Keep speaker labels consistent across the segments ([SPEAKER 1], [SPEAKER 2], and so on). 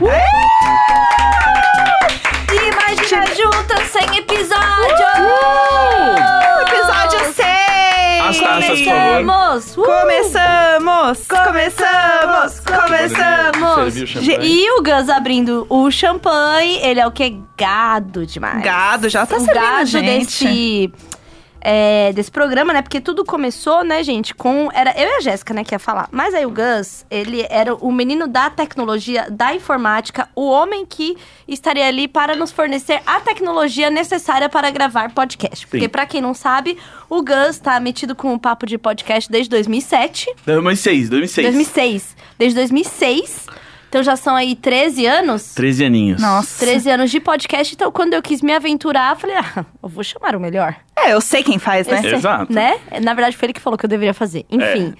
[SPEAKER 1] Uh! Imagina juntas 100 episódios!
[SPEAKER 2] Uh! Episódio 6!
[SPEAKER 3] As taças, por favor.
[SPEAKER 1] Começamos! Uh!
[SPEAKER 2] Começamos! Começamos!
[SPEAKER 1] Começamos!
[SPEAKER 2] Começamos!
[SPEAKER 3] Serviu o champanhe.
[SPEAKER 1] E o Gus abrindo o champanhe, ele é o que? Gado demais.
[SPEAKER 2] Gado, já tá
[SPEAKER 1] o
[SPEAKER 2] servindo,
[SPEAKER 1] gado
[SPEAKER 2] gente.
[SPEAKER 1] desse. é, desse programa, né? Porque tudo começou, né, gente, com. Era eu e a Jéssica, né, que ia falar. Mas aí o Gus, ele era o menino da tecnologia, da informática, o homem que estaria ali para nos fornecer a tecnologia necessária para gravar podcast. Porque, pra quem não sabe, o Gus tá metido com o papo de podcast desde 2007.
[SPEAKER 3] 2006, 2006.
[SPEAKER 1] 2006. Desde 2006. Então já são aí 13 anos.
[SPEAKER 3] 13 aninhos.
[SPEAKER 2] Nossa.
[SPEAKER 1] 13 anos de podcast, então quando eu quis me aventurar, eu falei, ah, eu vou chamar o melhor.
[SPEAKER 2] É, eu sei quem faz, né?
[SPEAKER 1] Esse-
[SPEAKER 3] Exato.
[SPEAKER 1] Né? Na verdade, foi ele que falou que eu deveria fazer. Enfim.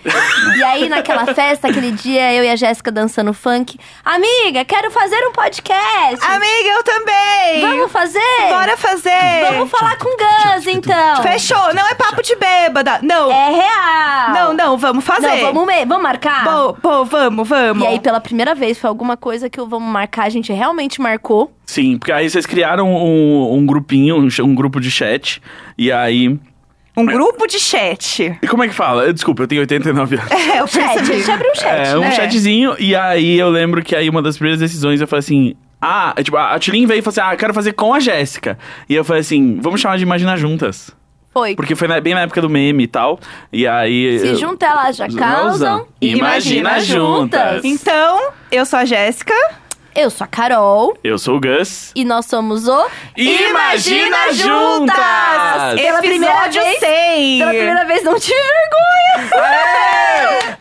[SPEAKER 1] E aí, naquela festa, aquele dia, eu e a Jéssica dançando funk. Amiga, quero fazer um podcast.
[SPEAKER 2] Amiga, eu também!
[SPEAKER 1] Vamos fazer?
[SPEAKER 2] Bora fazer!
[SPEAKER 1] Vamos falar com o Gus, então.
[SPEAKER 2] Fechou! Não é papo de bêbada! Não!
[SPEAKER 1] É real.
[SPEAKER 2] Não, não, vamos
[SPEAKER 1] Não,
[SPEAKER 2] fazer!
[SPEAKER 1] vamos, me- vamos marcar?
[SPEAKER 2] Pô, pô, vamos, vamos!
[SPEAKER 1] E aí, pela primeira vez, foi alguma coisa que o Vamos Marcar, a gente realmente marcou.
[SPEAKER 3] Sim, porque aí vocês criaram um, um grupinho, um, ch- um grupo de chat. E aí.
[SPEAKER 2] Um grupo de chat.
[SPEAKER 3] E como é que fala? Eu- Desculpa, eu tenho 89 anos.
[SPEAKER 2] É, eu
[SPEAKER 1] Chat, a
[SPEAKER 2] percebi.
[SPEAKER 1] gente abriu um chat,
[SPEAKER 3] É, um
[SPEAKER 1] né?
[SPEAKER 3] chatzinho. E aí eu lembro que aí uma das primeiras decisões eu falei assim. Ah, tipo, a a Tilin veio e falou assim: Ah, eu quero fazer com a Jéssica. E eu falei assim: vamos chamar de Imagina Juntas.
[SPEAKER 1] Foi.
[SPEAKER 3] Porque foi na- bem na época do meme e tal. E aí.
[SPEAKER 1] Se
[SPEAKER 3] eu-
[SPEAKER 1] junta, elas já causam.
[SPEAKER 3] Imagina juntas.
[SPEAKER 2] Então, eu sou a Jéssica.
[SPEAKER 1] Eu sou a Carol.
[SPEAKER 3] Eu sou o Gus.
[SPEAKER 1] E nós somos o
[SPEAKER 3] Imagina Juntas!
[SPEAKER 1] Pela primeira
[SPEAKER 2] Episódio
[SPEAKER 1] vez,
[SPEAKER 2] 6!
[SPEAKER 1] pela primeira vez não tive vergonha.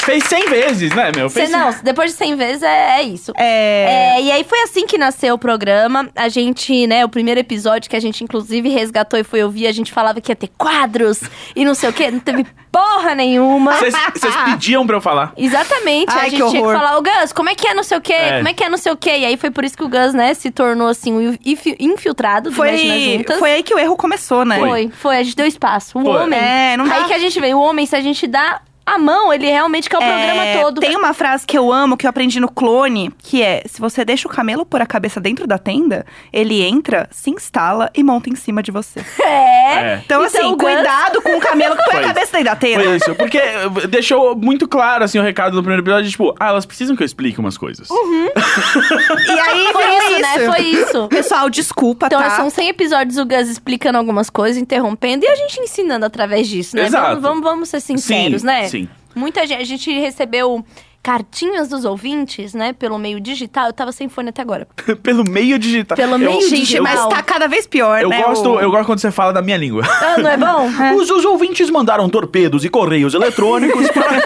[SPEAKER 3] Fez 100 vezes, né, meu?
[SPEAKER 1] Cê,
[SPEAKER 3] Fez
[SPEAKER 1] não, depois de 100 vezes é, é isso.
[SPEAKER 2] É...
[SPEAKER 1] É, e aí foi assim que nasceu o programa. A gente, né, o primeiro episódio que a gente inclusive resgatou e foi ouvir, a gente falava que ia ter quadros e não sei o quê, não teve porra nenhuma.
[SPEAKER 3] Vocês vocês pediam pra eu falar.
[SPEAKER 1] Exatamente,
[SPEAKER 2] Ai,
[SPEAKER 1] a gente
[SPEAKER 2] que
[SPEAKER 1] tinha que
[SPEAKER 2] horror.
[SPEAKER 1] falar, o Gus, como é que é não sei o quê,
[SPEAKER 3] É.
[SPEAKER 1] como é que é não sei o quê. E aí foi por isso que o Gus, né, se tornou assim, o infi- infiltrado do Imagina
[SPEAKER 2] Foi,
[SPEAKER 1] Juntas.
[SPEAKER 2] foi aí que o erro começou, né?
[SPEAKER 1] Foi. foi, a gente deu espaço. O
[SPEAKER 3] Foi.
[SPEAKER 1] homem.
[SPEAKER 2] É, não dá.
[SPEAKER 1] Aí que a gente vê, o homem, se a gente dá a mão, ele realmente quer o
[SPEAKER 2] É,
[SPEAKER 1] programa todo.
[SPEAKER 2] Tem uma frase que eu amo, que eu aprendi no clone, que é: se você deixa o camelo pôr a cabeça dentro da tenda, ele entra, se instala e monta em cima de você.
[SPEAKER 1] É.
[SPEAKER 3] É.
[SPEAKER 2] Então,
[SPEAKER 1] Então,
[SPEAKER 2] assim,
[SPEAKER 1] o Gus-
[SPEAKER 2] cuidado com o camelo que põe a
[SPEAKER 3] Foi.
[SPEAKER 2] cabeça dentro da tenda.
[SPEAKER 3] Foi isso. Porque eh, deixou muito claro, assim, o recado do primeiro episódio. Tipo, ah, elas precisam que eu explique umas coisas.
[SPEAKER 2] E aí
[SPEAKER 1] Foi
[SPEAKER 2] virou
[SPEAKER 1] isso, né? Foi isso.
[SPEAKER 2] Pessoal, desculpa,
[SPEAKER 1] Então,
[SPEAKER 2] tá?
[SPEAKER 1] são 100 episódios o Gus explicando algumas coisas, interrompendo e a gente ensinando através disso, né?
[SPEAKER 3] Exato.
[SPEAKER 1] Vamos, vamos, vamos ser sinceros,
[SPEAKER 3] Sim,
[SPEAKER 1] né?
[SPEAKER 3] sim.
[SPEAKER 1] Muita gente, a gente recebeu cartinhas dos ouvintes, né, pelo meio digital. Eu tava sem fone até agora.
[SPEAKER 3] Pelo meio digital.
[SPEAKER 1] Pelo meio
[SPEAKER 2] Gente,
[SPEAKER 1] eu-
[SPEAKER 2] mas tá cada vez pior,
[SPEAKER 3] Tá. Eu
[SPEAKER 2] né?
[SPEAKER 3] gosto,
[SPEAKER 2] o-
[SPEAKER 3] eu gosto quando você fala da minha língua.
[SPEAKER 1] Ah, não é bom?
[SPEAKER 3] Os, os ouvintes mandaram torpedos e correios eletrônicos para,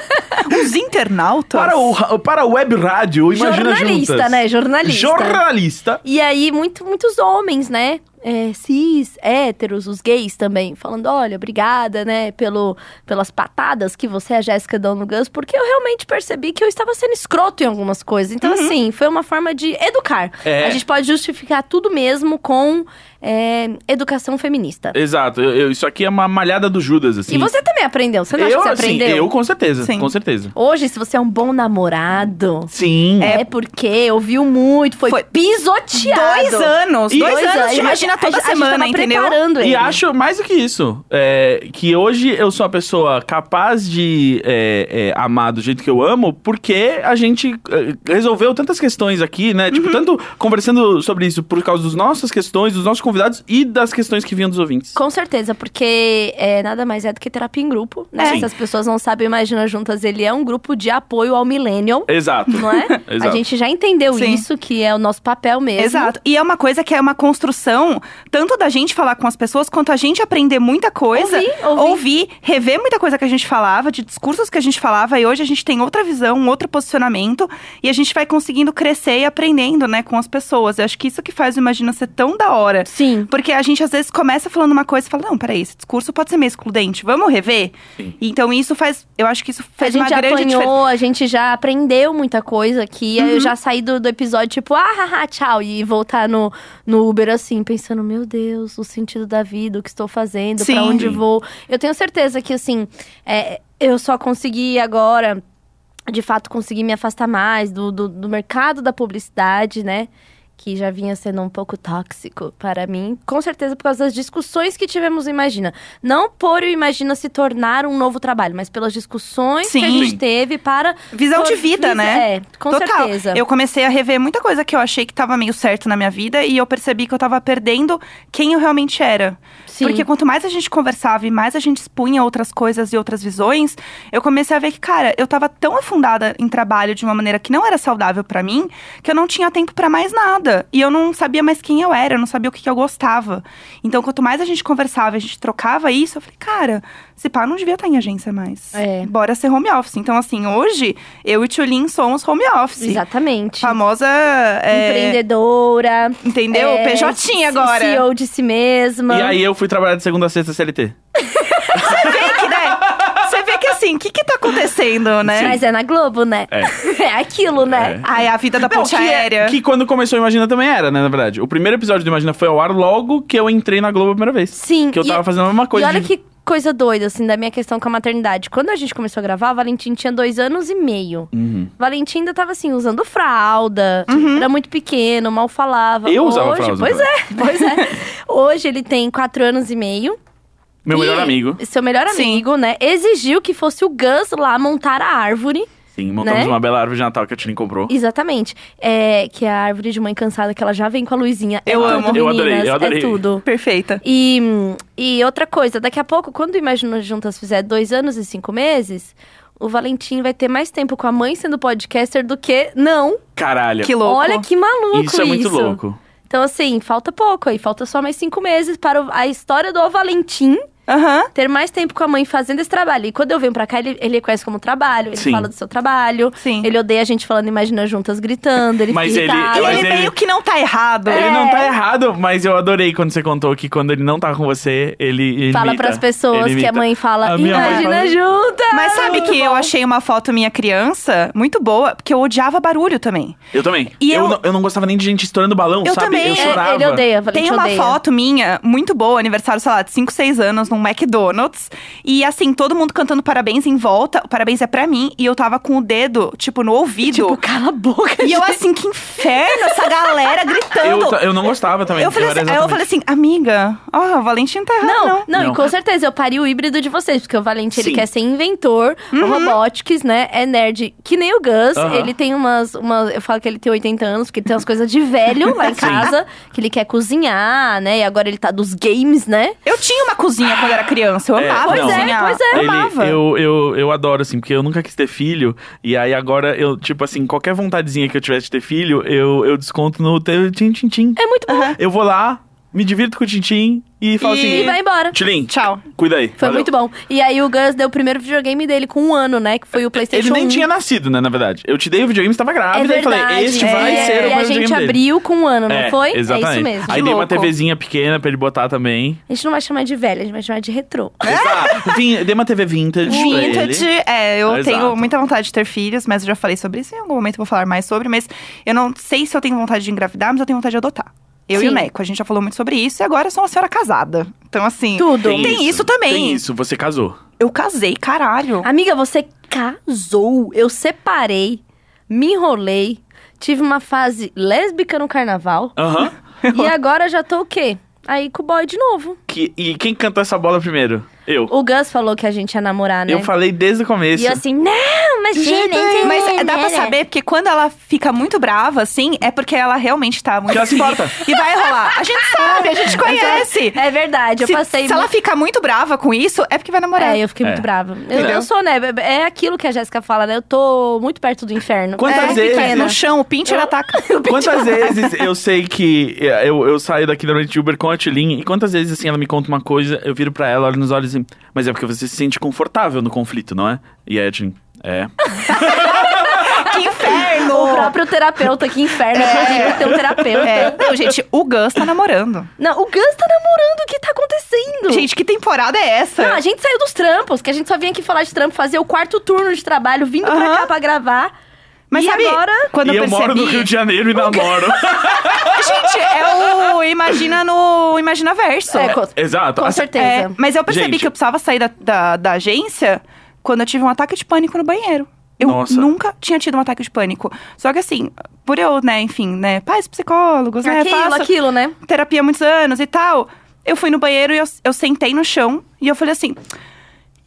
[SPEAKER 2] Os internautas.
[SPEAKER 3] para, o, ra- para a web rádio. Imagina
[SPEAKER 1] Jornalista,
[SPEAKER 3] juntas.
[SPEAKER 1] né? Jornalista.
[SPEAKER 3] Jornalista.
[SPEAKER 1] E aí, muito, muitos homens, né? É, cis, héteros, os gays também, falando: olha, obrigada, né, pelo, pelas patadas que você e a Jéssica dão no Gus, porque eu realmente percebi que eu estava sendo escroto em algumas coisas. Então, assim, foi uma forma de educar.
[SPEAKER 3] É.
[SPEAKER 1] A gente pode justificar tudo mesmo com é, educação feminista.
[SPEAKER 3] Exato. eu- eu- isso aqui é uma malhada do Judas, assim.
[SPEAKER 1] E você também aprendeu, você
[SPEAKER 3] eu,
[SPEAKER 1] não acha que você
[SPEAKER 3] assim,
[SPEAKER 1] aprendeu?
[SPEAKER 3] eu com certeza,
[SPEAKER 2] Sim.
[SPEAKER 3] com certeza.
[SPEAKER 1] Hoje, se você é um bom namorado.
[SPEAKER 3] Sim.
[SPEAKER 1] É porque ouviu muito, foi,
[SPEAKER 2] Foi
[SPEAKER 1] pisoteado.
[SPEAKER 2] Dois anos.
[SPEAKER 3] E-
[SPEAKER 2] Dois,
[SPEAKER 3] Dois
[SPEAKER 2] anos.
[SPEAKER 1] anos.
[SPEAKER 2] Te imagina toda
[SPEAKER 1] a, gente- a gente
[SPEAKER 2] semana,
[SPEAKER 1] tava
[SPEAKER 2] entendeu?
[SPEAKER 1] preparando ele.
[SPEAKER 3] E acho mais do que isso, é, que hoje eu sou uma pessoa capaz de é, é, amar do jeito que eu amo, porque a gente é, resolveu tantas questões aqui, né?
[SPEAKER 1] Uhum.
[SPEAKER 3] Tipo, tanto conversando sobre isso por causa das nossas questões, dos nossos convidados e das questões que vinham dos ouvintes.
[SPEAKER 1] Com certeza, porque é, nada mais é do que terapia em grupo, né?
[SPEAKER 3] Sim.
[SPEAKER 1] Se as pessoas não sabem, imagina juntas, ele é um grupo de apoio ao millennial,
[SPEAKER 3] Exato.
[SPEAKER 1] não é?
[SPEAKER 3] Exato.
[SPEAKER 1] A gente já entendeu
[SPEAKER 2] Sim.
[SPEAKER 1] isso, que é o nosso papel mesmo.
[SPEAKER 2] Exato. E é uma coisa que é uma construção tanto da gente falar com as pessoas, quanto a gente aprender muita coisa.
[SPEAKER 1] Ouvir, ouvir.
[SPEAKER 2] rever muita coisa que a gente falava, de discursos que a gente falava. E hoje a gente tem outra visão, um outro posicionamento. E a gente vai conseguindo crescer e aprendendo, né, com as pessoas. Eu acho que isso que faz o Imagina ser tão da hora.
[SPEAKER 1] Sim.
[SPEAKER 2] Porque a gente às vezes começa falando uma coisa e fala: não, peraí, esse discurso pode ser meio excludente, vamos rever?
[SPEAKER 3] Sim.
[SPEAKER 2] Então isso faz. Eu acho que isso
[SPEAKER 1] A
[SPEAKER 2] faz
[SPEAKER 1] gente já
[SPEAKER 2] uma grande
[SPEAKER 1] apanhou,
[SPEAKER 2] diferença. Uhum.
[SPEAKER 1] a gente já aprendeu muita coisa aqui. Aí Eu já saí do, do episódio, tipo, ah, haha, tchau. E voltar no, no Uber, assim, pensando, meu Deus, o sentido da vida, o que estou fazendo,
[SPEAKER 2] Sim.
[SPEAKER 1] pra onde
[SPEAKER 3] Sim.
[SPEAKER 1] vou. Eu tenho certeza que, assim, é, eu só consegui agora, de fato, conseguir me afastar mais do, do, do mercado da publicidade, né? Que já vinha sendo um pouco tóxico para mim. Com certeza por causa das discussões que tivemos, no imagina. Não por o Imagina se tornar um novo trabalho, mas pelas discussões que a
[SPEAKER 2] Sim.
[SPEAKER 1] gente teve para.
[SPEAKER 2] Visão de vida, né?
[SPEAKER 1] É, com
[SPEAKER 2] Total.
[SPEAKER 1] certeza.
[SPEAKER 2] Eu comecei a rever muita coisa que eu achei que tava meio certo na minha vida e eu percebi que eu tava perdendo quem eu realmente era.
[SPEAKER 1] Sim.
[SPEAKER 2] Porque quanto mais a gente conversava e mais a gente expunha outras coisas e outras visões, eu comecei a ver que, cara, eu tava tão afundada em trabalho de uma maneira que não era saudável pra mim, que eu não tinha tempo pra mais nada. E eu não sabia mais quem eu era, eu não sabia o que, que eu gostava. Então, quanto mais a gente conversava, e a gente trocava isso, eu falei, cara, esse pá não devia estar em agência mais.
[SPEAKER 1] É.
[SPEAKER 2] Bora ser home office. Então, assim, hoje, eu e Tulin somos home office.
[SPEAKER 1] Exatamente.
[SPEAKER 2] Famosa. é,
[SPEAKER 1] Empreendedora.
[SPEAKER 2] entendeu?
[SPEAKER 1] é,
[SPEAKER 2] PJ agora.
[SPEAKER 1] CEO de si mesma.
[SPEAKER 3] E aí eu fui trabalhar de segunda a sexta CLT.
[SPEAKER 2] Você vê que, né? Você vê que assim, o que que tá acontecendo, né?
[SPEAKER 1] Mas é na Globo, né? É, aquilo, né?
[SPEAKER 3] É.
[SPEAKER 2] Ai, a vida da
[SPEAKER 3] Não, que,
[SPEAKER 2] ponte
[SPEAKER 3] é-
[SPEAKER 2] aérea.
[SPEAKER 3] que quando começou o Imagina também era, né, na verdade. O primeiro episódio do Imagina foi ao ar logo que eu entrei na Globo a primeira vez.
[SPEAKER 1] Sim.
[SPEAKER 3] Que eu
[SPEAKER 1] e- é
[SPEAKER 3] tava fazendo a mesma coisa.
[SPEAKER 1] E olha
[SPEAKER 3] de-
[SPEAKER 1] que coisa doida, assim, da minha questão com a maternidade. Quando a gente começou a gravar, o Valentim tinha dois anos e meio.
[SPEAKER 3] Uhum.
[SPEAKER 1] Valentim ainda tava assim, usando fralda, era muito pequeno, mal falava.
[SPEAKER 3] Eu
[SPEAKER 1] Hoje,
[SPEAKER 3] usava fralda.
[SPEAKER 1] Pois é, pois é. Hoje ele tem quatro anos e meio.
[SPEAKER 3] Meu melhor
[SPEAKER 1] E
[SPEAKER 3] amigo.
[SPEAKER 1] Seu melhor
[SPEAKER 2] Sim.
[SPEAKER 1] amigo, né? Exigiu que fosse o Gus lá montar a árvore.
[SPEAKER 3] Sim, montamos
[SPEAKER 1] Né?
[SPEAKER 3] uma bela árvore de Natal que a Tilin comprou.
[SPEAKER 1] Exatamente. É, que é a árvore de mãe cansada, que ela já vem com a luzinha.
[SPEAKER 2] Eu
[SPEAKER 1] é
[SPEAKER 2] amo.
[SPEAKER 1] Tudo,
[SPEAKER 3] Eu adorei,
[SPEAKER 1] meninas,
[SPEAKER 3] eu adorei.
[SPEAKER 1] É tudo.
[SPEAKER 2] Perfeita.
[SPEAKER 1] E, hum, e outra coisa, daqui a pouco, quando o Imagina Juntas fizer dois anos e cinco meses, o Valentim vai ter mais tempo com a mãe sendo podcaster do que não.
[SPEAKER 3] Caralho.
[SPEAKER 2] Que louco.
[SPEAKER 1] Olha que maluco
[SPEAKER 3] Isso é muito louco.
[SPEAKER 1] Então, assim, falta pouco aí. Falta só mais cinco meses para o- a história do Valentim
[SPEAKER 2] Aham.
[SPEAKER 1] ter mais tempo com a mãe fazendo esse trabalho. E quando eu venho pra cá, ele, ele conhece como trabalho, ele
[SPEAKER 3] Sim.
[SPEAKER 1] fala do seu trabalho.
[SPEAKER 2] Sim.
[SPEAKER 1] Ele odeia a gente falando Imagina Juntas gritando, ele
[SPEAKER 3] Mas
[SPEAKER 1] fica
[SPEAKER 3] ele-
[SPEAKER 1] irritado. É.
[SPEAKER 2] E
[SPEAKER 3] Mas
[SPEAKER 2] ele,
[SPEAKER 3] ele-
[SPEAKER 2] meio que não tá errado.
[SPEAKER 3] Ele não tá errado, mas eu adorei quando você contou que quando ele não tá com você, ele. imita.
[SPEAKER 1] Fala pras pessoas
[SPEAKER 3] Ele
[SPEAKER 1] que a
[SPEAKER 3] imita.
[SPEAKER 1] mãe fala
[SPEAKER 3] A minha
[SPEAKER 2] "Ah,
[SPEAKER 3] mãe
[SPEAKER 1] Imagina
[SPEAKER 3] fala-
[SPEAKER 1] Juntas!
[SPEAKER 2] Mas sabe que eu achei uma foto minha criança muito boa, porque eu odiava barulho também.
[SPEAKER 3] Eu também.
[SPEAKER 2] E
[SPEAKER 3] eu,
[SPEAKER 2] eu-
[SPEAKER 3] não, eu não gostava nem de gente estourando balão,
[SPEAKER 2] Eu
[SPEAKER 3] sabe?
[SPEAKER 2] também,
[SPEAKER 3] Eu
[SPEAKER 2] é,
[SPEAKER 3] chorava.
[SPEAKER 1] É, ele odeia, Valentim
[SPEAKER 2] Tem uma
[SPEAKER 1] odeia.
[SPEAKER 2] foto minha muito boa, aniversário, sei lá, de 5, 6 anos, num McDonald's. E assim, todo mundo cantando parabéns em volta. O parabéns é pra mim. E eu tava com o dedo, tipo, no ouvido.
[SPEAKER 1] Tipo, cala a boca,
[SPEAKER 2] e eu
[SPEAKER 1] gente.
[SPEAKER 2] assim, que inferno, essa galera
[SPEAKER 3] Eu,
[SPEAKER 2] gritando.
[SPEAKER 3] ta- eu não gostava também.
[SPEAKER 2] Eu falei,
[SPEAKER 3] era
[SPEAKER 2] assim, aí eu falei assim, amiga, ó, o Valentim tá errado,
[SPEAKER 1] Não,
[SPEAKER 2] não.
[SPEAKER 1] não,
[SPEAKER 3] Não.
[SPEAKER 1] e com certeza eu pari o híbrido de vocês, porque o Valente ele
[SPEAKER 3] Sim.
[SPEAKER 1] quer ser inventor,
[SPEAKER 2] Uhum.
[SPEAKER 1] robotics, né? É nerd que nem o Gus.
[SPEAKER 3] Aham.
[SPEAKER 1] Ele tem umas, uma. Eu falo que ele tem 80 anos, porque tem umas coisas de velho lá em casa, que ele quer cozinhar, né? E agora ele tá dos games, né?
[SPEAKER 2] Eu tinha uma cozinha quando era criança, eu
[SPEAKER 3] É,
[SPEAKER 2] amava
[SPEAKER 3] pois é,
[SPEAKER 2] cozinhar.
[SPEAKER 1] pois é.
[SPEAKER 2] Eu
[SPEAKER 3] Ele-
[SPEAKER 2] amava.
[SPEAKER 3] eu, eu, eu adoro, assim, porque eu nunca quis ter filho. E aí agora, eu, tipo assim, qualquer vontadezinha que eu tivesse de ter filho, eu, eu desconto no teu tim tim tim.
[SPEAKER 1] É muito bom.
[SPEAKER 3] Eu vou lá, me divirto com o tim tim e falo
[SPEAKER 2] E-
[SPEAKER 1] E
[SPEAKER 3] assim...
[SPEAKER 1] vai embora.
[SPEAKER 3] Tilin,
[SPEAKER 2] Tchau.
[SPEAKER 3] cuida aí.
[SPEAKER 1] Foi
[SPEAKER 3] valeu."
[SPEAKER 1] muito bom. E aí o Gus deu o primeiro videogame dele com um ano, né? Que foi o PlayStation
[SPEAKER 3] Ele nem
[SPEAKER 1] 1.
[SPEAKER 3] tinha nascido, né, na verdade. Eu te dei o videogame, você tava
[SPEAKER 1] é
[SPEAKER 3] grávida. e eu
[SPEAKER 1] verdade.
[SPEAKER 3] falei, este
[SPEAKER 1] é,
[SPEAKER 3] vai ser o
[SPEAKER 1] e a
[SPEAKER 3] primeiro
[SPEAKER 1] gente
[SPEAKER 3] videogame dele.
[SPEAKER 1] abriu com um ano, não
[SPEAKER 3] É,
[SPEAKER 1] foi?
[SPEAKER 3] Exatamente.
[SPEAKER 1] É isso mesmo.
[SPEAKER 3] Aí
[SPEAKER 2] Que
[SPEAKER 3] dei uma
[SPEAKER 2] louco.
[SPEAKER 3] TVzinha pequena pra ele botar também.
[SPEAKER 1] A gente não vai chamar de velho, a gente vai chamar de retrô.
[SPEAKER 3] Exato. Vim- dei uma TV vintage. pra ele.
[SPEAKER 2] Vintage, é, eu
[SPEAKER 3] Exato.
[SPEAKER 2] tenho muita vontade de ter filhos, mas eu já falei sobre isso, em algum momento eu vou falar mais sobre, mas eu não sei se eu tenho vontade de engravidar, mas eu tenho vontade de adotar. Eu e o
[SPEAKER 1] Sim.
[SPEAKER 2] Neco, a gente já falou muito sobre isso, e agora eu sou uma senhora casada. Então, assim,
[SPEAKER 1] Tudo.
[SPEAKER 2] tem, isso, também.
[SPEAKER 3] Tem isso, você casou.
[SPEAKER 2] Eu casei, caralho.
[SPEAKER 1] Amiga, você casou. Eu separei, me enrolei, tive uma fase lésbica no carnaval.
[SPEAKER 3] Aham.
[SPEAKER 1] e agora já tô o quê? Aí com o boy de novo.
[SPEAKER 3] Que, e quem cantou essa bola primeiro? Eu.
[SPEAKER 1] O Gus falou que a gente ia
[SPEAKER 2] Ah,
[SPEAKER 1] namorar, né?
[SPEAKER 3] Eu falei desde o começo.
[SPEAKER 1] E eu assim, não, imagina. entendeu,
[SPEAKER 2] Mas dá pra
[SPEAKER 1] né?"
[SPEAKER 2] saber, porque quando ela fica muito brava, assim, é porque ela realmente tá muito.
[SPEAKER 3] Que ela se importa.
[SPEAKER 2] E vai rolar. A gente sabe, a gente conhece.
[SPEAKER 1] É verdade, eu
[SPEAKER 2] se,
[SPEAKER 1] passei.
[SPEAKER 2] se ela ficar muito brava com isso, é porque vai namorar.
[SPEAKER 1] É, eu fiquei
[SPEAKER 3] É.
[SPEAKER 1] muito brava. Eu,
[SPEAKER 3] Entendeu?
[SPEAKER 1] eu sou, né? É aquilo que a Jéssica fala, né? Eu tô muito perto do inferno.
[SPEAKER 3] Quantas
[SPEAKER 1] é,
[SPEAKER 3] vezes-
[SPEAKER 1] pequena.
[SPEAKER 2] no chão, o pincher ataca.
[SPEAKER 3] Quantas vezes eu sei que eu, eu saio daqui da noite de Uber com a Tilin e quantas vezes assim ela me conta uma coisa, eu viro pra ela, olho nos olhos e mas é porque você se sente confortável no conflito, não é? E aí a Tilin, é.
[SPEAKER 2] que inferno!
[SPEAKER 1] O próprio terapeuta, que inferno. É. Tem um terapeuta.
[SPEAKER 2] É. Não, gente, o Gus tá namorando.
[SPEAKER 1] Não, o Gus tá namorando, o que tá acontecendo?
[SPEAKER 2] Gente, que temporada é essa?
[SPEAKER 1] Não, a gente saiu dos trampos, que a gente só vinha aqui falar de trampo, fazer o quarto turno de trabalho, vindo pra
[SPEAKER 2] Aham.
[SPEAKER 1] cá pra gravar.
[SPEAKER 2] Mas
[SPEAKER 1] e
[SPEAKER 2] sabe,
[SPEAKER 1] agora?
[SPEAKER 2] quando
[SPEAKER 3] e
[SPEAKER 2] eu
[SPEAKER 3] eu
[SPEAKER 2] percebi...
[SPEAKER 3] moro no Rio de Janeiro e namoro.
[SPEAKER 2] Gente, é o Imagina no Imagina Verso.
[SPEAKER 1] É, com,
[SPEAKER 3] Exato.
[SPEAKER 1] com
[SPEAKER 3] Assim,
[SPEAKER 1] certeza.
[SPEAKER 2] É, mas eu percebi
[SPEAKER 3] Gente.
[SPEAKER 2] que eu precisava sair da, da, da agência quando eu tive um ataque de pânico no banheiro. Eu
[SPEAKER 3] Nossa.
[SPEAKER 2] nunca tinha tido um ataque de pânico. Só que assim, por eu, né, enfim, né, pais psicólogos, né,
[SPEAKER 1] Aquilo,
[SPEAKER 2] faço
[SPEAKER 1] aquilo, né?
[SPEAKER 2] terapia há muitos anos e tal. Eu fui no banheiro e eu, eu sentei no chão e eu falei assim: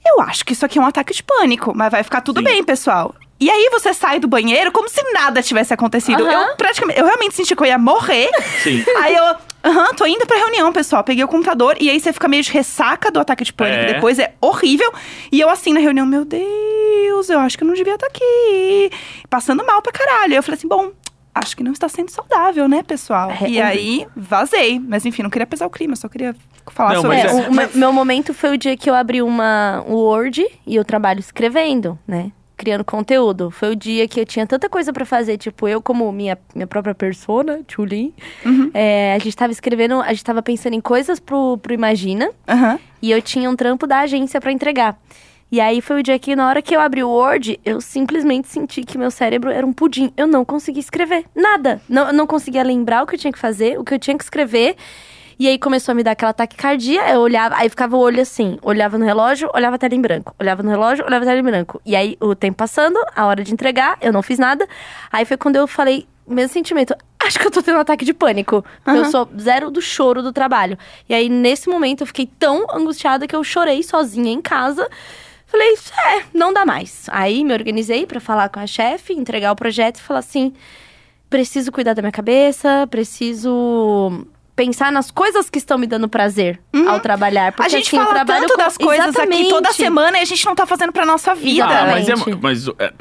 [SPEAKER 2] eu acho que isso aqui é um ataque de pânico, mas vai ficar tudo
[SPEAKER 3] Sim.
[SPEAKER 2] bem, pessoal. E aí você sai do banheiro como se nada tivesse acontecido.
[SPEAKER 1] Aham.
[SPEAKER 2] Eu praticamente, eu realmente senti que eu ia morrer.
[SPEAKER 3] Sim.
[SPEAKER 2] Aí eu, aham, tô indo pra reunião, pessoal. Peguei o computador e aí você fica meio de ressaca do ataque de pânico.
[SPEAKER 3] É.
[SPEAKER 2] Depois é horrível. E eu assim na reunião, meu Deus, eu acho que eu não devia estar aqui. Passando mal pra caralho. Aí eu falei assim, bom, acho que não está sendo saudável, né, pessoal?
[SPEAKER 1] É,
[SPEAKER 2] e
[SPEAKER 1] é.
[SPEAKER 2] aí vazei. Mas enfim, não queria pesar o clima, só queria falar
[SPEAKER 3] Não,
[SPEAKER 2] sobre
[SPEAKER 3] Pois
[SPEAKER 1] É,
[SPEAKER 3] é.
[SPEAKER 2] isso.
[SPEAKER 1] o me- meu momento foi o dia que eu abri uma um Word e eu trabalho escrevendo, né? Criando conteúdo. Foi o dia que eu tinha tanta coisa pra fazer, tipo, eu como minha, minha própria persona, Tchulin,
[SPEAKER 2] Uhum.
[SPEAKER 1] é, a gente tava escrevendo, a gente tava pensando em coisas pro, pro Imagina.
[SPEAKER 2] Aham.
[SPEAKER 1] E eu tinha um trampo da agência pra entregar. E aí foi o dia que, na hora que eu abri o Word, eu simplesmente senti que meu cérebro era um pudim. Eu não conseguia escrever nada. Não, eu não conseguia lembrar o que eu tinha que fazer, o que eu tinha que escrever. E aí começou a me dar aquela taquicardia, eu olhava, aí ficava o olho assim, olhava no relógio, olhava a tela em branco, olhava no relógio, olhava a tela em branco. E aí o tempo passando, a hora de entregar, eu não fiz nada. Aí foi quando eu falei, mesmo sentimento, acho que eu tô tendo um ataque de pânico. Eu sou zero do choro do trabalho. E aí, nesse momento, eu fiquei tão angustiada que eu chorei sozinha em casa. Falei, "Isso é, não dá mais. Aí me organizei pra falar com a chefe, entregar o projeto e falar assim: preciso cuidar da minha cabeça, preciso pensar nas coisas que estão me dando prazer ao trabalhar. Porque
[SPEAKER 2] Uhum. A gente
[SPEAKER 1] assim, eu
[SPEAKER 2] fala
[SPEAKER 1] trabalho
[SPEAKER 2] tanto
[SPEAKER 1] com-
[SPEAKER 2] das coisas aqui toda
[SPEAKER 1] Exatamente.
[SPEAKER 2] semana e a gente não tá fazendo pra nossa vida.
[SPEAKER 3] Ah,
[SPEAKER 1] Exatamente.
[SPEAKER 3] mas é, mas é,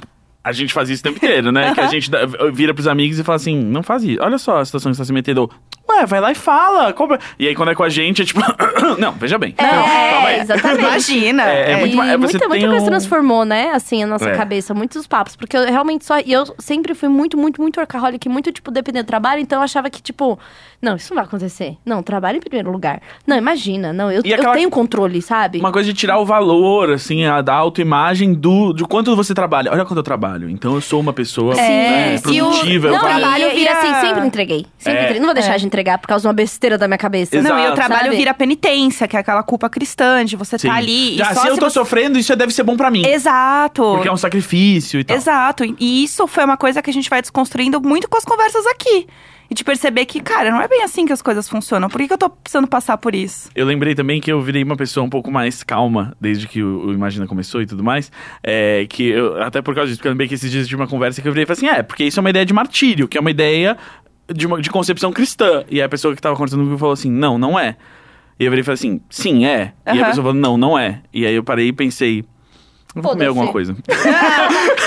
[SPEAKER 3] a gente faz isso o tempo inteiro, né? Que a gente dá- vira pros amigos e fala assim, não faz isso. Olha só a situação que você tá se metendo. Ué, vai lá e fala. compra." E aí quando é com a gente, é tipo... não, veja bem.
[SPEAKER 1] É,
[SPEAKER 3] Não, calma aí.
[SPEAKER 1] exatamente.
[SPEAKER 2] Imagina.
[SPEAKER 3] É, é muito
[SPEAKER 1] e
[SPEAKER 3] mais- é, você
[SPEAKER 1] muita, muita
[SPEAKER 3] tem
[SPEAKER 1] coisa
[SPEAKER 3] um-
[SPEAKER 1] transformou, né? Assim, a nossa
[SPEAKER 3] É.
[SPEAKER 1] cabeça, muitos papos. Porque eu realmente só. E eu sempre fui muito, muito, muito workaholic, muito, tipo, dependendo do trabalho. Então eu achava que, tipo, não, isso não vai acontecer. Não, trabalho em primeiro lugar. Não, imagina. Não, eu,
[SPEAKER 3] E
[SPEAKER 1] eu
[SPEAKER 3] aquela-
[SPEAKER 1] tenho controle, sabe?
[SPEAKER 3] É Uma coisa de tirar o valor, assim, a, da autoimagem do, de quanto você trabalha. Olha quanto eu trabalho. Então eu sou uma pessoa né,
[SPEAKER 2] e É, o-
[SPEAKER 3] produtiva. eu
[SPEAKER 1] não,
[SPEAKER 3] valho.
[SPEAKER 1] trabalho
[SPEAKER 2] trabalho
[SPEAKER 1] e,
[SPEAKER 2] vira-
[SPEAKER 1] assim, sempre entreguei. Sempre
[SPEAKER 3] É.
[SPEAKER 1] entreguei. Não vou deixar de entregar por causa de um uma besteira da minha cabeça.
[SPEAKER 3] Exato.
[SPEAKER 2] Não, e o trabalho
[SPEAKER 1] Sabe?
[SPEAKER 2] vira penitência, que é aquela culpa cristã de você
[SPEAKER 3] Sim.
[SPEAKER 2] tá ali. e
[SPEAKER 3] Ah,
[SPEAKER 2] só
[SPEAKER 3] se eu
[SPEAKER 2] se
[SPEAKER 3] tô
[SPEAKER 2] você-
[SPEAKER 3] sofrendo, isso deve ser bom pra mim.
[SPEAKER 2] Exato.
[SPEAKER 3] Porque é um sacrifício e tal.
[SPEAKER 2] Exato. E isso foi uma coisa que a gente vai desconstruindo muito com as conversas aqui. E de perceber que, cara, não é bem assim que as coisas funcionam. Por que, que eu tô precisando passar por isso?
[SPEAKER 3] Eu lembrei também que eu virei uma pessoa um pouco mais calma desde que o, o Imagina começou e tudo mais. É, que eu- até por causa disso, porque eu lembrei que esses dias de uma conversa que eu virei e falei assim: é, porque isso é uma ideia de martírio, que é uma ideia de, uma- de concepção cristã. E aí a pessoa que tava conversando comigo falou assim: não, não é. E eu virei e falei assim: sim, é. E a
[SPEAKER 2] Aham.
[SPEAKER 3] pessoa falou: não, não é. E aí eu parei e pensei: eu vou comer
[SPEAKER 1] Foda-se.
[SPEAKER 3] alguma coisa.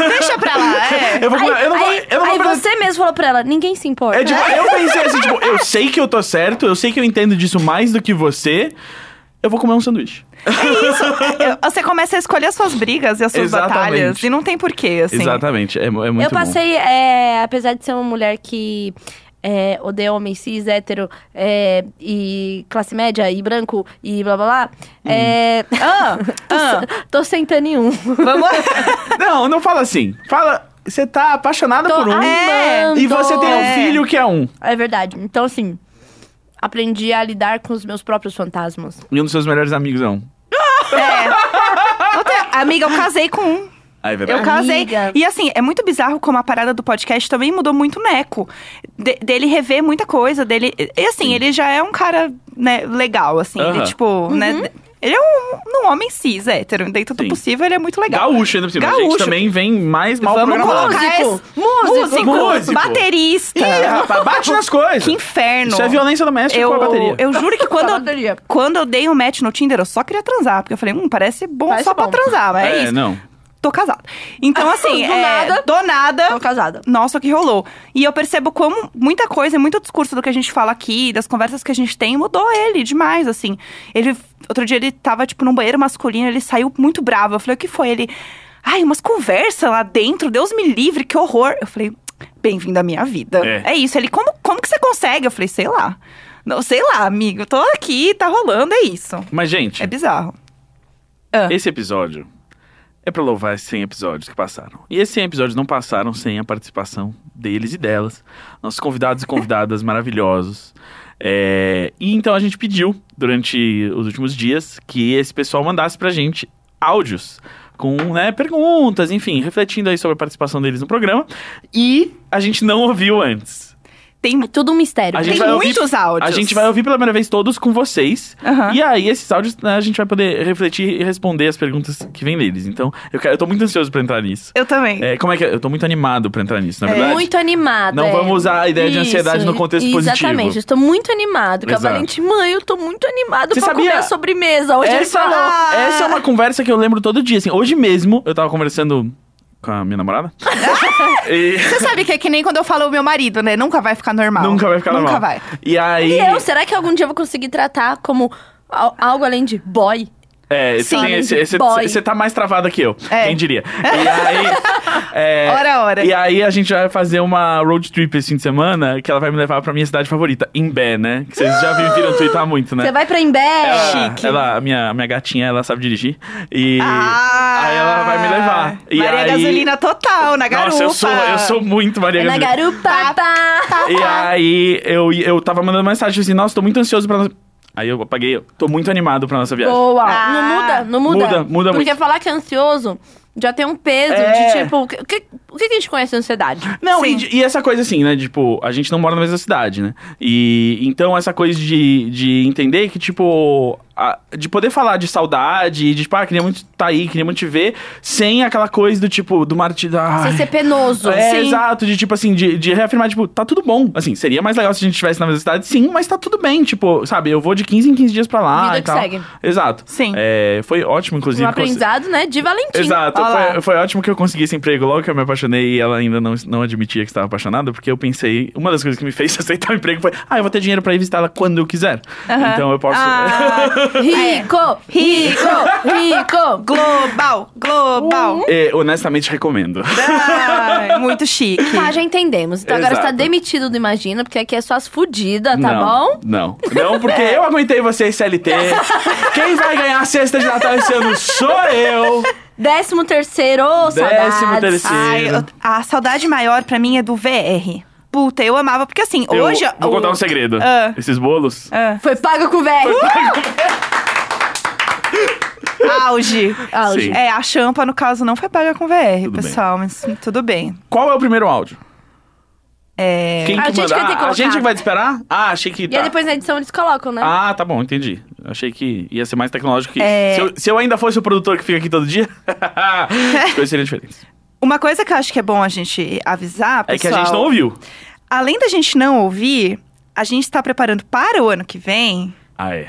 [SPEAKER 2] Deixa pra lá, é.
[SPEAKER 3] Eu vou comer, eu não vou.
[SPEAKER 1] Aí,
[SPEAKER 3] eu não vou
[SPEAKER 1] aí
[SPEAKER 3] fazer-
[SPEAKER 1] você mesmo falou pra ela, ninguém se importa.
[SPEAKER 3] é tipo, eu pensei assim, tipo, eu sei que eu tô certo, eu sei que eu entendo disso mais do que você. Eu vou comer um sanduíche.
[SPEAKER 2] É isso. Eu- Você começa a escolher as suas brigas e as suas
[SPEAKER 3] Exatamente.
[SPEAKER 2] batalhas. E não tem porquê, assim.
[SPEAKER 3] Exatamente, é, é muito bom.
[SPEAKER 1] eu passei, é, apesar de ser uma mulher que é, odeia homem cis, hétero, é, e classe média, e branco, e blá blá blá,
[SPEAKER 3] Uhum.
[SPEAKER 1] é,
[SPEAKER 2] Ah, ah,
[SPEAKER 1] tô sentando um. nenhum.
[SPEAKER 2] vamos.
[SPEAKER 3] Não, não fala assim. Fala, você tá apaixonada
[SPEAKER 1] Tô
[SPEAKER 3] por um.
[SPEAKER 1] amando.
[SPEAKER 3] E você tem um
[SPEAKER 2] É.
[SPEAKER 3] filho que é um.
[SPEAKER 1] É verdade. Então, assim, aprendi a lidar com os meus próprios fantasmas.
[SPEAKER 3] E um dos seus melhores amigos é um.
[SPEAKER 2] É. Outra- Amiga, eu casei com um.
[SPEAKER 3] Ah, é
[SPEAKER 2] Eu
[SPEAKER 3] verdade.
[SPEAKER 2] casei.
[SPEAKER 1] Amiga.
[SPEAKER 2] E assim, é muito bizarro como a parada do podcast também mudou muito o Neco. De- dele rever muita coisa, dele. E assim, ele já é um cara, né, legal, assim. ele,
[SPEAKER 3] Aham.
[SPEAKER 2] tipo,
[SPEAKER 1] Uhum.
[SPEAKER 2] né? Ele é um, um homem cis, hétero. Dentro do
[SPEAKER 3] Sim.
[SPEAKER 2] possível, ele é muito legal.
[SPEAKER 3] Gaúcho ainda por cima. A gente
[SPEAKER 2] Gaúcho.
[SPEAKER 3] também vem mais mal
[SPEAKER 2] Vamos
[SPEAKER 3] programado.
[SPEAKER 2] colocar esse.
[SPEAKER 1] Músico. Músico.
[SPEAKER 3] Músico.
[SPEAKER 2] Baterista.
[SPEAKER 3] Ih, rapaz, bate nas coisas.
[SPEAKER 2] Que inferno.
[SPEAKER 3] Isso é violência doméstica
[SPEAKER 2] Eu,
[SPEAKER 3] com a bateria.
[SPEAKER 2] eu juro que
[SPEAKER 1] Com a
[SPEAKER 2] quando, eu,
[SPEAKER 1] bateria.
[SPEAKER 2] quando eu dei um match no Tinder, eu só queria transar. Porque eu falei, hum, parece bom
[SPEAKER 1] Parece
[SPEAKER 2] só pra
[SPEAKER 1] bom.
[SPEAKER 2] transar, mas é, isso.
[SPEAKER 3] não.
[SPEAKER 2] Tô casada. Então, assim,
[SPEAKER 1] Do
[SPEAKER 2] é,
[SPEAKER 1] nada.
[SPEAKER 2] do nada,
[SPEAKER 1] Tô casada.
[SPEAKER 2] nossa, o que rolou. E eu percebo como muita coisa, e muito discurso do que a gente fala aqui, das conversas que a gente tem, mudou ele demais, assim. Ele, outro dia ele tava, tipo, num banheiro masculino, ele saiu muito bravo. Eu falei, o que foi? Ele, ai, umas conversas lá dentro, Deus me livre, que horror. Eu falei, bem-vindo à minha vida.
[SPEAKER 3] É.
[SPEAKER 2] É, isso. Ele, como, como que você consegue? Eu falei, sei lá. Não, sei lá, amigo, eu tô aqui, tá rolando, é isso.
[SPEAKER 3] Mas, gente,
[SPEAKER 2] É bizarro. Ah.
[SPEAKER 3] esse episódio é pra louvar esses 100 episódios que passaram. E esses 100 episódios não passaram sem a participação deles e delas. Nossos convidados e convidadas maravilhosos. É, E então a gente pediu, durante os últimos dias, que esse pessoal mandasse pra gente áudios com né, perguntas, enfim, refletindo aí sobre a participação deles no programa. E a gente não ouviu antes.
[SPEAKER 2] Tem,
[SPEAKER 1] É tudo um mistério.
[SPEAKER 3] A gente
[SPEAKER 2] tem
[SPEAKER 3] vai ouvir-
[SPEAKER 2] muitos áudios.
[SPEAKER 3] A gente vai ouvir pela primeira vez todos com vocês.
[SPEAKER 2] Aham.
[SPEAKER 3] E aí, esses áudios, né, a gente vai poder refletir e responder as perguntas que vêm deles. Então, eu, quero, eu tô muito ansioso pra entrar nisso.
[SPEAKER 2] Eu também.
[SPEAKER 3] É, como é que é? Eu tô muito animado pra entrar nisso, na verdade.
[SPEAKER 1] É Muito animada.
[SPEAKER 3] Não
[SPEAKER 1] é.
[SPEAKER 3] vamos usar a ideia de ansiedade no contexto
[SPEAKER 1] exatamente.
[SPEAKER 3] positivo.
[SPEAKER 1] Exatamente, eu estou muito animado.
[SPEAKER 3] Exato.
[SPEAKER 1] Cavalente, mãe, eu tô muito animado
[SPEAKER 3] Você
[SPEAKER 1] pra
[SPEAKER 3] sabia?
[SPEAKER 1] comer a sobremesa. Hoje Ah! ele
[SPEAKER 3] Essa,
[SPEAKER 1] falou.
[SPEAKER 3] essa é uma conversa que eu lembro todo dia. Assim, hoje mesmo, eu tava conversando com a minha namorada. e
[SPEAKER 2] Você sabe que é que nem quando eu falo o meu marido, né? Nunca vai ficar normal.
[SPEAKER 3] nunca vai ficar normal.
[SPEAKER 2] Nunca vai.
[SPEAKER 3] E aí...
[SPEAKER 1] E eu, será que algum dia eu vou conseguir tratar como al- algo além de boy?
[SPEAKER 3] É, você
[SPEAKER 1] Sim,
[SPEAKER 3] tem esse- esse-
[SPEAKER 1] boy.
[SPEAKER 3] você tá mais travada que eu,
[SPEAKER 2] É.
[SPEAKER 3] quem diria. E aí. é,
[SPEAKER 2] Ora, ora.
[SPEAKER 3] E aí a gente vai fazer uma road trip esse fim de semana que ela vai me levar pra minha cidade favorita, Imbé, né? Que vocês já me viram twittar muito, né?
[SPEAKER 1] Você vai pra Imbé?
[SPEAKER 3] Ela, ela- a minha, a minha gatinha, ela sabe dirigir. E
[SPEAKER 2] Ah,
[SPEAKER 3] aí ela vai me levar. E
[SPEAKER 2] Maria
[SPEAKER 3] aí-
[SPEAKER 2] Gasolina total, na garupa.
[SPEAKER 3] Nossa, eu sou, eu sou muito Maria
[SPEAKER 1] É na
[SPEAKER 3] Gasolina.
[SPEAKER 1] garupa. pá.
[SPEAKER 3] E aí eu, eu tava mandando mensagem assim, nossa, tô muito ansioso pra. nossa-" Aí eu apaguei, eu tô muito animado pra nossa viagem.
[SPEAKER 1] Boa.
[SPEAKER 2] Ah.
[SPEAKER 1] Não muda, não muda.
[SPEAKER 3] Muda, muda
[SPEAKER 1] Porque
[SPEAKER 3] muito.
[SPEAKER 1] falar que é ansioso já tem um peso
[SPEAKER 3] É.
[SPEAKER 1] de tipo. O que, o que- o que a gente conhece de ansiedade?
[SPEAKER 3] Não,
[SPEAKER 2] Sim.
[SPEAKER 3] e, de- e essa coisa assim, né? Tipo, a gente não mora na mesma cidade, né? E então essa coisa de, de entender que, tipo, a- de poder falar de saudade, de tipo, ah, queria muito tá aí, queria muito te ver, sem aquela coisa do tipo, do martírio.
[SPEAKER 1] Sem ser penoso.
[SPEAKER 3] É,
[SPEAKER 1] Sim.
[SPEAKER 3] exato, de tipo assim, de, de reafirmar, tipo, tá tudo bom. Assim, seria mais legal se a gente estivesse na mesma cidade, sim, mas tá tudo bem, tipo, sabe, eu vou de 15 em 15 dias pra lá.
[SPEAKER 1] Vida
[SPEAKER 3] e
[SPEAKER 1] que
[SPEAKER 3] tal.
[SPEAKER 1] segue.
[SPEAKER 3] Exato.
[SPEAKER 2] Sim.
[SPEAKER 3] É, foi ótimo, inclusive.
[SPEAKER 1] Um
[SPEAKER 3] cons-
[SPEAKER 1] aprendizado, né? De Valentim.
[SPEAKER 3] Exato,
[SPEAKER 2] Olha lá.
[SPEAKER 3] foi, foi ótimo que eu consegui esse emprego logo que eu me apaixonei e ela ainda não, não admitia que estava apaixonada, porque eu pensei, uma das coisas que me fez aceitar o emprego foi, ah, eu vou ter dinheiro pra ir visitar ela quando eu quiser.
[SPEAKER 2] Aham.
[SPEAKER 3] Então eu posso.
[SPEAKER 2] Ah,
[SPEAKER 1] Rico, rico, rico.
[SPEAKER 2] global, global.
[SPEAKER 3] É, honestamente recomendo.
[SPEAKER 2] Ai, É muito chique.
[SPEAKER 1] Tá, já entendemos. Então agora
[SPEAKER 3] Exato.
[SPEAKER 1] você tá demitido do Imagina, porque aqui é só as fudidas, tá
[SPEAKER 3] não,
[SPEAKER 1] bom?
[SPEAKER 3] Não. Não, porque eu aguentei vocês CLT. Quem vai ganhar a cesta de Natal esse ano sou eu.
[SPEAKER 1] Décimo terceiro, ô, saudades.
[SPEAKER 3] Décimo terceiro.
[SPEAKER 2] Ai, eu- a saudade maior pra mim é do VR. Puta, eu amava, porque assim,
[SPEAKER 3] Eu
[SPEAKER 2] hoje...
[SPEAKER 1] é
[SPEAKER 3] vou
[SPEAKER 2] o-
[SPEAKER 3] contar um segredo.
[SPEAKER 2] Ah.
[SPEAKER 3] Esses bolos.
[SPEAKER 2] Ah,
[SPEAKER 1] Foi paga com velho.
[SPEAKER 2] auge.
[SPEAKER 1] Auge.
[SPEAKER 3] Sim.
[SPEAKER 2] É, a champa, no caso, não foi paga com VR,
[SPEAKER 3] Tudo bem.
[SPEAKER 2] pessoal, mas tudo bem.
[SPEAKER 3] Qual é o primeiro áudio?
[SPEAKER 2] É...
[SPEAKER 3] Quem
[SPEAKER 1] A
[SPEAKER 3] que
[SPEAKER 1] gente
[SPEAKER 3] manda?
[SPEAKER 1] vai ter que
[SPEAKER 3] Ah, a
[SPEAKER 1] colocar.
[SPEAKER 3] gente que vai te esperar? Ah, achei que.
[SPEAKER 1] E
[SPEAKER 3] tá.
[SPEAKER 1] aí depois na edição eles colocam, né?
[SPEAKER 3] Ah, tá bom, entendi. Achei que ia ser mais tecnológico que isso.
[SPEAKER 2] É.
[SPEAKER 3] Se, eu, se eu ainda fosse o produtor que fica aqui todo dia, as coisas seriam diferentes.
[SPEAKER 2] Uma coisa que eu acho que é bom a gente avisar, pessoal...
[SPEAKER 3] É que a gente não ouviu.
[SPEAKER 2] Além da gente não ouvir, a gente está preparando para o ano que vem
[SPEAKER 3] Ah, é.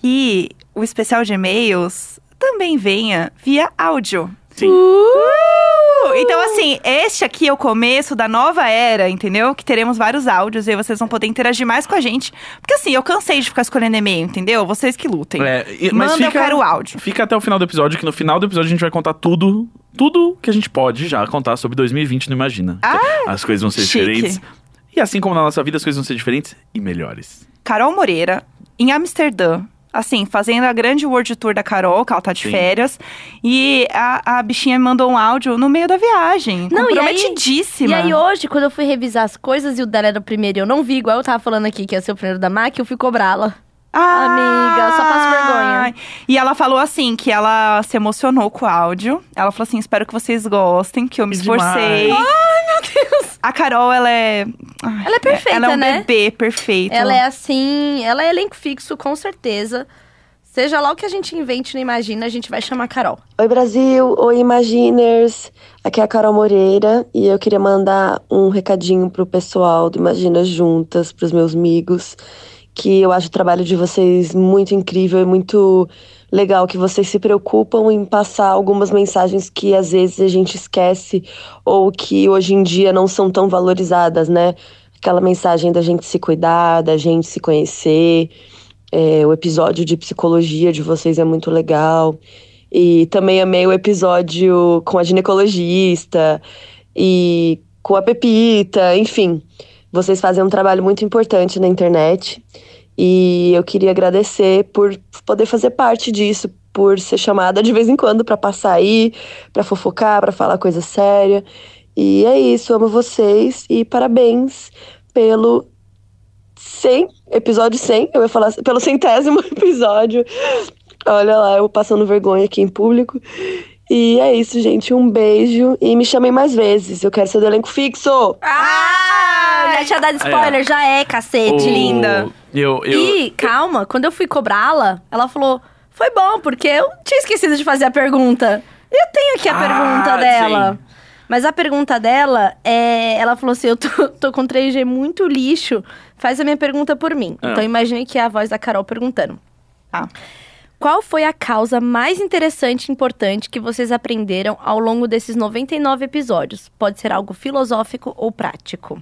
[SPEAKER 2] que o especial de e-mails também venha via áudio.
[SPEAKER 3] Sim.
[SPEAKER 2] Uh! Então, assim, este aqui é o começo da nova era, entendeu? Que teremos vários áudios e aí vocês vão poder interagir mais com a gente. Porque, assim, eu cansei de ficar escolhendo e-mail, entendeu? Vocês que lutem.
[SPEAKER 3] É, e-
[SPEAKER 2] Manda, eu quero o áudio.
[SPEAKER 3] Fica até o final do episódio, que no final do episódio a gente vai contar tudo, tudo que a gente pode já contar sobre 2020 não Imagina. as coisas vão ser
[SPEAKER 2] Ah, chique.
[SPEAKER 3] diferentes. E assim como na nossa vida, as coisas vão ser diferentes e melhores.
[SPEAKER 2] Carol Moreira, em Amsterdã. Assim, fazendo a grande World Tour da Carol, que ela tá de
[SPEAKER 3] Sim.
[SPEAKER 2] férias. E a, a bichinha me mandou um áudio no meio da viagem.
[SPEAKER 1] Não, e aí-
[SPEAKER 2] comprometidíssima.
[SPEAKER 1] E aí hoje, quando é eu fui revisar as coisas e o dela era o primeiro e eu não vi, igual eu tava falando aqui que ia ser o primeiro da MAC, eu fui cobrá-la.
[SPEAKER 2] Ah,
[SPEAKER 1] Ah, Amiga, eu só passo vergonha.
[SPEAKER 2] Ai. E ela falou assim, que ela se emocionou com o áudio. Ela falou assim, espero que vocês gostem, que eu me
[SPEAKER 3] Demais.
[SPEAKER 2] esforcei. A Carol, ela é... ai,
[SPEAKER 1] Ela é perfeita,
[SPEAKER 2] Ela é um
[SPEAKER 1] né?
[SPEAKER 2] bebê perfeito.
[SPEAKER 1] Ela é assim, ela é elenco fixo, com certeza. Seja lá o que a gente invente e não imagina, a gente vai chamar a Carol.
[SPEAKER 4] Oi Brasil, oi Imaginers. Aqui é a Carol Moreira e eu queria mandar um recadinho pro pessoal do Imagina Juntas, pros meus amigos, que eu acho o trabalho de vocês muito incrível e muito legal que vocês se preocupam em passar algumas mensagens que às vezes a gente esquece ou que hoje em dia não são tão valorizadas, né? Aquela mensagem da gente se cuidar, da gente se conhecer. É, o episódio de psicologia de vocês é muito legal. E também amei o episódio com a ginecologista e com a Pepita, enfim. Vocês fazem um trabalho muito importante na internet e eu queria agradecer por poder fazer parte disso, por ser chamada de vez em quando para passar aí, para fofocar, para falar coisa séria. E é isso, amo vocês e parabéns pelo 100, episódio 100, eu ia falar pelo centésimo episódio. Olha lá, eu passando vergonha aqui em público. E é isso, gente. Um beijo e me chamem mais vezes. Eu quero ser do elenco fixo.
[SPEAKER 1] Ah! Já tinha dado spoiler, já é, cacete.
[SPEAKER 3] O-
[SPEAKER 2] linda.
[SPEAKER 3] Eu, eu,
[SPEAKER 1] E, calma, quando eu fui cobrá-la, ela falou: foi bom, porque eu tinha esquecido de fazer a pergunta. Eu tenho aqui a
[SPEAKER 3] Ah,
[SPEAKER 1] pergunta dela. Mas a pergunta dela é. Ela falou assim: eu tô, tô com 3G muito lixo, faz a minha pergunta por mim.
[SPEAKER 3] Ah.
[SPEAKER 1] Então imaginei que é a voz da Carol perguntando.
[SPEAKER 2] Tá.
[SPEAKER 1] Qual foi a causa mais interessante e importante que vocês aprenderam ao longo desses 99 episódios? Pode ser algo filosófico ou prático.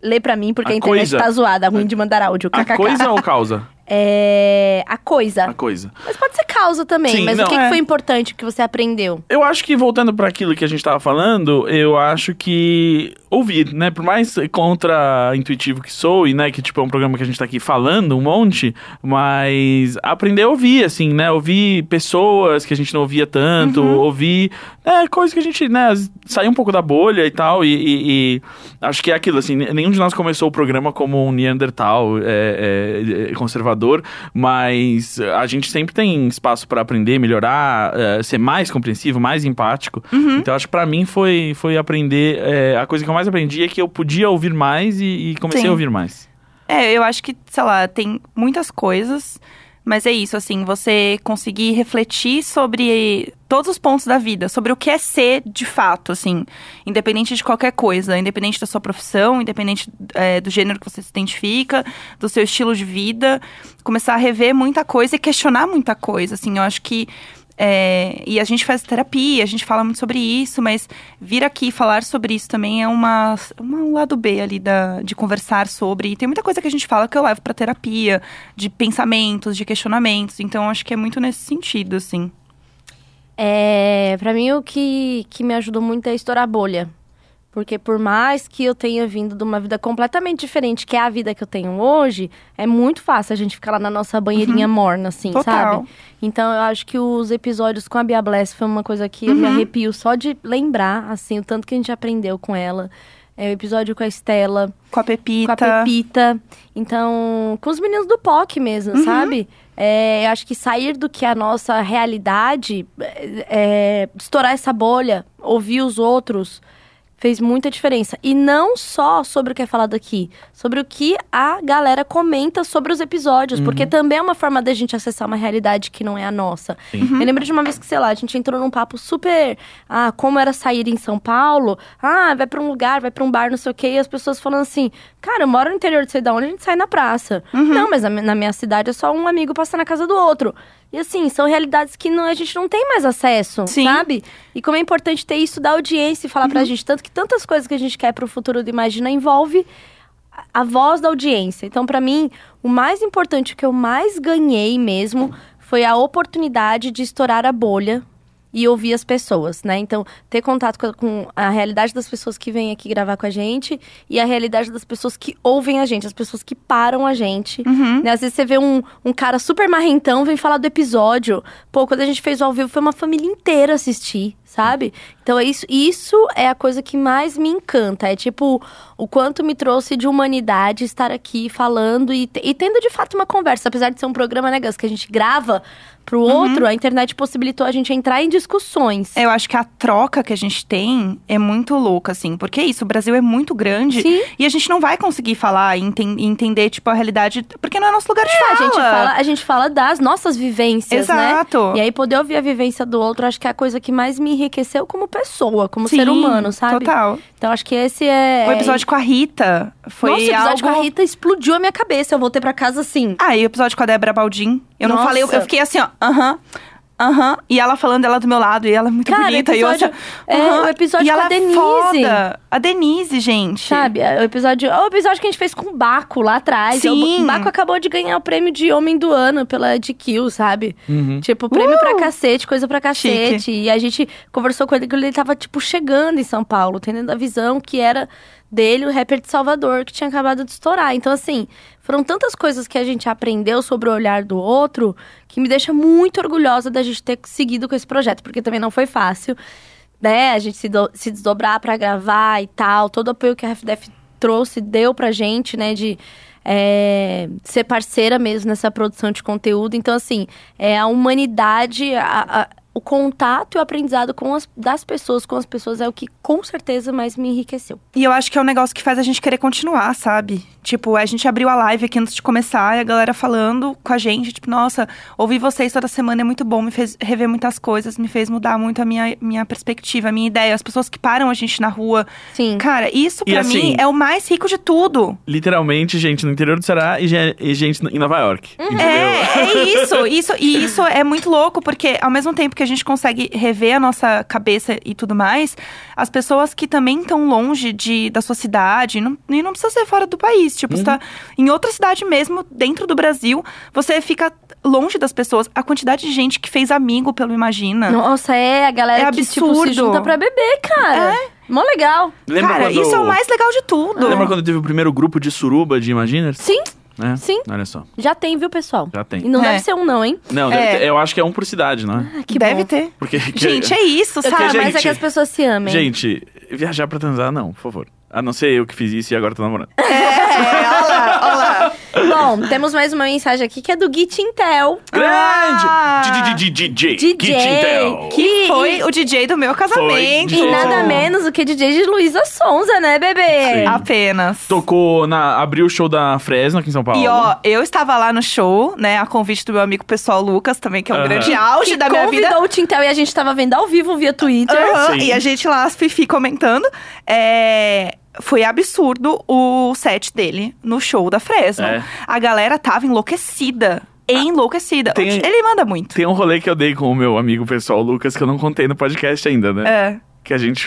[SPEAKER 1] Lê pra mim, porque
[SPEAKER 3] A
[SPEAKER 1] a, internet
[SPEAKER 3] coisa.
[SPEAKER 1] tá zoada, ruim de mandar áudio.
[SPEAKER 3] A
[SPEAKER 1] kkk.
[SPEAKER 3] coisa ou causa?
[SPEAKER 1] É. A coisa.
[SPEAKER 3] A coisa.
[SPEAKER 1] Mas pode ser causa também.
[SPEAKER 3] Sim,
[SPEAKER 1] mas
[SPEAKER 3] não,
[SPEAKER 1] o que, que
[SPEAKER 3] é.
[SPEAKER 1] foi importante que você aprendeu?
[SPEAKER 3] Eu acho que voltando para aquilo que a gente tava falando, eu acho que ouvir, né? Por mais contra-intuitivo que sou, e né, que tipo é um programa que a gente tá aqui falando um monte, mas aprender a ouvir, assim, né? Ouvir pessoas que a gente não ouvia tanto, ouvir né, coisas que a gente, né, sair um pouco da bolha e tal, e, e- e acho que é aquilo, assim, nenhum de nós começou o programa como um Neandertal é, é, é, conservador, mas a gente sempre tem espaço para aprender, melhorar, é, ser mais compreensivo, mais empático.
[SPEAKER 1] Uhum.
[SPEAKER 3] Então acho que pra mim foi, foi aprender. é, a coisa que eu mais aprendi é que eu podia ouvir mais e, e comecei
[SPEAKER 2] Sim.
[SPEAKER 3] a ouvir mais.
[SPEAKER 2] É, eu acho que, sei lá, tem muitas coisas, mas é isso, assim, você conseguir refletir sobre todos os pontos da vida, sobre o que é ser de fato, assim, independente de qualquer coisa, independente da sua profissão, independente é, do gênero que você se identifica, do seu estilo de vida, começar a rever muita coisa e questionar muita coisa, assim, eu acho que. é, e a gente faz terapia, a gente fala muito sobre isso, mas vir aqui e falar sobre isso também é uma, uma- um lado B ali da, de conversar sobre. E tem muita coisa que a gente fala que eu levo pra terapia, de pensamentos, de questionamentos. Então acho que é muito nesse sentido, assim.
[SPEAKER 1] É, para mim, o que, que me ajudou muito é estourar a bolha. Porque por mais que eu tenha vindo de uma vida completamente diferente, que é a vida que eu tenho hoje, é muito fácil a gente ficar lá na nossa banheirinha morna, assim,
[SPEAKER 2] Uhum. Total.
[SPEAKER 1] sabe? Então eu acho que os episódios com a Bia Bless foi uma coisa que eu
[SPEAKER 2] Uhum.
[SPEAKER 1] me arrepio só de lembrar, assim, o tanto que a gente aprendeu com ela. É, o episódio com a Estela.
[SPEAKER 2] Com a Pepita.
[SPEAKER 1] Com a Pepita. Então, com os meninos do POC mesmo,
[SPEAKER 2] Uhum.
[SPEAKER 1] sabe? É, eu acho que sair do que é a nossa realidade, é, é, estourar essa bolha, ouvir os outros, fez muita diferença. E não só sobre o que é falado aqui, sobre o que a galera comenta sobre os episódios, porque também é uma forma da gente acessar uma realidade que não é a nossa.
[SPEAKER 3] Sim.
[SPEAKER 1] Eu lembro de uma vez que, sei lá, a gente entrou num papo super. Ah, como era sair em São Paulo? Ah, vai pra um lugar, vai pra um bar, não sei o quê. E as pessoas falando assim: Cara, eu moro no interior de sei da onde, a gente sai na praça. Não, mas na, mi- na minha cidade é só um amigo passar na casa do outro. E assim, são realidades que não- a gente não tem mais acesso,
[SPEAKER 2] Sim.
[SPEAKER 1] sabe? E como é importante ter isso da audiência e falar pra gente. Tanto que tantas coisas que a gente quer pro futuro do Imagina envolve a- a voz da audiência. Então, pra mim, o mais importante, o que eu mais ganhei mesmo, foi a oportunidade de estourar a bolha e ouvir as pessoas, né? Então, ter contato com a, com a realidade das pessoas que vêm aqui gravar com a gente e a realidade das pessoas que ouvem a gente, as pessoas que param a gente.
[SPEAKER 2] Uhum.
[SPEAKER 1] Né? Às vezes você vê um, um cara super marrentão, vem falar do episódio. Pô, quando a gente fez o ao vivo, foi uma família inteira assistir, sabe? Então é isso, isso é a coisa que mais me encanta. É tipo, o quanto me trouxe de humanidade estar aqui falando e, te- e tendo de fato uma conversa. Apesar de ser um programa, né, Gus, que a gente grava pro outro, a internet possibilitou a gente entrar em discussões.
[SPEAKER 2] Eu acho que a troca que a gente tem é muito louca, assim. Porque é isso, o Brasil é muito grande.
[SPEAKER 1] Sim.
[SPEAKER 2] E a gente não vai conseguir falar e, enten- e entender, tipo, a realidade. Porque não é nosso lugar de
[SPEAKER 1] A
[SPEAKER 2] fala.
[SPEAKER 1] gente, fala, a gente fala das nossas vivências, né?
[SPEAKER 2] Exato.
[SPEAKER 1] E aí poder ouvir a vivência do outro, acho que é a coisa que mais me enriqueceu como pessoa, como
[SPEAKER 2] Sim,
[SPEAKER 1] ser humano, sabe?
[SPEAKER 2] Total.
[SPEAKER 1] Então acho que esse é.
[SPEAKER 2] O episódio com a Rita foi
[SPEAKER 1] Nossa, o episódio
[SPEAKER 2] algo...
[SPEAKER 1] com a Rita explodiu a minha cabeça. Eu voltei pra casa assim.
[SPEAKER 2] Ah, e o episódio com a Débora Baldin. Eu não
[SPEAKER 1] Nossa.
[SPEAKER 2] falei, eu eu fiquei assim, ó, aham. Aham, e ela falando, ela do meu lado, e ela é muito
[SPEAKER 1] Cara,
[SPEAKER 2] bonita. e eu
[SPEAKER 1] episódio-
[SPEAKER 2] assim,
[SPEAKER 1] é,
[SPEAKER 2] aham.
[SPEAKER 1] o episódio
[SPEAKER 2] e
[SPEAKER 1] com
[SPEAKER 2] ela
[SPEAKER 1] a Denise. Tá.
[SPEAKER 2] É foda. A Denise, gente.
[SPEAKER 1] Sabe, É o episódio, o episódio que a gente fez com o Baco lá atrás. É
[SPEAKER 2] Sim.
[SPEAKER 1] O Baco acabou de ganhar o prêmio de Homem do Ano pela DQ, sabe?
[SPEAKER 3] Uhum.
[SPEAKER 1] Tipo, prêmio pra cacete, coisa pra cacete. E a gente conversou com ele quando ele tava, tipo, chegando em São Paulo, tendo a visão que era dele, o rapper de Salvador, que tinha acabado de estourar. Então, assim, foram tantas coisas que a gente aprendeu sobre o olhar do outro que me deixa muito orgulhosa da gente ter seguido com esse projeto, porque também não foi fácil, né? A gente se, do- se desdobrar pra gravar e tal, todo o apoio que a FDF trouxe, deu pra gente, né? De é, ser parceira mesmo nessa produção de conteúdo. Então, assim, é a humanidade, a- a- o contato e o aprendizado com as, das pessoas com as pessoas é o que com certeza mais me enriqueceu.
[SPEAKER 2] E eu acho que é um negócio que faz a gente querer continuar, sabe? Tipo, a gente abriu a live aqui antes de começar e a galera falando com a gente, tipo, nossa, ouvir vocês toda semana é muito bom, me fez rever muitas coisas, me fez mudar muito a minha, minha perspectiva, a minha ideia. As pessoas que param a gente na rua.
[SPEAKER 1] Sim.
[SPEAKER 2] Cara, isso
[SPEAKER 3] E
[SPEAKER 2] pra
[SPEAKER 3] assim-
[SPEAKER 2] mim é o mais rico de tudo.
[SPEAKER 3] Literalmente, gente no interior do Ceará e, gen- e gente em Nova York. Entendeu?
[SPEAKER 2] É, é isso, isso. E isso é muito louco, porque ao mesmo tempo que a gente consegue rever a nossa cabeça e tudo mais, as pessoas que também estão longe de, da sua cidade, não, e não precisa ser fora do país, tipo, você tá em outra cidade mesmo, dentro do Brasil, você fica longe das pessoas. A quantidade de gente que fez amigo pelo Imagina.
[SPEAKER 1] Nossa, é a galera
[SPEAKER 2] É
[SPEAKER 1] que tipo, se
[SPEAKER 2] absurdo. É?
[SPEAKER 1] junta pra beber, cara. Mó legal.
[SPEAKER 3] Lembra
[SPEAKER 2] Cara,
[SPEAKER 3] quando-
[SPEAKER 2] isso é o mais legal de tudo.
[SPEAKER 3] Lembra quando teve o primeiro grupo de suruba de Imaginers?
[SPEAKER 1] Sim,
[SPEAKER 3] Né?
[SPEAKER 1] sim.
[SPEAKER 3] Olha só,
[SPEAKER 1] Já tem, viu, pessoal?
[SPEAKER 3] já
[SPEAKER 1] E
[SPEAKER 3] tem.
[SPEAKER 1] não
[SPEAKER 2] É.
[SPEAKER 1] deve ser um não, hein?
[SPEAKER 3] Não,
[SPEAKER 2] É.
[SPEAKER 3] deve ter- eu acho que é um por cidade, não é?
[SPEAKER 1] Ah, que
[SPEAKER 2] Deve
[SPEAKER 1] bom.
[SPEAKER 2] ter.
[SPEAKER 3] Porque, que-
[SPEAKER 2] Gente, é isso,
[SPEAKER 1] Eu
[SPEAKER 2] sabe?
[SPEAKER 1] quero
[SPEAKER 3] Porque,
[SPEAKER 1] mais é
[SPEAKER 3] gente,
[SPEAKER 1] que as pessoas se amem.
[SPEAKER 3] Gente, viajar pra transar, não, por favor. A não ser eu que fiz isso e agora tô namorando.
[SPEAKER 2] É, olha lá, olha lá.
[SPEAKER 1] Bom, temos mais uma mensagem aqui que é do Git Intel.
[SPEAKER 2] Ah!
[SPEAKER 3] Grande! DJ, DJ,
[SPEAKER 1] DJ.
[SPEAKER 3] DJ.
[SPEAKER 2] Que foi o DJ do meu casamento.
[SPEAKER 1] E
[SPEAKER 3] DJ.
[SPEAKER 1] nada
[SPEAKER 3] Oh.
[SPEAKER 1] menos do que DJ de Luísa Sonza, né, bebê?
[SPEAKER 3] Sim.
[SPEAKER 2] Apenas.
[SPEAKER 3] Tocou na. abriu o show da Fresno aqui em São Paulo.
[SPEAKER 2] E ó, eu estava lá no show, né? A convite do meu amigo pessoal Lucas, também, que é um
[SPEAKER 3] Aham.
[SPEAKER 2] grande
[SPEAKER 1] Que
[SPEAKER 2] auge da minha vida.
[SPEAKER 1] convidou o Tintel e a gente tava vendo ao vivo via Twitter.
[SPEAKER 2] Aham,
[SPEAKER 3] Sim.
[SPEAKER 2] E a gente lá, as Fifi comentando. É, Foi absurdo o set dele no show da Fresno.
[SPEAKER 3] É. Ah,
[SPEAKER 2] A galera tava enlouquecida. Enlouquecida.
[SPEAKER 3] Tem-
[SPEAKER 2] Ele manda muito.
[SPEAKER 3] Tem um rolê que eu dei com o meu amigo pessoal, Lucas, que eu não contei no podcast ainda, né?
[SPEAKER 2] É.
[SPEAKER 3] Que a gente.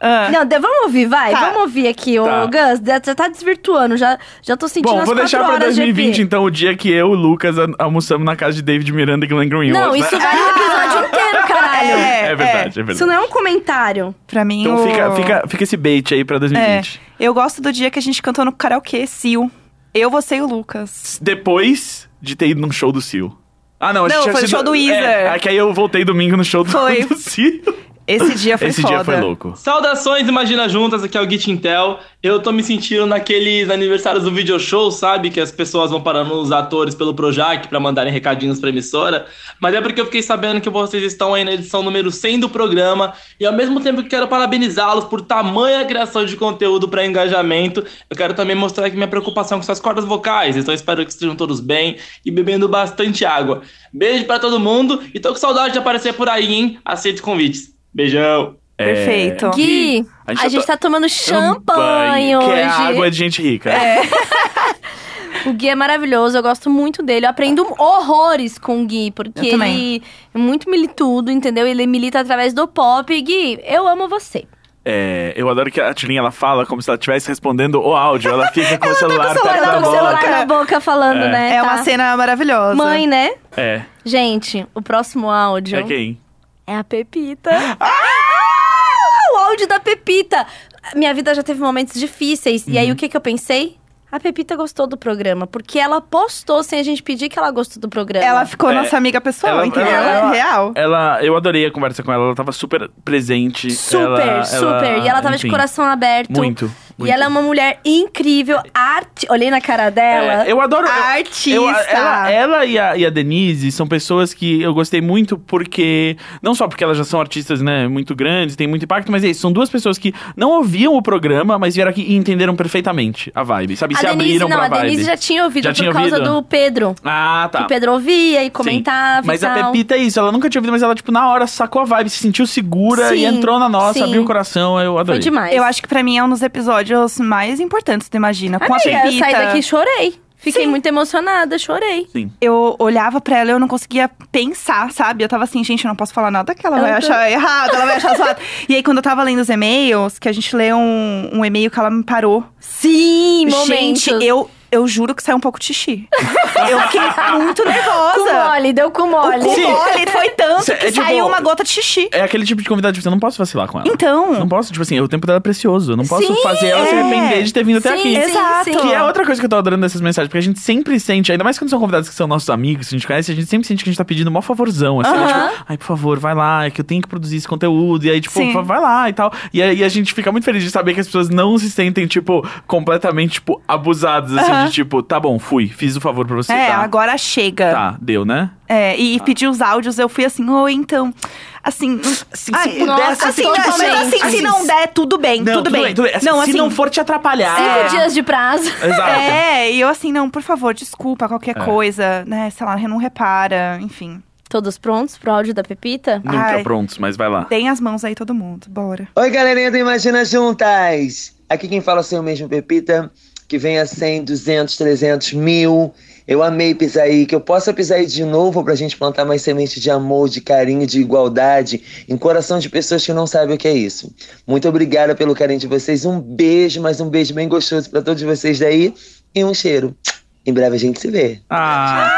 [SPEAKER 2] Ah.
[SPEAKER 1] Não, de- vamos ouvir, vai.
[SPEAKER 2] Tá.
[SPEAKER 1] Vamos ouvir aqui,
[SPEAKER 3] é. Tá.
[SPEAKER 1] ô Gus. de- Já tá desvirtuando, já, já tô sentindo
[SPEAKER 3] Bom,
[SPEAKER 1] as
[SPEAKER 3] vou
[SPEAKER 1] quatro
[SPEAKER 3] deixar pra
[SPEAKER 1] horas
[SPEAKER 3] 2020,
[SPEAKER 1] de EP.
[SPEAKER 3] então, o dia que eu e o Lucas a- almoçamos na casa de David Miranda e Glenn Greenwald.
[SPEAKER 1] Não,
[SPEAKER 3] né?
[SPEAKER 1] isso vai o episódio inteiro, caralho.
[SPEAKER 2] É,
[SPEAKER 3] É verdade, é, verdade.
[SPEAKER 1] Isso não é um comentário.
[SPEAKER 2] Pra mim,
[SPEAKER 3] Então
[SPEAKER 2] o- É,
[SPEAKER 3] fica, fica, fica esse bait aí pra 2020.
[SPEAKER 2] Eu gosto do dia que a gente cantou no karaokê, Sil. Eu, você e o Lucas.
[SPEAKER 3] Depois de ter ido num show do Sil. Ah, não, a gente
[SPEAKER 2] Não,
[SPEAKER 3] tinha
[SPEAKER 2] foi no
[SPEAKER 3] sido-
[SPEAKER 2] show do Weezer.
[SPEAKER 3] É, é que aí eu voltei domingo no show do,
[SPEAKER 2] Foi.
[SPEAKER 3] do Sil.
[SPEAKER 2] Esse dia foi
[SPEAKER 3] Esse
[SPEAKER 2] foda.
[SPEAKER 3] dia foi louco.
[SPEAKER 5] Saudações, Imagina Juntas, aqui é o Git Intel. Eu tô me sentindo naqueles aniversários do video show, sabe? Que as pessoas vão parando os atores pelo Projac pra mandarem recadinhos pra emissora. Mas é porque eu fiquei sabendo que vocês estão aí na edição número 100 do programa. E ao mesmo tempo que quero parabenizá-los por tamanha criação de conteúdo pra engajamento, eu quero também mostrar aqui minha preocupação com suas cordas vocais. Então espero que estejam todos bem e bebendo bastante água. Beijo pra todo mundo e tô com saudade de aparecer por aí, hein? Aceito convites. Beijão!
[SPEAKER 3] É,
[SPEAKER 2] Perfeito.
[SPEAKER 1] Gui, a gente, tá... tomando champanhe hoje.
[SPEAKER 3] Que é água de gente rica.
[SPEAKER 2] É.
[SPEAKER 1] O Gui é maravilhoso, eu gosto muito dele. Eu aprendo horrores com o Gui, porque
[SPEAKER 2] Eu também.
[SPEAKER 1] ele é muito militudo, entendeu? Ele milita através do pop. E, Gui, eu amo você.
[SPEAKER 3] É, eu adoro que a Tirinha ela fala como se ela estivesse respondendo o áudio. Ela fica com o celular.
[SPEAKER 2] com o celular
[SPEAKER 3] perto
[SPEAKER 1] Ela
[SPEAKER 3] da
[SPEAKER 1] tá com o celular
[SPEAKER 3] boca.
[SPEAKER 1] na boca falando,
[SPEAKER 3] É.
[SPEAKER 1] né?
[SPEAKER 2] É
[SPEAKER 1] tá?
[SPEAKER 2] uma cena maravilhosa.
[SPEAKER 1] Mãe, né?
[SPEAKER 3] É.
[SPEAKER 1] Gente, o próximo áudio
[SPEAKER 3] É quem?
[SPEAKER 1] é a Pepita.
[SPEAKER 2] Uhum.
[SPEAKER 1] Ah, o áudio da Pepita. Minha vida já teve momentos difíceis. E aí, o que, que eu pensei? A Pepita gostou do programa, porque ela postou sem a gente pedir que ela gostou do programa.
[SPEAKER 2] Ela ficou nossa amiga pessoal,
[SPEAKER 3] É, ela-
[SPEAKER 2] entendeu?
[SPEAKER 3] ela- ela-
[SPEAKER 2] real.
[SPEAKER 3] Ela, eu adorei a conversa com ela, ela tava super presente.
[SPEAKER 1] Super,
[SPEAKER 3] ela-
[SPEAKER 1] super.
[SPEAKER 3] ela-
[SPEAKER 1] e ela tava
[SPEAKER 3] enfim,
[SPEAKER 1] de coração aberto.
[SPEAKER 3] Muito.
[SPEAKER 1] E ela é uma mulher incrível, arte. Olhei na cara dela.
[SPEAKER 3] É, eu adoro. eu-
[SPEAKER 2] Artista.
[SPEAKER 3] Eu- ela ela e, a, e a Denise são pessoas que eu gostei muito porque. Não só porque elas já são artistas, né? Muito grandes, têm muito impacto, mas é isso. São duas pessoas que não ouviam o programa, mas vieram aqui e entenderam perfeitamente a vibe, sabe?
[SPEAKER 1] a
[SPEAKER 3] se
[SPEAKER 1] Denise,
[SPEAKER 3] abriram
[SPEAKER 1] não,
[SPEAKER 3] pra
[SPEAKER 1] a
[SPEAKER 3] vibe.
[SPEAKER 1] Denise já tinha ouvido
[SPEAKER 3] Já
[SPEAKER 1] por
[SPEAKER 3] tinha
[SPEAKER 1] causa
[SPEAKER 3] ouvido?
[SPEAKER 1] do Pedro.
[SPEAKER 3] Ah, tá.
[SPEAKER 1] Que o Pedro ouvia e
[SPEAKER 3] Sim.
[SPEAKER 1] comentava e
[SPEAKER 3] Mas a
[SPEAKER 1] tal.
[SPEAKER 3] Pepita é isso, ela nunca tinha ouvido, mas ela, tipo, na hora sacou a vibe, se sentiu segura e
[SPEAKER 1] Sim,
[SPEAKER 3] entrou na nossa,
[SPEAKER 1] sim.
[SPEAKER 3] abriu o coração, eu adorei.
[SPEAKER 1] Foi demais.
[SPEAKER 2] Eu acho que pra mim é um dos episódios mais importantes do Imagina. Com a
[SPEAKER 1] Amiga, eu
[SPEAKER 2] Pepita.
[SPEAKER 1] saí daqui e chorei. Fiquei
[SPEAKER 2] Sim.
[SPEAKER 1] muito emocionada, chorei.
[SPEAKER 3] Sim.
[SPEAKER 2] eu olhava pra ela e eu não conseguia pensar, sabe? Eu tava assim, gente, eu não posso falar nada que ela
[SPEAKER 1] Eu
[SPEAKER 2] vai
[SPEAKER 1] não tô-
[SPEAKER 2] achar errado, ela vai achar zoado. e aí, quando eu tava lendo os e-mails, que a gente lê um, um e-mail que ela me parou.
[SPEAKER 1] Sim, momentos.
[SPEAKER 2] Gente, eu, eu juro que saiu um pouco de xixi. eu fiquei muito nervosa.
[SPEAKER 1] Com mole, deu com
[SPEAKER 2] O
[SPEAKER 1] mole.
[SPEAKER 2] cu
[SPEAKER 3] Sim.
[SPEAKER 2] mole foi tanto
[SPEAKER 3] Cê-
[SPEAKER 2] que
[SPEAKER 3] é tipo-
[SPEAKER 2] saiu uma gota de xixi.
[SPEAKER 3] É aquele tipo de convidado, tipo, eu não posso vacilar com ela. Não
[SPEAKER 2] Então,
[SPEAKER 3] posso, tipo assim, o tempo dela é precioso. Eu não posso
[SPEAKER 1] Sim,
[SPEAKER 3] fazer ela se
[SPEAKER 2] é.
[SPEAKER 3] arrepender de ter vindo até
[SPEAKER 1] Sim,
[SPEAKER 3] aqui.
[SPEAKER 1] sim,
[SPEAKER 2] Exato.
[SPEAKER 1] sim.
[SPEAKER 3] Que é outra coisa que eu tô adorando dessas mensagens, porque a gente sempre sente, ainda mais quando são convidados que são nossos amigos, que a gente conhece, a gente sempre sente que a gente tá pedindo o maior favorzão, assim,
[SPEAKER 1] Aham.
[SPEAKER 3] tipo, ai, por favor, vai lá, é que eu tenho que produzir esse conteúdo, e aí, tipo,
[SPEAKER 2] Sim.
[SPEAKER 3] "Fa- vai lá e tal. E aí a gente fica muito feliz de saber que as pessoas não se sentem, tipo, completamente, tipo, abusadas, assim,
[SPEAKER 2] Aham.
[SPEAKER 3] de tipo, tá bom, fui, fiz o favor pra você,
[SPEAKER 2] é,
[SPEAKER 3] tá?
[SPEAKER 2] agora chega.
[SPEAKER 3] Tá, deu, né?
[SPEAKER 2] É, e, e pedi os áudios, eu fui assim, oi, então. Assim,
[SPEAKER 3] Se,
[SPEAKER 2] ai,
[SPEAKER 3] pudesse,
[SPEAKER 1] nossa, assim,
[SPEAKER 2] assim, não,
[SPEAKER 1] tipo,
[SPEAKER 2] mas
[SPEAKER 1] gente,
[SPEAKER 2] assim, se não der, tudo bem,
[SPEAKER 3] Não,
[SPEAKER 2] tudo, bem.
[SPEAKER 3] Assim,
[SPEAKER 2] Não,
[SPEAKER 3] se
[SPEAKER 2] assim,
[SPEAKER 3] não for te atrapalhar.
[SPEAKER 1] Cinco
[SPEAKER 2] É.
[SPEAKER 1] dias de prazo.
[SPEAKER 3] Exato.
[SPEAKER 2] É, e eu assim, não, por favor, desculpa qualquer
[SPEAKER 3] É.
[SPEAKER 2] coisa, né? Sei lá, não repara, enfim.
[SPEAKER 1] Todos prontos pro áudio da Pepita?
[SPEAKER 3] Nunca
[SPEAKER 2] Ai.
[SPEAKER 3] prontos, mas vai lá.
[SPEAKER 2] Deem as mãos aí, todo mundo. Bora.
[SPEAKER 6] Oi, galerinha do Imagina Juntas! Aqui quem fala sou eu mesmo, Pepita, que venha 100, 200, 300, mil. Eu amei Pisaí, que eu possa Pisaí de novo pra gente plantar mais semente de amor, de carinho, de igualdade em coração de pessoas que não sabem o que é isso. Muito obrigada pelo carinho de vocês, um beijo, mas um beijo bem gostoso pra todos vocês daí e um cheiro. Em breve a gente se vê.
[SPEAKER 3] Ah,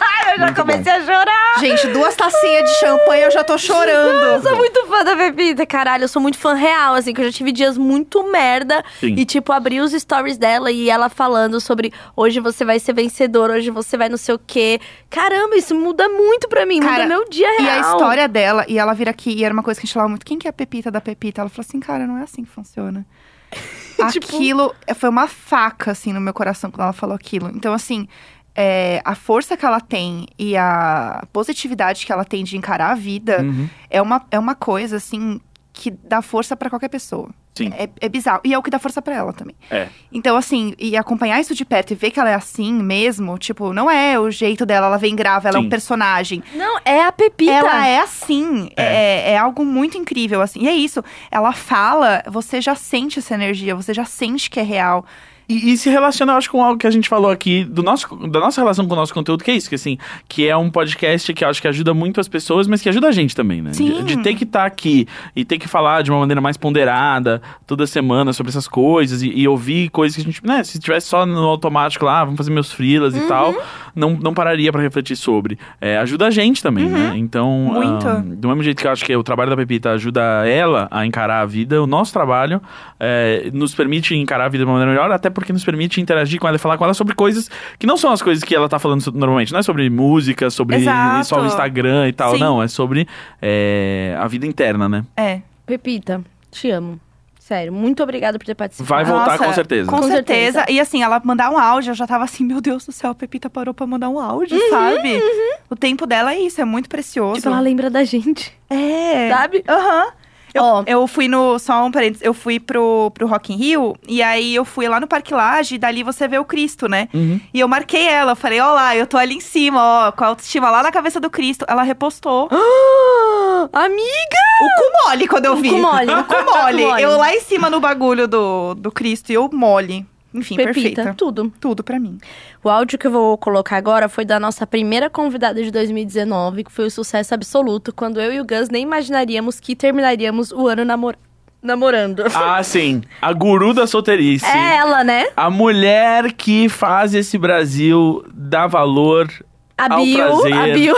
[SPEAKER 1] Ai, eu já
[SPEAKER 3] Muito
[SPEAKER 1] comecei a chorar.
[SPEAKER 2] Gente, duas tacinhas de champanhe, eu já tô
[SPEAKER 1] Eu
[SPEAKER 2] chorando.
[SPEAKER 1] sou muito fã da Pepita, caralho. Eu sou muito fã real, assim, que eu já tive dias muito merda.
[SPEAKER 3] Sim.
[SPEAKER 1] E, tipo, abri os stories dela e ela falando sobre hoje você vai ser vencedor, hoje você vai não sei o quê. Caramba, isso muda muito pra mim,
[SPEAKER 2] Cara,
[SPEAKER 1] muda meu dia real.
[SPEAKER 2] E a história dela, e ela vira aqui, e era uma coisa que a gente falava muito, quem que é a Pepita da Pepita? Ela falou assim, cara, não é assim que funciona.
[SPEAKER 1] Tipo-
[SPEAKER 2] Aquilo foi uma faca, assim, no meu coração quando ela falou aquilo. Então, assim, é, a força que ela tem e a positividade que ela tem de encarar a vida
[SPEAKER 3] uhum.
[SPEAKER 2] é uma, é uma coisa, assim, que dá força pra qualquer pessoa.
[SPEAKER 3] Sim.
[SPEAKER 2] É, é bizarro. E é o que dá força pra ela também.
[SPEAKER 3] É.
[SPEAKER 2] Então, assim, e acompanhar isso de perto e ver que ela é assim mesmo, tipo, não é o jeito dela, ela vem grava, ela é
[SPEAKER 3] Sim.
[SPEAKER 2] um personagem.
[SPEAKER 1] Não, é a Pepita.
[SPEAKER 2] Ela é assim, é. É, algo muito incrível, assim. E é isso, ela fala, você já sente essa energia, você já sente que é real.
[SPEAKER 3] E, e se relaciona, eu acho, com algo que a gente falou aqui do nosso, da nossa relação com o nosso conteúdo, que é isso, que assim, que é um podcast que eu acho que ajuda muito as pessoas, mas que ajuda a gente também, né?
[SPEAKER 2] Sim.
[SPEAKER 3] De, de ter que estar aqui e ter que falar de uma maneira mais ponderada toda semana sobre essas coisas e, e ouvir coisas que a gente, né? Se tivesse só no automático lá, ah, vamos fazer meus frilas
[SPEAKER 2] Uhum.
[SPEAKER 3] e tal, não, não pararia pra refletir sobre. É, ajuda a gente também, né? Então,
[SPEAKER 2] Uhum. Muito.
[SPEAKER 3] ah, do mesmo jeito que eu acho que o trabalho da Pepita ajuda ela a encarar a vida, o nosso trabalho é, nos permite encarar a vida de uma maneira melhor, até porque nos permite interagir com ela e falar com ela sobre coisas que não são as coisas que ela tá falando so- normalmente. Não é sobre música, sobre
[SPEAKER 2] Exato.
[SPEAKER 3] só o Instagram e tal,
[SPEAKER 2] Sim.
[SPEAKER 3] não. É sobre é, a vida interna, né?
[SPEAKER 2] É.
[SPEAKER 1] Pepita, te amo. Sério, muito obrigada por ter participado.
[SPEAKER 3] Vai voltar
[SPEAKER 2] Nossa,
[SPEAKER 3] com certeza.
[SPEAKER 2] Com,
[SPEAKER 1] Com
[SPEAKER 2] certeza.
[SPEAKER 1] certeza.
[SPEAKER 2] E assim, ela mandar um áudio, eu já tava assim, meu Deus do céu, a Pepita parou pra mandar um áudio,
[SPEAKER 1] Uhum,
[SPEAKER 2] sabe? O tempo dela é isso, é muito precioso.
[SPEAKER 1] Tipo, ela lembra da gente,
[SPEAKER 2] É.
[SPEAKER 1] sabe?
[SPEAKER 2] Aham. Eu,
[SPEAKER 1] Ó.
[SPEAKER 2] eu fui no. Só um parênteses. Eu fui pro, pro Rock in Rio. E aí eu fui lá no Parque Laje. E dali você vê o Cristo, né?
[SPEAKER 3] Uhum.
[SPEAKER 2] E eu marquei ela. Eu falei, ó lá, eu tô ali em cima, ó. Com a autoestima lá na cabeça do Cristo. Ela repostou.
[SPEAKER 1] Ah, Amiga!
[SPEAKER 2] O cu mole quando eu
[SPEAKER 1] O
[SPEAKER 2] vi.
[SPEAKER 1] cu mole.
[SPEAKER 2] O cu mole.
[SPEAKER 1] O cu mole.
[SPEAKER 2] Eu lá em cima no bagulho do, do Cristo. E eu mole. Enfim,
[SPEAKER 1] Pepita,
[SPEAKER 2] perfeita.
[SPEAKER 1] tudo.
[SPEAKER 2] Tudo pra mim.
[SPEAKER 1] O áudio que eu vou colocar agora foi da nossa primeira convidada de 2019, que foi o sucesso absoluto, quando eu e o Gus nem imaginaríamos que terminaríamos o ano namor- namorando.
[SPEAKER 3] Ah, sim. A guru da solteirice.
[SPEAKER 1] É ela, né?
[SPEAKER 3] A mulher que faz esse Brasil dar valor
[SPEAKER 1] A
[SPEAKER 3] Ao
[SPEAKER 1] Bill,
[SPEAKER 3] prazer.
[SPEAKER 1] a Bill,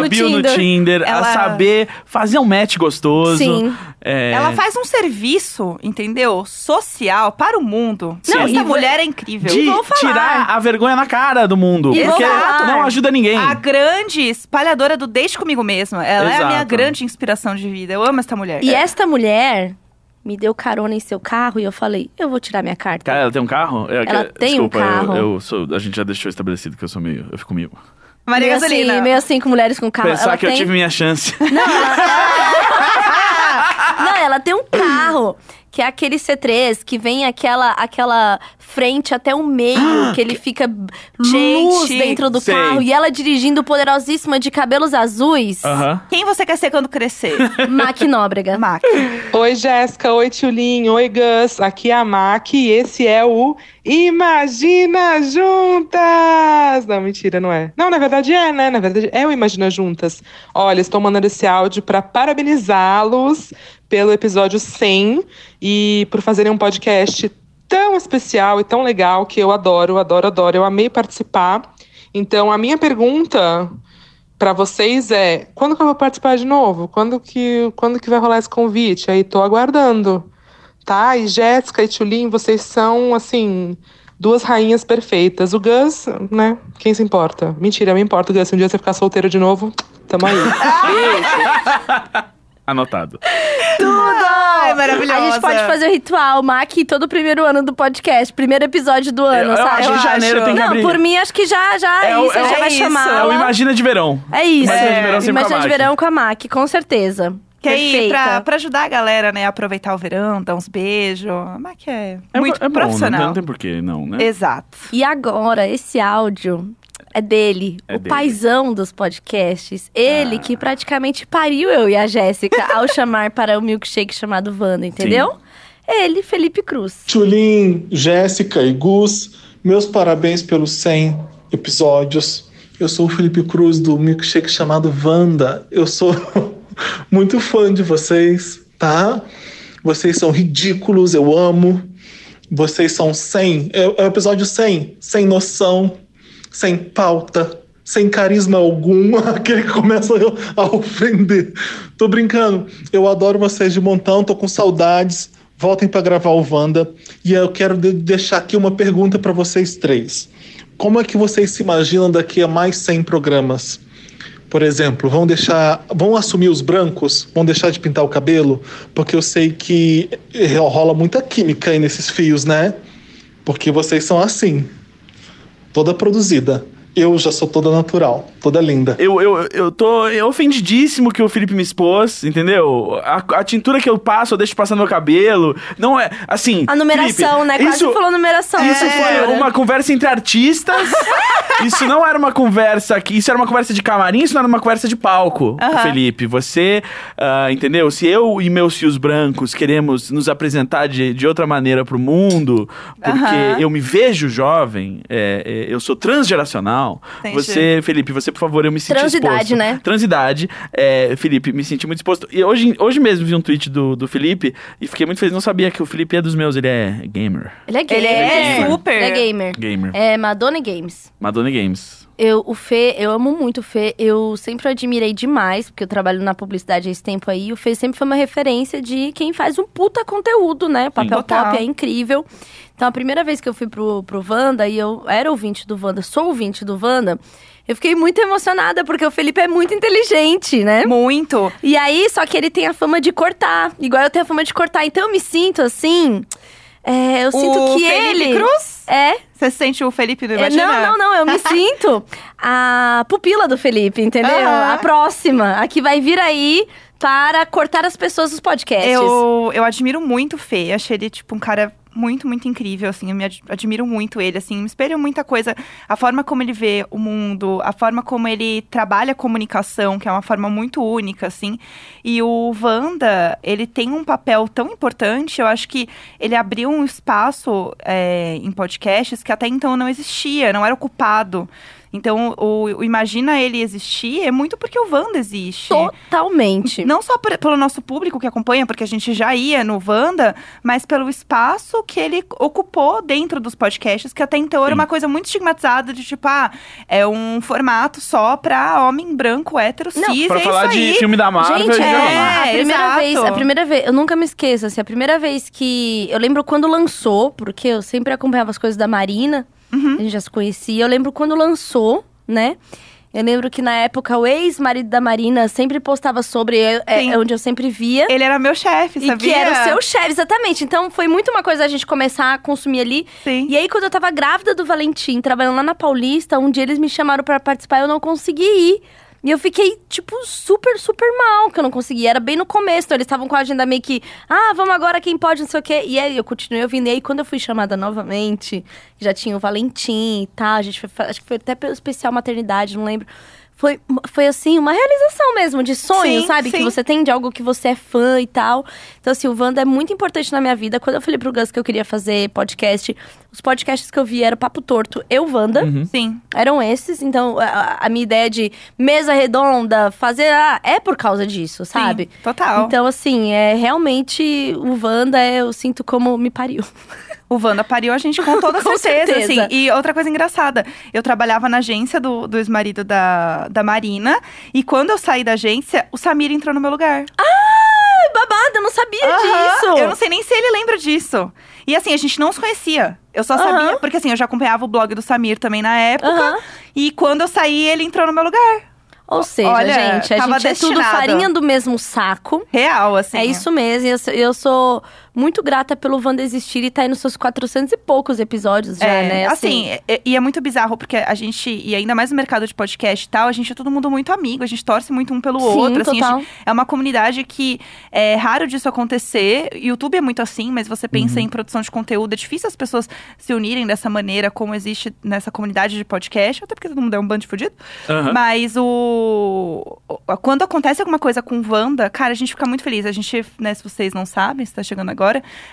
[SPEAKER 1] a Bill no
[SPEAKER 3] a bio no
[SPEAKER 1] Tinder.
[SPEAKER 3] Tinder, a
[SPEAKER 2] Ela-
[SPEAKER 3] saber fazer um match gostoso.
[SPEAKER 1] Sim.
[SPEAKER 3] É,
[SPEAKER 2] Ela faz um serviço, entendeu? Social para o mundo.
[SPEAKER 1] Não,
[SPEAKER 2] Essa
[SPEAKER 1] e vo-
[SPEAKER 2] mulher é incrível.
[SPEAKER 3] de
[SPEAKER 1] vou falar.
[SPEAKER 3] tirar a vergonha na cara do mundo.
[SPEAKER 1] E vou
[SPEAKER 3] Porque
[SPEAKER 1] falar.
[SPEAKER 3] não ajuda ninguém.
[SPEAKER 2] A grande espalhadora do Deixe Comigo Mesma. Ela é a minha
[SPEAKER 3] Exato.
[SPEAKER 2] grande inspiração de vida. Eu amo essa mulher. É
[SPEAKER 1] E esta mulher me deu carona em seu carro e eu falei, eu vou tirar minha carta.
[SPEAKER 3] Cara, ela tem um carro? É,
[SPEAKER 1] Ela
[SPEAKER 3] que-
[SPEAKER 1] tem um
[SPEAKER 3] desculpa, eu-
[SPEAKER 1] carro.
[SPEAKER 3] Eu, sou, a gente já deixou estabelecido que eu sou meio. Eu fico meio.
[SPEAKER 2] Maria
[SPEAKER 1] meio
[SPEAKER 2] Gasolina.
[SPEAKER 1] assim, meio assim com mulheres com carro.
[SPEAKER 3] Pensar
[SPEAKER 1] ela
[SPEAKER 3] que
[SPEAKER 1] tem...
[SPEAKER 3] eu tive minha chance.
[SPEAKER 1] Não, ela tem um carro que é aquele C3 que vem aquela aquela frente até o
[SPEAKER 3] Ah,
[SPEAKER 1] meio, que ele fica b- luz
[SPEAKER 2] Gente,
[SPEAKER 1] dentro do
[SPEAKER 3] sei.
[SPEAKER 1] carro e ela dirigindo poderosíssima de cabelos azuis,
[SPEAKER 3] Aham.
[SPEAKER 2] Quem você quer ser quando crescer?
[SPEAKER 1] Mac Nóbrega.
[SPEAKER 2] Mac.
[SPEAKER 7] Oi, Jéssica. Oi, Tchulinho. Oi, Gus. Aqui é a Mac e esse é o Imagina Juntas! Não, mentira, não é. Não, na verdade é, né? Na verdade é o Imagina Juntas. Olha, estou mandando esse áudio para parabenizá-los pelo episódio 100 e por fazerem um podcast tão especial e tão legal que eu adoro, adoro, adoro. Eu amei participar. Então, a minha pergunta Pra vocês é quando que eu vou participar de novo? Quando que, quando que vai rolar esse convite? Aí tô aguardando, tá? E Jéssica e Tulin, vocês são assim duas rainhas perfeitas. O Gus, né? Quem se importa? Mentira, me importa, Gus. Se um dia você ficar solteiro de novo, tamo aí.
[SPEAKER 3] Anotado.
[SPEAKER 2] Ai,
[SPEAKER 1] A
[SPEAKER 2] maravilhosa.
[SPEAKER 1] gente pode fazer o ritual, Mac, todo primeiro ano do podcast, primeiro episódio do ano,
[SPEAKER 3] eu
[SPEAKER 1] sabe?
[SPEAKER 3] acho que janeiro tem que
[SPEAKER 1] Não,
[SPEAKER 3] abrir.
[SPEAKER 1] por mim, acho que já, já é,
[SPEAKER 3] É o-
[SPEAKER 1] isso,
[SPEAKER 3] é
[SPEAKER 1] já
[SPEAKER 2] o-
[SPEAKER 1] vai
[SPEAKER 2] é isso.
[SPEAKER 1] chamar.
[SPEAKER 3] É o
[SPEAKER 1] ela.
[SPEAKER 3] Imagina de Verão.
[SPEAKER 1] É isso.
[SPEAKER 3] Imagina de verão É sempre com a
[SPEAKER 1] Imagina de
[SPEAKER 3] Mac.
[SPEAKER 1] verão com a Mac, com certeza.
[SPEAKER 2] Que aí,
[SPEAKER 1] Perfeita.
[SPEAKER 2] pra, pra ajudar a galera, né, a aproveitar o verão, dar uns beijos. A Mac é,
[SPEAKER 3] É,
[SPEAKER 2] muito
[SPEAKER 3] bo- é bom, Não,
[SPEAKER 2] profissional.
[SPEAKER 3] não tem porquê, não, né?
[SPEAKER 2] Exato.
[SPEAKER 1] E agora, esse áudio é dele,
[SPEAKER 3] É
[SPEAKER 1] o
[SPEAKER 3] dele.
[SPEAKER 1] paizão dos podcasts. Ele
[SPEAKER 3] Ah.
[SPEAKER 1] que praticamente pariu eu e a Jéssica ao chamar para o milkshake chamado Wanda, entendeu? Ele, Felipe Cruz.
[SPEAKER 8] Tchulin, Jéssica e Gus, meus parabéns pelos 100 episódios. Eu sou o Felipe Cruz do milkshake chamado Wanda. Eu sou muito fã de vocês, tá? Vocês são ridículos, eu amo. Vocês são 100, é é o episódio 100, sem noção, sem pauta, sem carisma algum, aquele que começa a ofender. Tô brincando, eu adoro vocês de montão, tô com saudades. Voltem pra gravar o Wanda. E eu quero de- deixar aqui uma pergunta pra vocês três. Como é que vocês se imaginam daqui a mais 100 programas? Por exemplo, vão deixar, vão assumir os brancos, vão deixar de pintar o cabelo, porque eu sei que eh, rola muita química aí nesses fios, né? Porque vocês são assim, toda produzida. Eu já sou toda natural, toda linda.
[SPEAKER 3] Eu, eu, eu tô ofendidíssimo que o Felipe me expôs, entendeu? A, a tintura que eu passo, eu deixo passar no meu cabelo. Não é. Assim.
[SPEAKER 1] A numeração,
[SPEAKER 3] Felipe,
[SPEAKER 1] né? Quase
[SPEAKER 3] isso,
[SPEAKER 1] falou numeração.
[SPEAKER 3] Isso
[SPEAKER 1] né,
[SPEAKER 3] foi
[SPEAKER 1] Laura?
[SPEAKER 3] uma conversa entre artistas. isso não era uma conversa aqui. Isso era uma conversa de camarim, isso não era uma conversa de palco,
[SPEAKER 2] Aham.
[SPEAKER 3] Felipe. Você, ah, entendeu? Se eu e meus fios brancos queremos nos apresentar de, de outra maneira pro mundo, porque
[SPEAKER 2] Aham.
[SPEAKER 3] eu me vejo jovem, é, é, eu sou transgeracional.
[SPEAKER 2] Entendi.
[SPEAKER 3] Você, Felipe, você, por favor, eu me senti
[SPEAKER 1] Transidade,
[SPEAKER 3] exposto.
[SPEAKER 1] né?
[SPEAKER 3] Transidade. É, Felipe, me senti muito exposto. E hoje, hoje mesmo vi um tweet do, do Felipe e fiquei muito feliz. Não sabia que o Felipe é dos meus, ele é gamer.
[SPEAKER 1] Ele é gamer.
[SPEAKER 2] Ele é super.
[SPEAKER 1] Ele é gamer.
[SPEAKER 3] Gamer.
[SPEAKER 1] É Madonna Games.
[SPEAKER 3] Madonna Games.
[SPEAKER 1] Eu, o Fê, eu amo muito o Fê, eu sempre o admirei demais, porque eu trabalho na publicidade há esse tempo aí, e o Fê sempre foi uma referência de quem faz um puta conteúdo, né? O papel
[SPEAKER 2] Total.
[SPEAKER 1] pop é incrível. Então, a primeira vez que eu fui pro, pro Wanda, e eu era ouvinte do Wanda, sou ouvinte do Wanda, eu fiquei muito emocionada, porque o Felipe é muito inteligente, né?
[SPEAKER 2] Muito.
[SPEAKER 1] E aí, só que ele tem a fama de cortar, igual eu tenho a fama de cortar. Então, eu me sinto assim. é, eu sinto
[SPEAKER 2] o
[SPEAKER 1] que
[SPEAKER 2] Felipe
[SPEAKER 1] ele.
[SPEAKER 2] Cruz?
[SPEAKER 1] É,
[SPEAKER 2] Você sente o Felipe do
[SPEAKER 1] é,
[SPEAKER 2] Imagina?
[SPEAKER 1] não, não, não, eu me sinto a pupila do Felipe, entendeu?
[SPEAKER 2] Aham.
[SPEAKER 1] A próxima, a que vai vir aí para cortar as pessoas dos podcasts.
[SPEAKER 2] Eu, eu admiro muito o Fê. Achei ele, tipo, um cara muito, muito incrível, assim. Eu me ad- admiro muito ele, assim. Me espelho muita coisa. A forma como ele vê o mundo, a forma como ele trabalha a comunicação, que é uma forma muito única, assim. E o Wanda, ele tem um papel tão importante. Eu acho que ele abriu eh, um espaço é, em podcasts que até então não existia, não era ocupado. Então, o, o Imagina ele existir é muito porque o Wanda existe.
[SPEAKER 1] Totalmente.
[SPEAKER 2] Não só por- pelo nosso público que acompanha, porque a gente já ia no Wanda, mas pelo espaço que ele ocupou dentro dos podcasts, que até então era uma coisa muito estigmatizada de tipo, ah, é um formato só pra homem branco, hétero,
[SPEAKER 1] Não,
[SPEAKER 2] cis,
[SPEAKER 3] Pra
[SPEAKER 2] é
[SPEAKER 3] falar
[SPEAKER 2] isso aí.
[SPEAKER 3] de filme da Marvel,
[SPEAKER 1] Gente,
[SPEAKER 3] e de
[SPEAKER 1] é,
[SPEAKER 3] Marvel.
[SPEAKER 1] a primeira
[SPEAKER 2] exato.
[SPEAKER 1] vez, a primeira vez, eu nunca me esqueço, assim, a primeira vez que eu lembro quando lançou, porque eu sempre acompanhava as coisas da Marina,
[SPEAKER 2] Uhum.
[SPEAKER 1] a gente já se conhecia. Eu lembro quando lançou, né? Eu lembro que na época o ex-marido da Marina sempre postava sobre, é, é-
[SPEAKER 2] Sim.
[SPEAKER 1] é onde eu sempre via.
[SPEAKER 2] Ele era meu chefe,
[SPEAKER 1] E
[SPEAKER 2] sabia?
[SPEAKER 1] que era o seu chefe, exatamente. Então foi muito uma coisa a gente começar a consumir ali.
[SPEAKER 2] Sim.
[SPEAKER 1] E aí, quando eu tava grávida do Valentim, trabalhando lá na Paulista, um dia eles me chamaram pra participar e eu não consegui ir. E eu fiquei, tipo, super, super mal que eu não consegui. Era bem no começo, então eles estavam com a agenda meio que, ah, vamos agora, quem pode, não sei o quê. E aí eu continuei ouvindo. E aí, quando eu fui chamada novamente, já tinha o Valentim e tal. A gente foi, acho que foi até pelo especial maternidade, não lembro. Foi, foi assim, uma realização mesmo, de sonho,
[SPEAKER 2] Sim,
[SPEAKER 1] sabe? Que
[SPEAKER 2] sim.
[SPEAKER 1] você tem de algo que você é fã e tal. Então, assim, o Wanda é muito importante na minha vida. Quando eu falei pro Gus que eu queria fazer podcast, os podcasts que eu vi eram Papo Torto, eu, Wanda.
[SPEAKER 2] Sim.
[SPEAKER 1] Eram esses, então a- a, a minha ideia de mesa redonda, fazer. Ah, é por causa disso, sabe?
[SPEAKER 2] Sim, total.
[SPEAKER 1] Então, assim, é realmente o Wanda, é, eu sinto como me pariu.
[SPEAKER 2] O Wanda pariu a gente com toda
[SPEAKER 1] Com
[SPEAKER 2] certeza,
[SPEAKER 1] certeza.
[SPEAKER 2] assim. E outra coisa engraçada, eu trabalhava na agência do, do ex-marido da, da Marina, e quando eu saí da agência, o Samir entrou no meu lugar.
[SPEAKER 1] Ai, babada, Ah, eu não sabia
[SPEAKER 2] Aham,
[SPEAKER 1] disso.
[SPEAKER 2] Eu não sei nem se ele lembra disso. E assim, a gente não se conhecia. Eu só
[SPEAKER 1] Aham.
[SPEAKER 2] sabia, porque assim, eu já acompanhava o blog do Samir também na época.
[SPEAKER 1] Aham.
[SPEAKER 2] E quando eu saí, ele entrou no meu lugar.
[SPEAKER 1] Ou seja,
[SPEAKER 2] Olha,
[SPEAKER 1] gente, a
[SPEAKER 2] tava
[SPEAKER 1] gente é tudo
[SPEAKER 2] destinado.
[SPEAKER 1] farinha do mesmo saco.
[SPEAKER 2] Real, assim.
[SPEAKER 1] É isso mesmo. e Eu sou, eu sou muito grata pelo Wanda existir e tá aí nos seus 400 e poucos episódios já,
[SPEAKER 2] É,
[SPEAKER 1] né?
[SPEAKER 2] Assim, é- e é muito bizarro, porque a gente, e ainda mais no mercado de podcast e tal, a gente é todo mundo muito amigo, a gente torce muito um pelo
[SPEAKER 1] Sim,
[SPEAKER 2] outro. Assim, a
[SPEAKER 1] total.
[SPEAKER 2] gente- é uma comunidade que é raro disso acontecer. YouTube é muito assim, mas você pensa
[SPEAKER 1] Uhum.
[SPEAKER 2] em produção de conteúdo, é difícil as pessoas se unirem dessa maneira como existe nessa comunidade de podcast, até porque todo mundo é um bando de fudido.
[SPEAKER 3] Aham.
[SPEAKER 2] Mas o. o- Quando acontece alguma coisa com Wanda, cara, a gente fica muito feliz. A gente, né, se vocês não sabem, se tá chegando agora,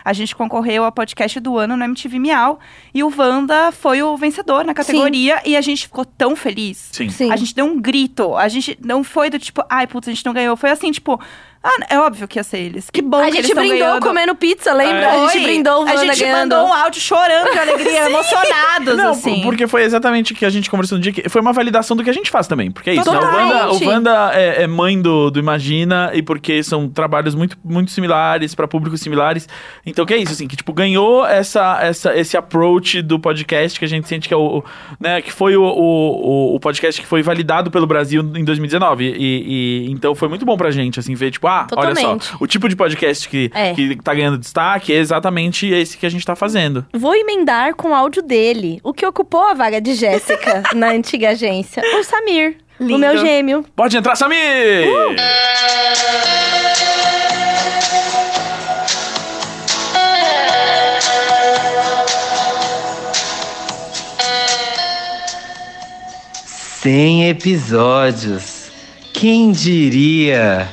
[SPEAKER 2] a gente concorreu ao podcast do ano no MTV Miau. E o Wanda foi o vencedor na categoria e a gente ficou tão feliz.
[SPEAKER 3] Sim.
[SPEAKER 1] Sim.
[SPEAKER 2] A gente deu um grito. A gente não foi do tipo, ai, putz, a gente não ganhou. Foi assim, tipo, ah, é óbvio que ia ser eles. Que bom
[SPEAKER 1] a
[SPEAKER 2] que eles
[SPEAKER 1] gente
[SPEAKER 2] estão
[SPEAKER 1] brindou
[SPEAKER 2] ganhando. É.
[SPEAKER 1] comendo pizza, lembra? A gente
[SPEAKER 2] Foi.
[SPEAKER 1] brindou o Wanda
[SPEAKER 2] A gente
[SPEAKER 1] ganhando.
[SPEAKER 2] mandou um áudio chorando de alegria, emocionados,
[SPEAKER 3] Não,
[SPEAKER 2] assim.
[SPEAKER 3] porque foi exatamente o que a gente conversou no dia que. Foi uma validação do que a gente faz também. Porque é isso, né? O
[SPEAKER 1] Totalmente.
[SPEAKER 3] Wanda, o Wanda é, é mãe do, do Imagina e porque são trabalhos muito, muito similares, pra públicos similares. Então, que é isso, assim, que tipo, ganhou essa, essa, esse approach do podcast que a gente sente que é o. o- Né, que foi o, o, o- o podcast que foi validado pelo Brasil em 2019. E, e- então foi muito bom pra gente, assim, ver, tipo, ah, olha
[SPEAKER 1] Totalmente.
[SPEAKER 3] só, o tipo de podcast que,
[SPEAKER 1] É.
[SPEAKER 3] que tá ganhando destaque é exatamente esse que a gente tá fazendo.
[SPEAKER 1] Vou emendar com o áudio dele, o que ocupou a vaga de Jéssica na antiga agência. O Samir, o
[SPEAKER 2] Lindo.
[SPEAKER 1] meu gêmeo. Uh!
[SPEAKER 3] Pode entrar, Samir!
[SPEAKER 9] Cem episódios. Quem diria?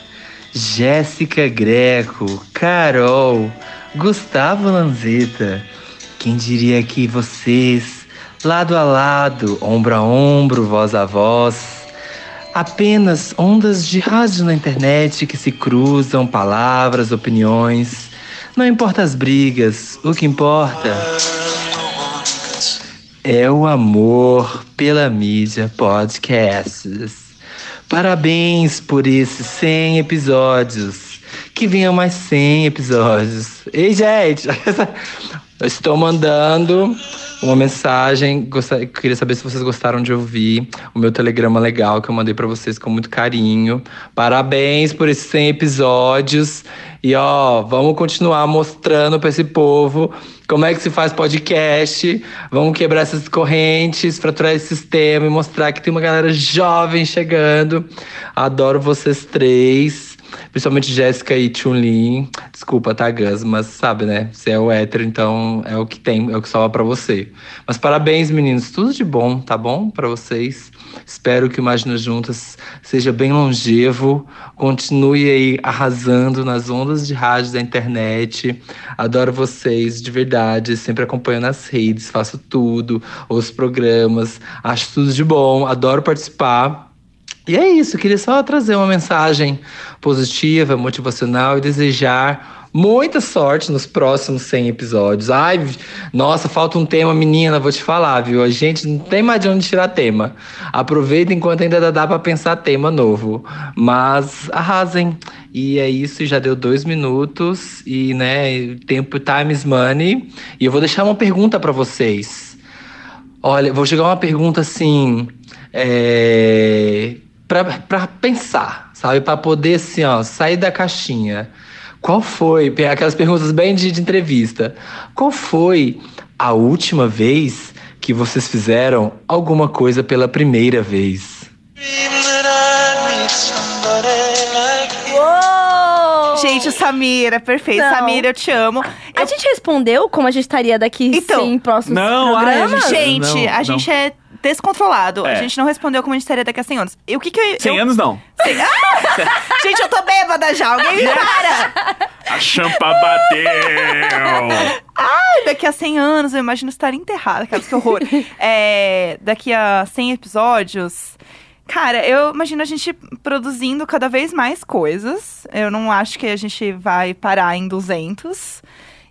[SPEAKER 9] Jéssica Greco, Carol, Gustavo Lanzetta. Quem diria que vocês, lado a lado, ombro a ombro, voz a voz, apenas ondas de rádio na internet que se cruzam palavras, opiniões. Não importa as brigas, o que importa é o amor pela mídia podcasts. Parabéns por esses 100 episódios. Que venham mais 100 episódios. Ei, gente! Eu estou mandando uma mensagem. Gostaria, queria saber se vocês gostaram de ouvir o meu telegrama legal que eu mandei para vocês com muito carinho. Parabéns por esses 100 episódios. E ó, vamos continuar mostrando para esse povo como é que se faz podcast. Vamos quebrar essas correntes, fraturar esse sistema e mostrar que tem uma galera jovem chegando. Adoro vocês três. Principalmente Jéssica e Chun-Li. Desculpa, tá, Gus? Mas sabe, né? Você é o hétero, então é o que tem, é o que salva pra você. Mas parabéns, meninos. Tudo de bom, tá bom? Pra vocês. Espero que o Imagina Juntas seja bem longevo. Continue aí arrasando nas ondas de rádio da internet. Adoro vocês, de verdade. Sempre acompanho nas redes, faço tudo, os programas. Acho tudo de bom. Adoro participar. E é isso, queria só trazer uma mensagem positiva, motivacional e desejar muita sorte nos próximos 100 episódios. Ai, nossa, falta um tema, menina, vou te falar, viu? A gente não tem mais de onde tirar tema. Aproveita enquanto ainda dá- dá pra pensar tema novo. Mas arrasem. E é isso, já deu dois minutos e, né, tempo time is money. E eu vou deixar uma pergunta pra vocês. Olha, vou chegar uma pergunta assim, é, para pensar, sabe? Para poder assim, ó, sair da caixinha. Qual foi, pe- aquelas perguntas bem de, de entrevista, qual foi a última vez que vocês fizeram alguma coisa pela primeira vez?
[SPEAKER 1] Uou!
[SPEAKER 2] Oh! Gente, Samira, perfeito.
[SPEAKER 1] Não.
[SPEAKER 2] Samira, eu te amo.
[SPEAKER 1] a gente respondeu como a gente estaria daqui
[SPEAKER 2] Então,
[SPEAKER 1] sim, próximos
[SPEAKER 3] não, ai, a
[SPEAKER 1] programas?
[SPEAKER 3] Não,
[SPEAKER 2] gente,
[SPEAKER 3] não,
[SPEAKER 2] a
[SPEAKER 3] não.
[SPEAKER 2] gente é descontrolado.
[SPEAKER 3] É.
[SPEAKER 2] A gente não respondeu como a gente estaria daqui a 100 anos. E o que que eu...
[SPEAKER 3] 100
[SPEAKER 2] eu-
[SPEAKER 3] anos não.
[SPEAKER 2] Gente, eu tô bêbada já. Alguém me
[SPEAKER 3] Né?
[SPEAKER 2] para!
[SPEAKER 3] A champa bateu!
[SPEAKER 2] daqui a 100 anos, eu imagino estar enterrada, cara, que horror. É, daqui a 100 episódios. Cara, eu imagino a gente produzindo cada vez mais coisas. Eu não acho que a gente vai parar em 200.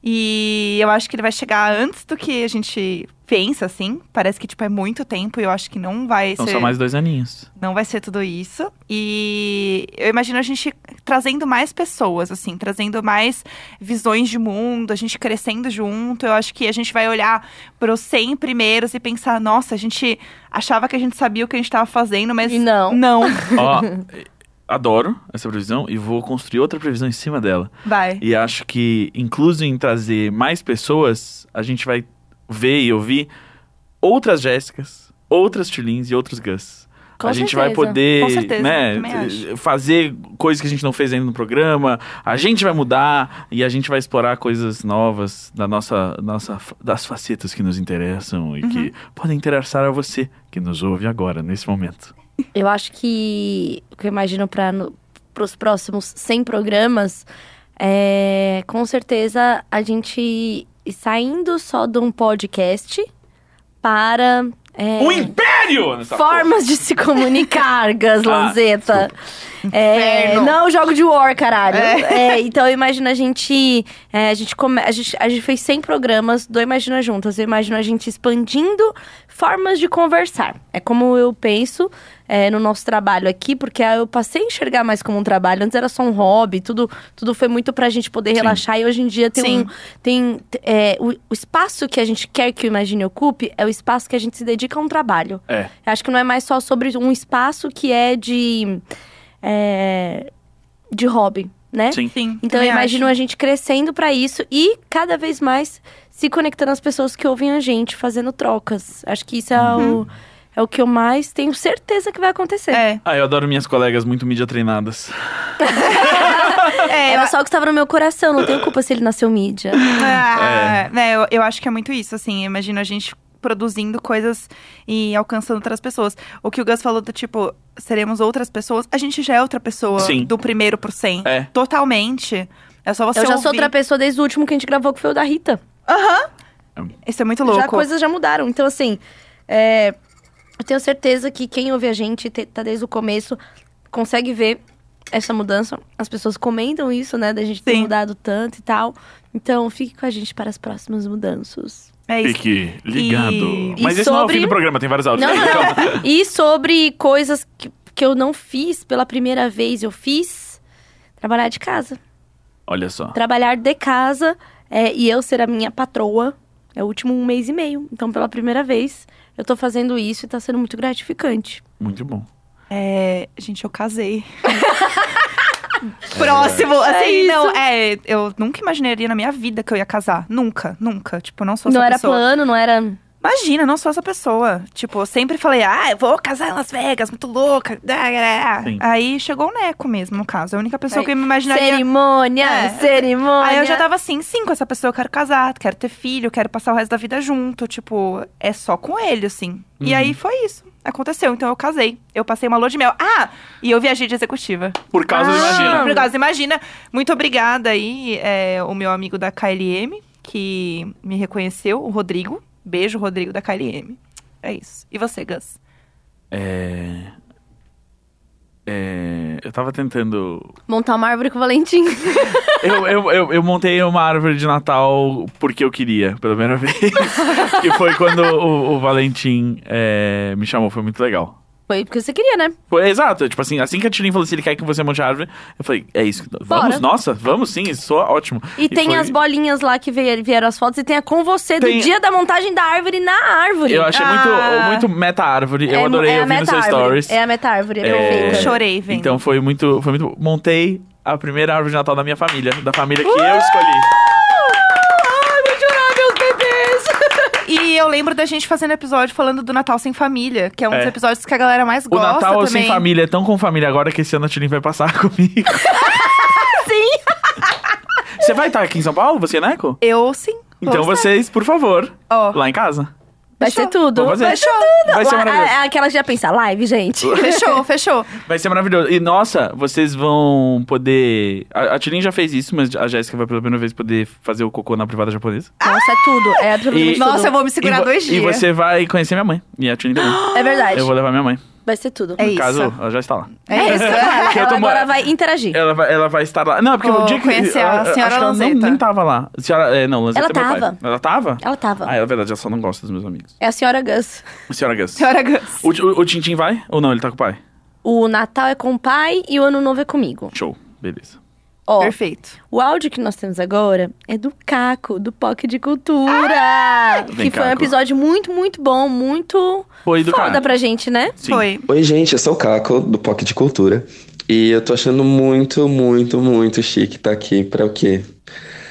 [SPEAKER 2] E eu acho que ele vai chegar antes do que a gente pensa, assim. Parece que, tipo, é muito tempo e eu acho que não vai
[SPEAKER 3] São
[SPEAKER 2] ser...
[SPEAKER 3] Então, só mais dois aninhos.
[SPEAKER 2] Não vai ser tudo isso. E eu imagino a gente trazendo mais pessoas, assim, trazendo mais visões de mundo, a gente crescendo junto. Eu acho que a gente vai olhar para os 100 primeiros e pensar: nossa, a gente achava que a gente sabia o que a gente estava fazendo, mas.
[SPEAKER 1] E não.
[SPEAKER 2] Não,
[SPEAKER 3] Ó, adoro essa previsão e vou construir outra previsão em cima dela.
[SPEAKER 2] vai.
[SPEAKER 3] E acho que, incluso em trazer mais pessoas, a gente vai ver e ouvir outras Jéssicas, outras Tilins e outros Gus.
[SPEAKER 1] Com
[SPEAKER 3] a gente
[SPEAKER 1] certeza.
[SPEAKER 3] vai poder
[SPEAKER 2] Com certeza,
[SPEAKER 3] né,
[SPEAKER 2] também acho.
[SPEAKER 3] fazer coisas que a gente não fez ainda no programa. A gente vai mudar e a gente vai explorar coisas novas da nossa, nossa das facetas que nos interessam e
[SPEAKER 2] Uhum.
[SPEAKER 3] que podem interessar a você que nos ouve agora nesse momento.
[SPEAKER 1] Eu acho que o que eu imagino para os próximos 100 programas é com certeza a gente ir saindo só de um podcast para é,
[SPEAKER 3] O Um império! nessa
[SPEAKER 1] formas de se comunicar, Gus
[SPEAKER 3] Ah,
[SPEAKER 1] Lanzetta. É,
[SPEAKER 2] Inferno.
[SPEAKER 1] não, jogo de war, caralho. É, então eu imagino a gente, é, a, gente come, a gente. A gente fez 100 programas do Imagina Juntas. Eu imagino a gente expandindo formas de conversar. É como eu penso é, no nosso trabalho aqui, porque eu passei a enxergar mais como um trabalho. Antes era só um hobby, tudo, tudo foi muito pra gente poder relaxar. E hoje em dia tem
[SPEAKER 2] Sim.
[SPEAKER 1] um. Tem, t- é, o, o espaço que a gente quer que o Imagine ocupe é o espaço que a gente se dedica a um trabalho.
[SPEAKER 3] É.
[SPEAKER 1] Eu Acho que não é mais só sobre um espaço que é de. é, de hobby, né?
[SPEAKER 3] Sim.
[SPEAKER 2] Sim.
[SPEAKER 1] Então eu
[SPEAKER 2] também
[SPEAKER 1] imagino
[SPEAKER 2] acho.
[SPEAKER 1] a gente crescendo pra isso e cada vez mais se conectando às pessoas que ouvem a gente, fazendo trocas. Acho que isso é, o, é o que eu mais tenho certeza que vai acontecer.
[SPEAKER 2] Uhum. É,
[SPEAKER 3] Ah, eu adoro minhas colegas muito mídia treinadas.
[SPEAKER 2] é, eu
[SPEAKER 1] Era só o que estava no meu coração, não tenho culpa se ele nasceu mídia.
[SPEAKER 2] Ah, né, eu, eu acho que é muito isso, assim. Eu imagino a gente produzindo coisas e alcançando outras pessoas. O que o Gus falou do tipo, seremos outras pessoas. A gente já é outra pessoa
[SPEAKER 3] Sim.
[SPEAKER 2] do primeiro pro cem.
[SPEAKER 3] É.
[SPEAKER 2] Totalmente. É só você
[SPEAKER 1] eu já sou
[SPEAKER 2] ouvir.
[SPEAKER 1] outra pessoa desde o último que a gente gravou, que foi o da Rita.
[SPEAKER 2] Isso é muito louco.
[SPEAKER 1] Já coisas já mudaram. Então, assim, é, eu tenho certeza que quem ouve a gente te- tá desde o começo consegue ver essa mudança. As pessoas comentam isso, né? Da gente ter
[SPEAKER 2] Sim.
[SPEAKER 1] mudado tanto e tal. Então, fique com a gente para as próximas mudanças.
[SPEAKER 2] É isso.
[SPEAKER 3] Fique ligado.
[SPEAKER 2] E-
[SPEAKER 3] Mas
[SPEAKER 1] e
[SPEAKER 3] esse não é o
[SPEAKER 1] sobre-
[SPEAKER 3] fim do programa, tem vários áudios.
[SPEAKER 1] Não, não, não.
[SPEAKER 3] Calma.
[SPEAKER 1] E sobre coisas que, que eu não fiz pela primeira vez, eu fiz trabalhar de casa.
[SPEAKER 3] Olha só.
[SPEAKER 1] Trabalhar de casa é, e eu ser a minha patroa. É o último um mês e meio. Então, pela primeira vez, eu tô fazendo isso e tá sendo muito gratificante.
[SPEAKER 3] Muito bom.
[SPEAKER 2] É, gente, eu casei. Próximo, assim,
[SPEAKER 1] É isso.
[SPEAKER 2] não, é, eu nunca imaginaria na minha vida que eu ia casar, nunca, nunca, tipo, eu não sou
[SPEAKER 1] não
[SPEAKER 2] essa
[SPEAKER 1] era
[SPEAKER 2] pessoa.
[SPEAKER 1] plano, não era.
[SPEAKER 2] Imagina, não sou essa pessoa. Tipo, eu sempre falei, ah, eu vou casar em Las Vegas, muito louca.
[SPEAKER 3] Sim.
[SPEAKER 2] Aí chegou o Neco mesmo, no caso. A única pessoa
[SPEAKER 1] Aí,
[SPEAKER 2] que eu me imaginaria.
[SPEAKER 1] Cerimônia,
[SPEAKER 2] É.
[SPEAKER 1] cerimônia.
[SPEAKER 2] Aí eu já tava assim, sim, com essa pessoa eu quero casar, quero ter filho, quero passar o resto da vida junto. Tipo, é só com ele, assim. E
[SPEAKER 3] Uhum.
[SPEAKER 2] aí foi isso. Aconteceu, então eu casei. Eu passei uma lua de mel. Ah! E eu viajei de executiva.
[SPEAKER 3] Por causa do Imagina.
[SPEAKER 2] Ah. Por causa do Imagina. Muito obrigada aí, é, o meu amigo da KLM, que me reconheceu, o Rodrigo. Beijo, Rodrigo da KLM. É isso. E você, Gus?
[SPEAKER 3] É... É... Eu tava tentando
[SPEAKER 1] Montar uma árvore com o Valentim.
[SPEAKER 3] eu, eu, eu, eu montei uma árvore de Natal porque eu queria, pela primeira vez. que foi quando o, o Valentim é, me chamou, foi muito legal.
[SPEAKER 1] Foi porque você queria, né?
[SPEAKER 3] Foi, exato, tipo assim, assim que a Tilin falou assim, ele quer que você monte a árvore, eu falei, é isso, que- vamos,
[SPEAKER 1] Bora.
[SPEAKER 3] nossa, vamos sim, isso é ótimo.
[SPEAKER 1] E, tem
[SPEAKER 3] foi-
[SPEAKER 1] as bolinhas lá que vie- vieram as fotos e tem a com você
[SPEAKER 3] Tem-
[SPEAKER 1] do dia da montagem da árvore na árvore.
[SPEAKER 3] Eu achei muito,
[SPEAKER 2] Ah.
[SPEAKER 3] muito meta-árvore, eu
[SPEAKER 1] É,
[SPEAKER 3] adorei
[SPEAKER 1] é a
[SPEAKER 3] eu ouvir no seu
[SPEAKER 1] meta-árvore.
[SPEAKER 3] stories.
[SPEAKER 1] É a meta-árvore, é,
[SPEAKER 3] É,
[SPEAKER 1] perfeita.
[SPEAKER 2] Chorei, vem.
[SPEAKER 3] Então foi muito, foi muito bom. Montei a primeira árvore de Natal da minha família, da família que eu escolhi.
[SPEAKER 2] Ai, vou chorar, meus bebês! e eu lembro da gente fazendo episódio falando do Natal sem família, que é um dos
[SPEAKER 3] É.
[SPEAKER 2] episódios que a galera mais
[SPEAKER 3] O
[SPEAKER 2] gosta
[SPEAKER 3] Natal
[SPEAKER 2] também.
[SPEAKER 3] sem família é tão com família agora que esse ano a Tilin vai passar comigo.
[SPEAKER 1] Sim.
[SPEAKER 3] Você vai estar aqui em São Paulo, você, Neco?
[SPEAKER 2] Eu sim.
[SPEAKER 3] Então
[SPEAKER 2] Vou estar.
[SPEAKER 3] vocês, por favor,
[SPEAKER 2] Ó.
[SPEAKER 3] lá em casa.
[SPEAKER 1] Vai ser tudo.
[SPEAKER 3] Vamos fazer.
[SPEAKER 1] Vai ser tudo.
[SPEAKER 3] Vai ser
[SPEAKER 1] Lá-
[SPEAKER 3] maravilhoso.
[SPEAKER 1] é Aquela que já pensa, live, gente.
[SPEAKER 2] Fechou, fechou.
[SPEAKER 3] Vai ser maravilhoso. E nossa, vocês vão poder. A, a Tilin já fez isso, mas a Jéssica vai pela primeira vez poder fazer o cocô na privada japonesa.
[SPEAKER 1] Nossa, é tudo. É absolutamente
[SPEAKER 3] E-
[SPEAKER 1] tudo.
[SPEAKER 2] Nossa, eu vou me segurar
[SPEAKER 3] e vo-
[SPEAKER 2] dois
[SPEAKER 3] E
[SPEAKER 2] dias.
[SPEAKER 3] você vai conhecer minha mãe. E a Tilin também.
[SPEAKER 1] É verdade.
[SPEAKER 3] eu vou levar minha mãe.
[SPEAKER 1] Vai ser tudo.
[SPEAKER 2] É
[SPEAKER 3] No caso,
[SPEAKER 2] isso.
[SPEAKER 3] ela já está lá.
[SPEAKER 1] É isso que eu falo.
[SPEAKER 3] Porque eu
[SPEAKER 1] Ela
[SPEAKER 3] tô mo-
[SPEAKER 1] agora vai interagir.
[SPEAKER 3] Ela vai, ela vai estar lá. Não, é porque
[SPEAKER 2] Vou
[SPEAKER 3] o dia que.
[SPEAKER 2] conhecer a
[SPEAKER 3] eu- eu- acho
[SPEAKER 2] senhora
[SPEAKER 3] que ela não,
[SPEAKER 2] Lanzetta.
[SPEAKER 3] nem tava lá. A senhora, é, não, Lanzetta
[SPEAKER 1] Ela
[SPEAKER 3] é meu pai.
[SPEAKER 1] tava.
[SPEAKER 3] Ela tava?
[SPEAKER 1] Ela tava.
[SPEAKER 3] Ah, é verdade, ela só não gosta dos meus amigos.
[SPEAKER 1] É a senhora Gus.
[SPEAKER 3] Senhora Gus.
[SPEAKER 2] Senhora Gus.
[SPEAKER 3] O, o, o Tintin vai? Ou não? Ele tá com o pai?
[SPEAKER 1] O Natal é com o pai e o Ano Novo é comigo.
[SPEAKER 3] Show. Beleza.
[SPEAKER 1] Ó,
[SPEAKER 2] Perfeito.
[SPEAKER 1] o áudio que nós temos agora é do Caco, do POC de Cultura. que
[SPEAKER 3] Ah! Vem,
[SPEAKER 1] foi um
[SPEAKER 3] Caco.
[SPEAKER 1] episódio muito, muito bom, muito
[SPEAKER 3] Foi do
[SPEAKER 1] foda
[SPEAKER 3] cara.
[SPEAKER 1] pra gente, né?
[SPEAKER 3] Sim.
[SPEAKER 2] Foi.
[SPEAKER 10] Oi, gente, eu sou o Caco, do POC de Cultura, e eu tô achando muito, muito, muito chique estar aqui pra o quê?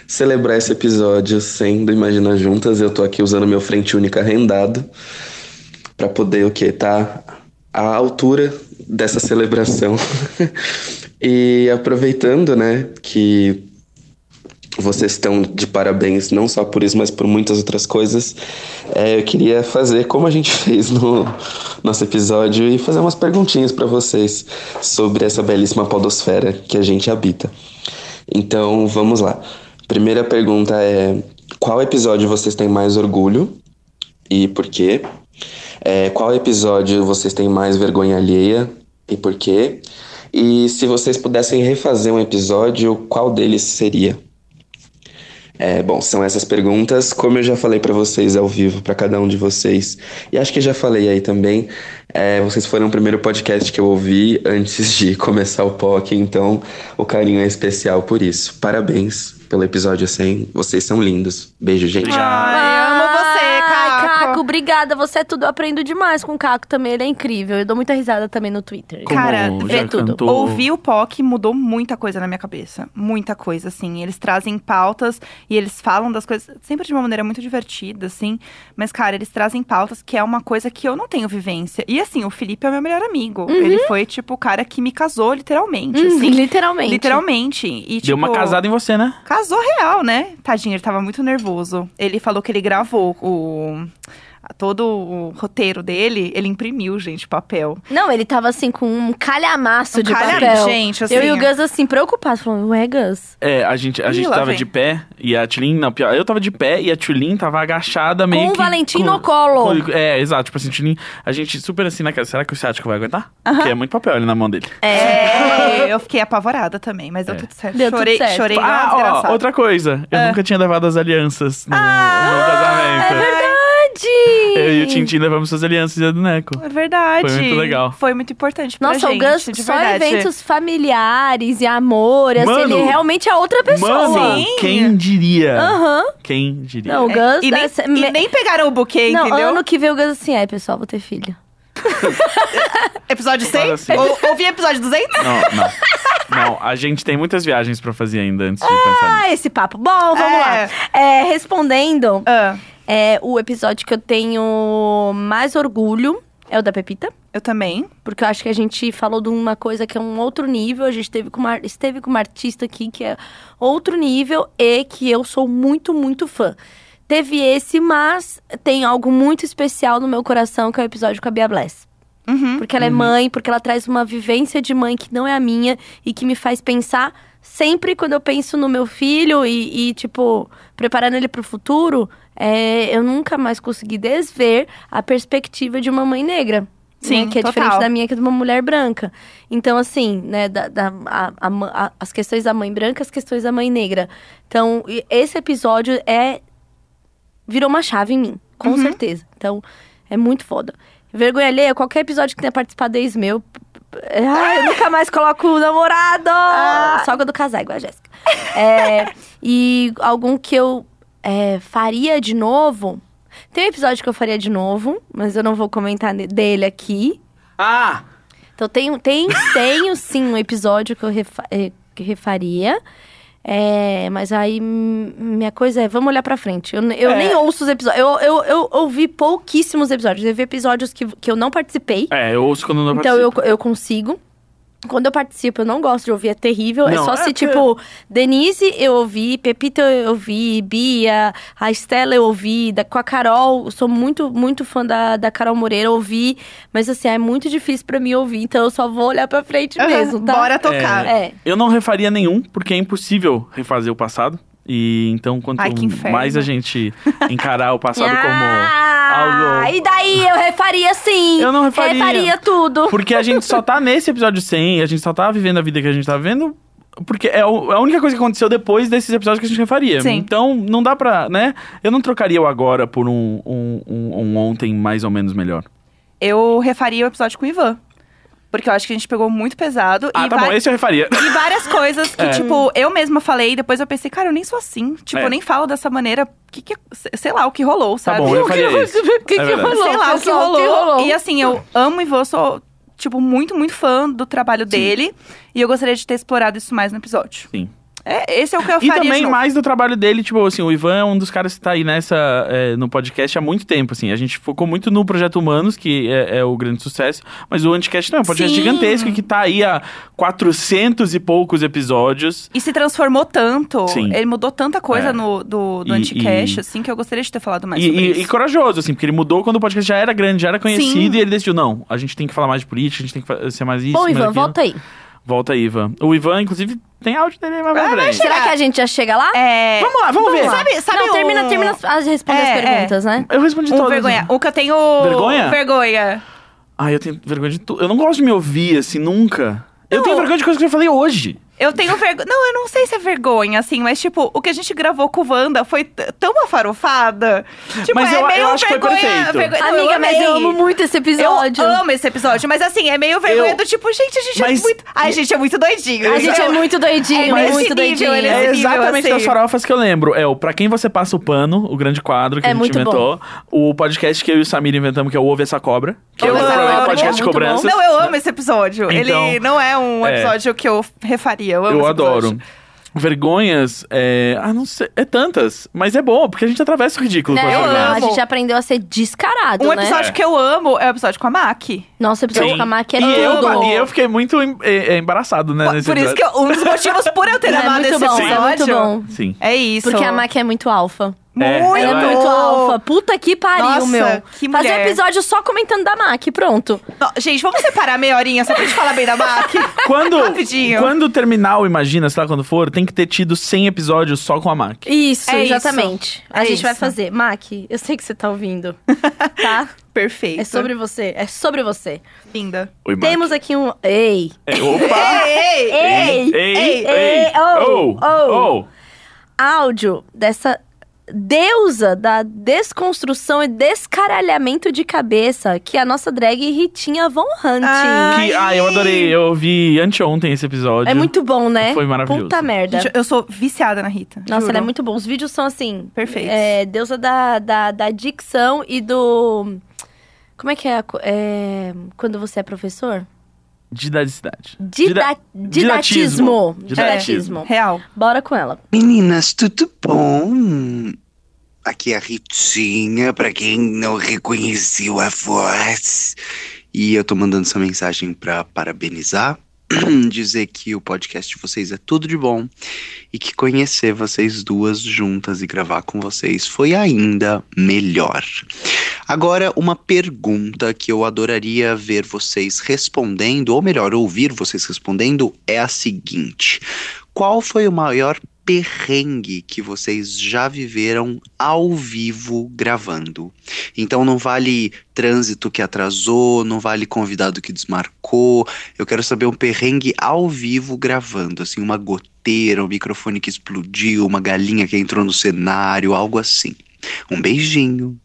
[SPEAKER 10] Celebrar esse episódio sendo Imagina Juntas, eu tô aqui usando meu frente única rendado pra poder o quê? Tá à altura dessa celebração. E aproveitando, né, que vocês estão de parabéns, não só por isso, mas por muitas outras coisas. É, eu queria fazer como a gente fez no nosso episódio e fazer umas perguntinhas para vocês sobre essa belíssima podosfera que a gente habita. Então, vamos lá. Primeira pergunta é: qual episódio vocês têm mais orgulho e por quê? É, qual episódio vocês têm mais vergonha alheia e por quê? E se vocês pudessem refazer um episódio, qual deles seria? É, bom, são essas perguntas. Como eu já falei pra vocês ao vivo, pra cada um de vocês, e acho que já falei aí também, é, vocês foram o primeiro podcast que eu ouvi antes de começar o POC, então o carinho é especial por isso. Parabéns pelo episódio 100, vocês são lindos. Beijo, gente.
[SPEAKER 2] Ai, eu amo você,
[SPEAKER 1] Ai,
[SPEAKER 2] Caco.
[SPEAKER 1] Caco, obrigada. Você é tudo. Eu aprendo demais com o Caco também. Ele é incrível. Eu dou muita risada também no Twitter.
[SPEAKER 3] Como
[SPEAKER 2] Cara,
[SPEAKER 3] já
[SPEAKER 1] vê tudo.
[SPEAKER 3] cantou-
[SPEAKER 2] Ouvir o POC mudou muita coisa na minha cabeça. Muita coisa, assim. Eles trazem pautas e eles falam das coisas sempre de uma maneira muito divertida, assim. Mas, cara, eles trazem pautas que é uma coisa que eu não tenho vivência. E, assim, o Felipe é o meu melhor amigo. Ele foi, tipo, o cara que me casou, literalmente.
[SPEAKER 1] Hum,
[SPEAKER 2] assim.
[SPEAKER 1] literalmente.
[SPEAKER 2] Literalmente. E, tipo,
[SPEAKER 3] Deu uma casada em você, né?
[SPEAKER 2] Casou real, né? Tadinho, ele tava muito nervoso. Ele falou que ele gravou o. Todo o roteiro dele, ele imprimiu, gente, papel.
[SPEAKER 1] Não, ele tava assim com um calhamaço
[SPEAKER 2] Um
[SPEAKER 1] de
[SPEAKER 2] calha-
[SPEAKER 1] papel.
[SPEAKER 2] gente, assim,
[SPEAKER 1] eu e o
[SPEAKER 2] é.
[SPEAKER 1] Gus assim preocupados, falando, ué, Gus.
[SPEAKER 3] É, a gente, a
[SPEAKER 2] Ih,
[SPEAKER 3] gente
[SPEAKER 2] lá
[SPEAKER 3] tava
[SPEAKER 2] vem.
[SPEAKER 3] de pé e a Tulin, não, pior, eu tava de pé e a Tulin tava agachada meio
[SPEAKER 1] Com o
[SPEAKER 3] que...
[SPEAKER 1] Valentim no colo.
[SPEAKER 3] com- é, exato, tipo assim, Tulin, a gente super assim naquela, será que o ciático vai aguentar? Porque é muito papel ali na mão dele.
[SPEAKER 2] É, eu fiquei apavorada também, mas deu
[SPEAKER 3] É.
[SPEAKER 2] tudo certo.
[SPEAKER 1] Deu tudo
[SPEAKER 2] chorei,
[SPEAKER 1] certo.
[SPEAKER 2] chorei igual uma
[SPEAKER 3] ah, ó,
[SPEAKER 2] desgraçada.
[SPEAKER 3] outra coisa, eu
[SPEAKER 1] É.
[SPEAKER 3] nunca tinha levado as alianças no,
[SPEAKER 1] Ah,
[SPEAKER 3] no casamento.
[SPEAKER 1] Verdade!
[SPEAKER 3] Eu e o Tintin levamos suas alianças e a do Neco.
[SPEAKER 2] É verdade.
[SPEAKER 3] Foi muito legal.
[SPEAKER 2] Foi muito importante pra
[SPEAKER 1] Nossa,
[SPEAKER 2] gente,
[SPEAKER 1] o Gus
[SPEAKER 2] de
[SPEAKER 1] só
[SPEAKER 2] verdade.
[SPEAKER 1] eventos familiares e amor, assim,
[SPEAKER 3] Mano,
[SPEAKER 1] ele realmente é outra pessoa.
[SPEAKER 3] Mano,
[SPEAKER 2] Sim. É,
[SPEAKER 3] quem diria?
[SPEAKER 1] Aham.
[SPEAKER 3] Quem diria?
[SPEAKER 1] Não, o Gus.
[SPEAKER 2] E nem,
[SPEAKER 1] essa-
[SPEAKER 2] e
[SPEAKER 1] me-
[SPEAKER 2] nem pegaram o buquê,
[SPEAKER 1] não,
[SPEAKER 2] entendeu?
[SPEAKER 1] ano que vem o Gus assim, é, pessoal, vou ter filho.
[SPEAKER 2] Episódio
[SPEAKER 3] Fala assim.
[SPEAKER 2] 100? Ou, ouvi episódio 200?
[SPEAKER 3] Não, não. Não, a gente tem muitas viagens pra fazer ainda antes de pensar nisso.
[SPEAKER 1] Ah, esse papo. Bom, vamos
[SPEAKER 2] É.
[SPEAKER 1] lá. É, respondendo,
[SPEAKER 2] Ah,
[SPEAKER 1] É, o episódio que eu tenho mais orgulho é o da Pepita.
[SPEAKER 2] Eu também.
[SPEAKER 1] Porque eu acho que a gente falou de uma coisa que é um outro nível. A gente teve com uma, esteve com uma artista aqui que é outro nível e que eu sou muito, muito fã. Teve esse, mas tem algo muito especial no meu coração, que é o episódio com a Bia Bless.
[SPEAKER 2] Uhum.
[SPEAKER 1] Porque ela é mãe, porque ela traz uma vivência de mãe que não é a minha e que me faz pensar sempre quando eu penso no meu filho e, e, tipo, preparando ele pro futuro, é, eu nunca mais consegui desver a perspectiva de uma mãe negra.
[SPEAKER 2] Sim,
[SPEAKER 1] né, que é
[SPEAKER 2] total.
[SPEAKER 1] diferente da minha que é de uma mulher branca. Então, assim, né, da, da- a- a ma- a- as questões da mãe branca, as questões da mãe negra. Então, e- esse episódio é. virou uma chave em mim, com certeza. Então, é muito foda. Vergonha alheia, qualquer episódio que tenha participado é meu. Ai, eu nunca mais coloco o namorado! Só quando casar, igual a Jéssica. É, e algum que eu é, faria de novo. Tem um episódio que eu faria de novo, mas eu não vou comentar ne- dele aqui.
[SPEAKER 3] Ah!
[SPEAKER 1] Então tem, tem, tenho sim um episódio que eu refa- eh, que refaria. É, mas aí hum, minha coisa é, vamos olhar pra frente. Eu, eu nem ouço os episódios. Eu, eu, eu ouvi pouquíssimos episódios. Teve episódios que, que eu não participei.
[SPEAKER 3] É, eu ouço quando não
[SPEAKER 1] então
[SPEAKER 3] participo.
[SPEAKER 1] eu, eu consigo. Quando eu participo, eu não gosto de ouvir, é terrível. é
[SPEAKER 3] Não,
[SPEAKER 1] só
[SPEAKER 3] é
[SPEAKER 1] se,
[SPEAKER 3] porque-
[SPEAKER 1] tipo, Denise eu ouvi, Pepita eu ouvi, Bia, a Estela eu ouvi, da, com a Carol, eu sou muito, muito fã da, da Carol Moreira, eu ouvi, mas assim, é muito difícil pra mim ouvir, então eu só vou olhar pra frente mesmo, tá?
[SPEAKER 2] Bora tocar.
[SPEAKER 1] É.
[SPEAKER 3] Eu não refaria nenhum, porque é impossível refazer o passado. E então, quanto
[SPEAKER 2] Ai, que inferno.
[SPEAKER 3] mais a gente encarar o passado como.
[SPEAKER 1] ah,
[SPEAKER 3] algo-
[SPEAKER 1] e daí eu refaria sim.
[SPEAKER 3] Eu não refaria.
[SPEAKER 1] Refaria tudo.
[SPEAKER 3] Porque a gente só tá nesse episódio 100, a gente só tá vivendo a vida que a gente tá vivendo. Porque é o- é a única coisa que aconteceu depois desses episódios que a gente refaria.
[SPEAKER 2] Sim.
[SPEAKER 3] Então, não dá pra, né? Eu não trocaria o agora por um, um- um- um ontem mais ou menos melhor.
[SPEAKER 2] Eu refaria o episódio com o Ivan. Porque eu acho que a gente pegou muito pesado.
[SPEAKER 3] Ah,
[SPEAKER 2] e
[SPEAKER 3] tá
[SPEAKER 2] vai-
[SPEAKER 3] bom, esse eu refaria.
[SPEAKER 2] E várias coisas que, tipo, eu mesma falei, depois eu pensei, cara, eu nem sou assim. Tipo,
[SPEAKER 3] É.
[SPEAKER 2] eu nem falo dessa maneira. Que que, sei lá, o que rolou,
[SPEAKER 3] Tá
[SPEAKER 2] sabe?
[SPEAKER 3] bom, eu refaria isso.
[SPEAKER 1] O que,
[SPEAKER 3] É
[SPEAKER 1] que
[SPEAKER 3] verdade.
[SPEAKER 1] rolou?
[SPEAKER 2] sei lá o que
[SPEAKER 1] pessoal?
[SPEAKER 2] rolou. E assim, eu amo o Ivan, sou, tipo, muito, muito fã do trabalho dele. E eu gostaria de ter explorado isso mais no episódio.
[SPEAKER 3] Sim.
[SPEAKER 2] É, esse é o que eu
[SPEAKER 3] E
[SPEAKER 2] faria. de
[SPEAKER 3] também
[SPEAKER 2] novo.
[SPEAKER 3] mais do trabalho dele, tipo assim, o Ivan é um dos caras que tá aí nessa, é, no podcast há muito tempo, assim. A gente focou muito no Projeto Humanos, que é, é o grande sucesso, mas o Anticast não, é um podcast
[SPEAKER 2] Sim.
[SPEAKER 3] gigantesco que tá aí há 400 e poucos episódios.
[SPEAKER 2] E se transformou tanto.
[SPEAKER 3] Sim.
[SPEAKER 2] Ele mudou tanta coisa
[SPEAKER 3] É.
[SPEAKER 2] no, do, do
[SPEAKER 3] E-
[SPEAKER 2] anticast,
[SPEAKER 3] e-
[SPEAKER 2] assim, que eu gostaria de ter falado mais
[SPEAKER 3] E,
[SPEAKER 2] sobre
[SPEAKER 3] e-
[SPEAKER 2] isso.
[SPEAKER 3] e corajoso, assim, porque ele mudou quando o podcast já era grande, já era conhecido,
[SPEAKER 2] Sim.
[SPEAKER 3] e ele decidiu, não, a gente tem que falar mais de política, a gente tem que fa- ser mais isso.
[SPEAKER 1] Bom,
[SPEAKER 3] mais
[SPEAKER 1] Ivan,
[SPEAKER 3] aquilo.
[SPEAKER 1] volta aí.
[SPEAKER 3] Volta aí, Ivan. O Ivan, inclusive, tem áudio dele
[SPEAKER 2] Ah,
[SPEAKER 3] mais pra frente.
[SPEAKER 1] Será que a gente já chega lá?
[SPEAKER 2] É...
[SPEAKER 3] Vamos lá, vamos, ver.
[SPEAKER 2] Sabe, sabe
[SPEAKER 1] não,
[SPEAKER 2] um-
[SPEAKER 1] termina, termina as- as, responder
[SPEAKER 2] É,
[SPEAKER 1] as perguntas, né?
[SPEAKER 3] Eu respondi
[SPEAKER 2] Um
[SPEAKER 3] todas.
[SPEAKER 2] vergonha. O que eu tenho...
[SPEAKER 3] Vergonha?
[SPEAKER 2] Vergonha.
[SPEAKER 3] Ai, eu tenho vergonha de tudo. Eu não gosto de me ouvir, assim, nunca. Eu
[SPEAKER 2] Não.
[SPEAKER 3] tenho vergonha de coisa que eu falei hoje.
[SPEAKER 2] Eu tenho vergonha... Não, eu não sei se é vergonha, assim, mas, tipo, o que a gente gravou com o Wanda foi t- tão uma farofada. Tipo,
[SPEAKER 3] Mas
[SPEAKER 2] é
[SPEAKER 3] eu- eu
[SPEAKER 2] meio
[SPEAKER 3] acho que foi
[SPEAKER 2] vergonha...
[SPEAKER 3] perfeito.
[SPEAKER 2] vergonha- Não,
[SPEAKER 1] Amiga, mas eu
[SPEAKER 2] amei.
[SPEAKER 1] amo muito esse episódio.
[SPEAKER 2] Eu amo esse episódio, mas assim, é meio vergonha
[SPEAKER 3] Eu-
[SPEAKER 2] do tipo, gente, a gente
[SPEAKER 3] Mas-
[SPEAKER 2] é muito. Ai, a gente é muito doidinho.
[SPEAKER 1] A gente é
[SPEAKER 2] Eu-
[SPEAKER 1] muito doidinho,
[SPEAKER 2] É nesse
[SPEAKER 1] muito
[SPEAKER 2] nível,
[SPEAKER 1] doidinho.
[SPEAKER 2] ele
[SPEAKER 3] É
[SPEAKER 2] Esse nível,
[SPEAKER 3] exatamente
[SPEAKER 2] assim.
[SPEAKER 3] das farofas que eu lembro. É o Pra Quem Você Passa o Pano, o grande quadro que
[SPEAKER 1] É
[SPEAKER 3] a gente
[SPEAKER 1] muito
[SPEAKER 3] inventou. O podcast que eu e o Samir inventamos, que é o Ouve Essa Cobra. Que é
[SPEAKER 2] Eu
[SPEAKER 3] o
[SPEAKER 2] amo,
[SPEAKER 3] programa
[SPEAKER 2] eu
[SPEAKER 3] podcast
[SPEAKER 2] amo,
[SPEAKER 3] de
[SPEAKER 1] muito bom.
[SPEAKER 3] cobranças.
[SPEAKER 2] Não, eu amo esse episódio. Ele
[SPEAKER 3] Então,
[SPEAKER 2] não é um
[SPEAKER 3] é.
[SPEAKER 2] episódio que eu refaria. Eu, amo
[SPEAKER 3] Eu
[SPEAKER 2] esse
[SPEAKER 3] adoro.
[SPEAKER 2] episódio.
[SPEAKER 3] Vergonhas, é... Ah, não sei, é tantas. Mas é bom, porque a gente atravessa o ridículo. com as
[SPEAKER 1] Né?
[SPEAKER 2] eu
[SPEAKER 3] vergonhas.
[SPEAKER 2] amo.
[SPEAKER 1] A gente aprendeu a ser descarado,
[SPEAKER 2] Um
[SPEAKER 1] né?
[SPEAKER 2] episódio
[SPEAKER 3] É.
[SPEAKER 2] que eu amo é o episódio com a Mac.
[SPEAKER 1] Nossa, o episódio
[SPEAKER 3] Sim.
[SPEAKER 1] com a Maqui é
[SPEAKER 3] e, eu,
[SPEAKER 1] tudo.
[SPEAKER 3] e eu fiquei muito em- é- é embaraçado, né? nesse
[SPEAKER 2] Por isso que
[SPEAKER 3] episódio.
[SPEAKER 2] eu- um dos motivos por eu ter
[SPEAKER 1] é
[SPEAKER 2] amado
[SPEAKER 1] muito
[SPEAKER 2] esse
[SPEAKER 1] bom,
[SPEAKER 2] episódio
[SPEAKER 1] é muito bom.
[SPEAKER 3] Sim.
[SPEAKER 2] é isso.
[SPEAKER 1] Porque a Maqui é muito alfa.
[SPEAKER 3] É,
[SPEAKER 2] Muito!
[SPEAKER 1] Ela é muito alfa. Puta que pariu,
[SPEAKER 2] Nossa,
[SPEAKER 1] meu.
[SPEAKER 2] que
[SPEAKER 1] Fazer um
[SPEAKER 2] mulher.
[SPEAKER 1] episódio só comentando da Maqui, pronto.
[SPEAKER 2] Não, gente, vamos separar meia horinha só pra gente falar bem da Mac.
[SPEAKER 3] Quando,
[SPEAKER 2] Rapidinho.
[SPEAKER 3] quando terminar o Imagina, sei lá quando for, tem que ter tido 100 episódios só com a Mac.
[SPEAKER 1] Isso,
[SPEAKER 2] É isso.
[SPEAKER 1] exatamente. A
[SPEAKER 2] É
[SPEAKER 1] gente vai
[SPEAKER 2] isso.
[SPEAKER 1] fazer. Maqui, eu sei que você tá ouvindo. tá?
[SPEAKER 2] Perfeito.
[SPEAKER 1] É sobre você. É sobre você.
[SPEAKER 2] Linda.
[SPEAKER 3] Oi, Mac.
[SPEAKER 1] Temos aqui um. Ei!
[SPEAKER 3] É, opa!
[SPEAKER 2] Ei, ei,
[SPEAKER 1] Ei!
[SPEAKER 3] ei,
[SPEAKER 1] ei,
[SPEAKER 3] oh,
[SPEAKER 1] oh,
[SPEAKER 3] oh.
[SPEAKER 1] áudio dessa deusa da desconstrução e descaralhamento de cabeça, que é a nossa drag Ritinha Von Hunt.
[SPEAKER 2] Ah,
[SPEAKER 3] Que, ah, eu adorei. Eu ouvi anteontem esse episódio.
[SPEAKER 1] é muito bom, né?
[SPEAKER 3] Foi maravilhoso.
[SPEAKER 1] Puta merda.
[SPEAKER 2] Gente, eu sou viciada na Rita.
[SPEAKER 1] Nossa,
[SPEAKER 2] juro.
[SPEAKER 1] ela é muito bom. Os vídeos são assim.
[SPEAKER 2] Perfeitos.
[SPEAKER 1] É, deusa da, da, da dicção e do. Como é que é, a co- é, quando você é professor?
[SPEAKER 3] Didaticidade.
[SPEAKER 1] Dida-
[SPEAKER 3] didatismo.
[SPEAKER 1] didatismo.
[SPEAKER 3] Didatismo.
[SPEAKER 1] É. Didatismo.
[SPEAKER 2] Real.
[SPEAKER 1] Bora com ela.
[SPEAKER 11] Meninas, tudo bom? Tá aqui a Ritinha, pra quem não reconheceu a voz. E eu tô mandando essa mensagem pra parabenizar, dizer que o podcast de vocês é tudo de bom e que conhecer vocês duas juntas e gravar com vocês foi ainda melhor. Agora, uma pergunta que eu adoraria ver vocês respondendo, ou melhor, ouvir vocês respondendo, é a seguinte: Qual foi o maior perrengue que vocês já viveram ao vivo gravando? Então, não vale trânsito que atrasou, não vale convidado que desmarcou. Eu quero saber um perrengue ao vivo gravando, assim, uma goteira, um microfone que explodiu, uma galinha que entrou no cenário, algo assim. Um beijinho.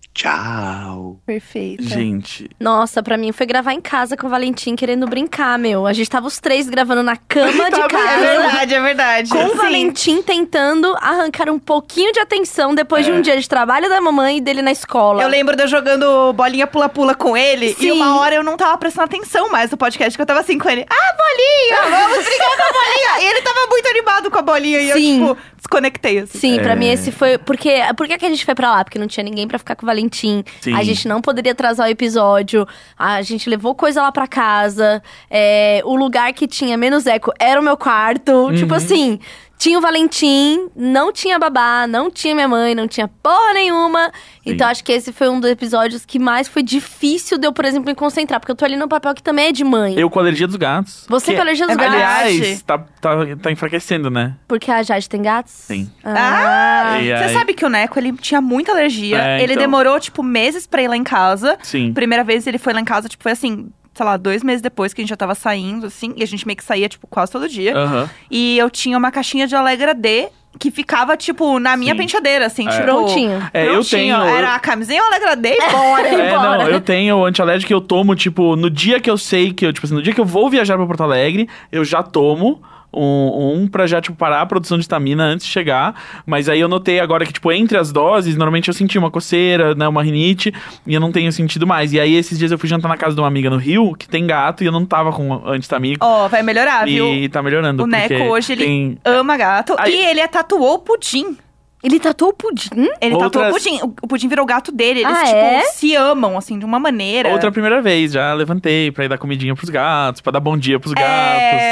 [SPEAKER 11] Tchau.
[SPEAKER 2] Perfeito.
[SPEAKER 3] Gente,
[SPEAKER 1] Nossa, pra mim foi gravar em casa com o Valentim querendo brincar, meu. A gente tava os três gravando na cama de
[SPEAKER 2] É
[SPEAKER 1] casa.
[SPEAKER 2] verdade, é verdade.
[SPEAKER 1] Com o
[SPEAKER 2] Sim.
[SPEAKER 1] Valentim tentando arrancar um pouquinho de atenção depois
[SPEAKER 3] É.
[SPEAKER 1] de um dia de trabalho da mamãe e dele na escola.
[SPEAKER 2] Eu lembro de eu jogando bolinha pula-pula com ele.
[SPEAKER 1] Sim.
[SPEAKER 2] E uma hora eu não tava prestando atenção mais no podcast, que eu tava assim com ele. Ah, bolinha! Vamos brincar com a bolinha! E ele tava muito animado com a bolinha. E
[SPEAKER 1] Sim.
[SPEAKER 2] eu, tipo, desconectei, assim.
[SPEAKER 1] Sim, pra mim esse foi. Porque, por que que a gente foi pra lá? Porque não tinha ninguém pra ficar com o Valentim.
[SPEAKER 3] Sim.
[SPEAKER 1] A gente não poderia atrasar o episódio. A gente levou coisa lá pra casa. É, o lugar que tinha menos eco era o meu quarto. Tipo assim, tinha o Valentim, não tinha babá, não tinha minha mãe, não tinha porra nenhuma. Então acho que esse foi um dos episódios que mais foi difícil de eu, por exemplo, me concentrar. Porque eu tô ali no papel que também é de mãe.
[SPEAKER 3] eu com alergia dos gatos.
[SPEAKER 1] Você
[SPEAKER 3] Que-
[SPEAKER 1] com alergia dos
[SPEAKER 2] é verdade.
[SPEAKER 3] Aliás, tá, tá, tá enfraquecendo, né?
[SPEAKER 1] Porque a Jade tem gatos?
[SPEAKER 3] Sim.
[SPEAKER 2] Ah!
[SPEAKER 3] E
[SPEAKER 2] Você
[SPEAKER 3] aí?
[SPEAKER 2] sabe que o Neco, ele tinha muita alergia.
[SPEAKER 3] É,
[SPEAKER 2] ele
[SPEAKER 3] então.
[SPEAKER 2] demorou, tipo, meses pra ir lá em casa.
[SPEAKER 3] Sim.
[SPEAKER 2] Primeira vez ele foi lá em casa, tipo, foi assim, sei lá, dois meses depois que a gente já tava saindo, assim. E a gente meio que saía, tipo, quase todo dia.
[SPEAKER 3] Aham.
[SPEAKER 2] E eu tinha uma caixinha de Alegra D que ficava, tipo, na minha
[SPEAKER 3] Sim.
[SPEAKER 2] penteadeira, assim, tipo.
[SPEAKER 1] Prontinho.
[SPEAKER 3] É, eu
[SPEAKER 2] prontinho.
[SPEAKER 3] tenho.
[SPEAKER 2] Era a camisinha Alegra D e bora.
[SPEAKER 3] É,
[SPEAKER 1] embora.
[SPEAKER 3] não, eu tenho antialérgico que eu tomo, tipo, no dia que eu sei que eu, tipo assim, no dia que eu vou viajar pra Porto Alegre, eu já tomo um, um pra já, tipo, parar a produção de estamina antes de chegar. Mas aí eu notei agora que, tipo, entre as doses, normalmente eu senti uma coceira, né, uma rinite, e eu não tenho sentido mais. E aí esses dias eu fui jantar na casa de uma amiga no Rio, que tem gato, e eu não tava com antistamínico.
[SPEAKER 2] Ó, vai melhorar, viu?
[SPEAKER 3] e tá melhorando.
[SPEAKER 2] O Neco
[SPEAKER 3] porque
[SPEAKER 2] hoje, ele
[SPEAKER 3] tem-
[SPEAKER 2] ama gato.
[SPEAKER 3] Aí-
[SPEAKER 2] E ele tatuou o pudim.
[SPEAKER 1] Ele tratou o pudim? Hum?
[SPEAKER 2] Ele tatuou o
[SPEAKER 3] Outras-
[SPEAKER 2] pudim. O o pudim virou o gato dele. Eles,
[SPEAKER 1] Ah,
[SPEAKER 2] tipo,
[SPEAKER 1] é?
[SPEAKER 2] se amam, assim, de uma maneira.
[SPEAKER 3] Outra primeira vez, já levantei pra ir dar comidinha pros gatos, pra dar bom dia pros
[SPEAKER 2] É,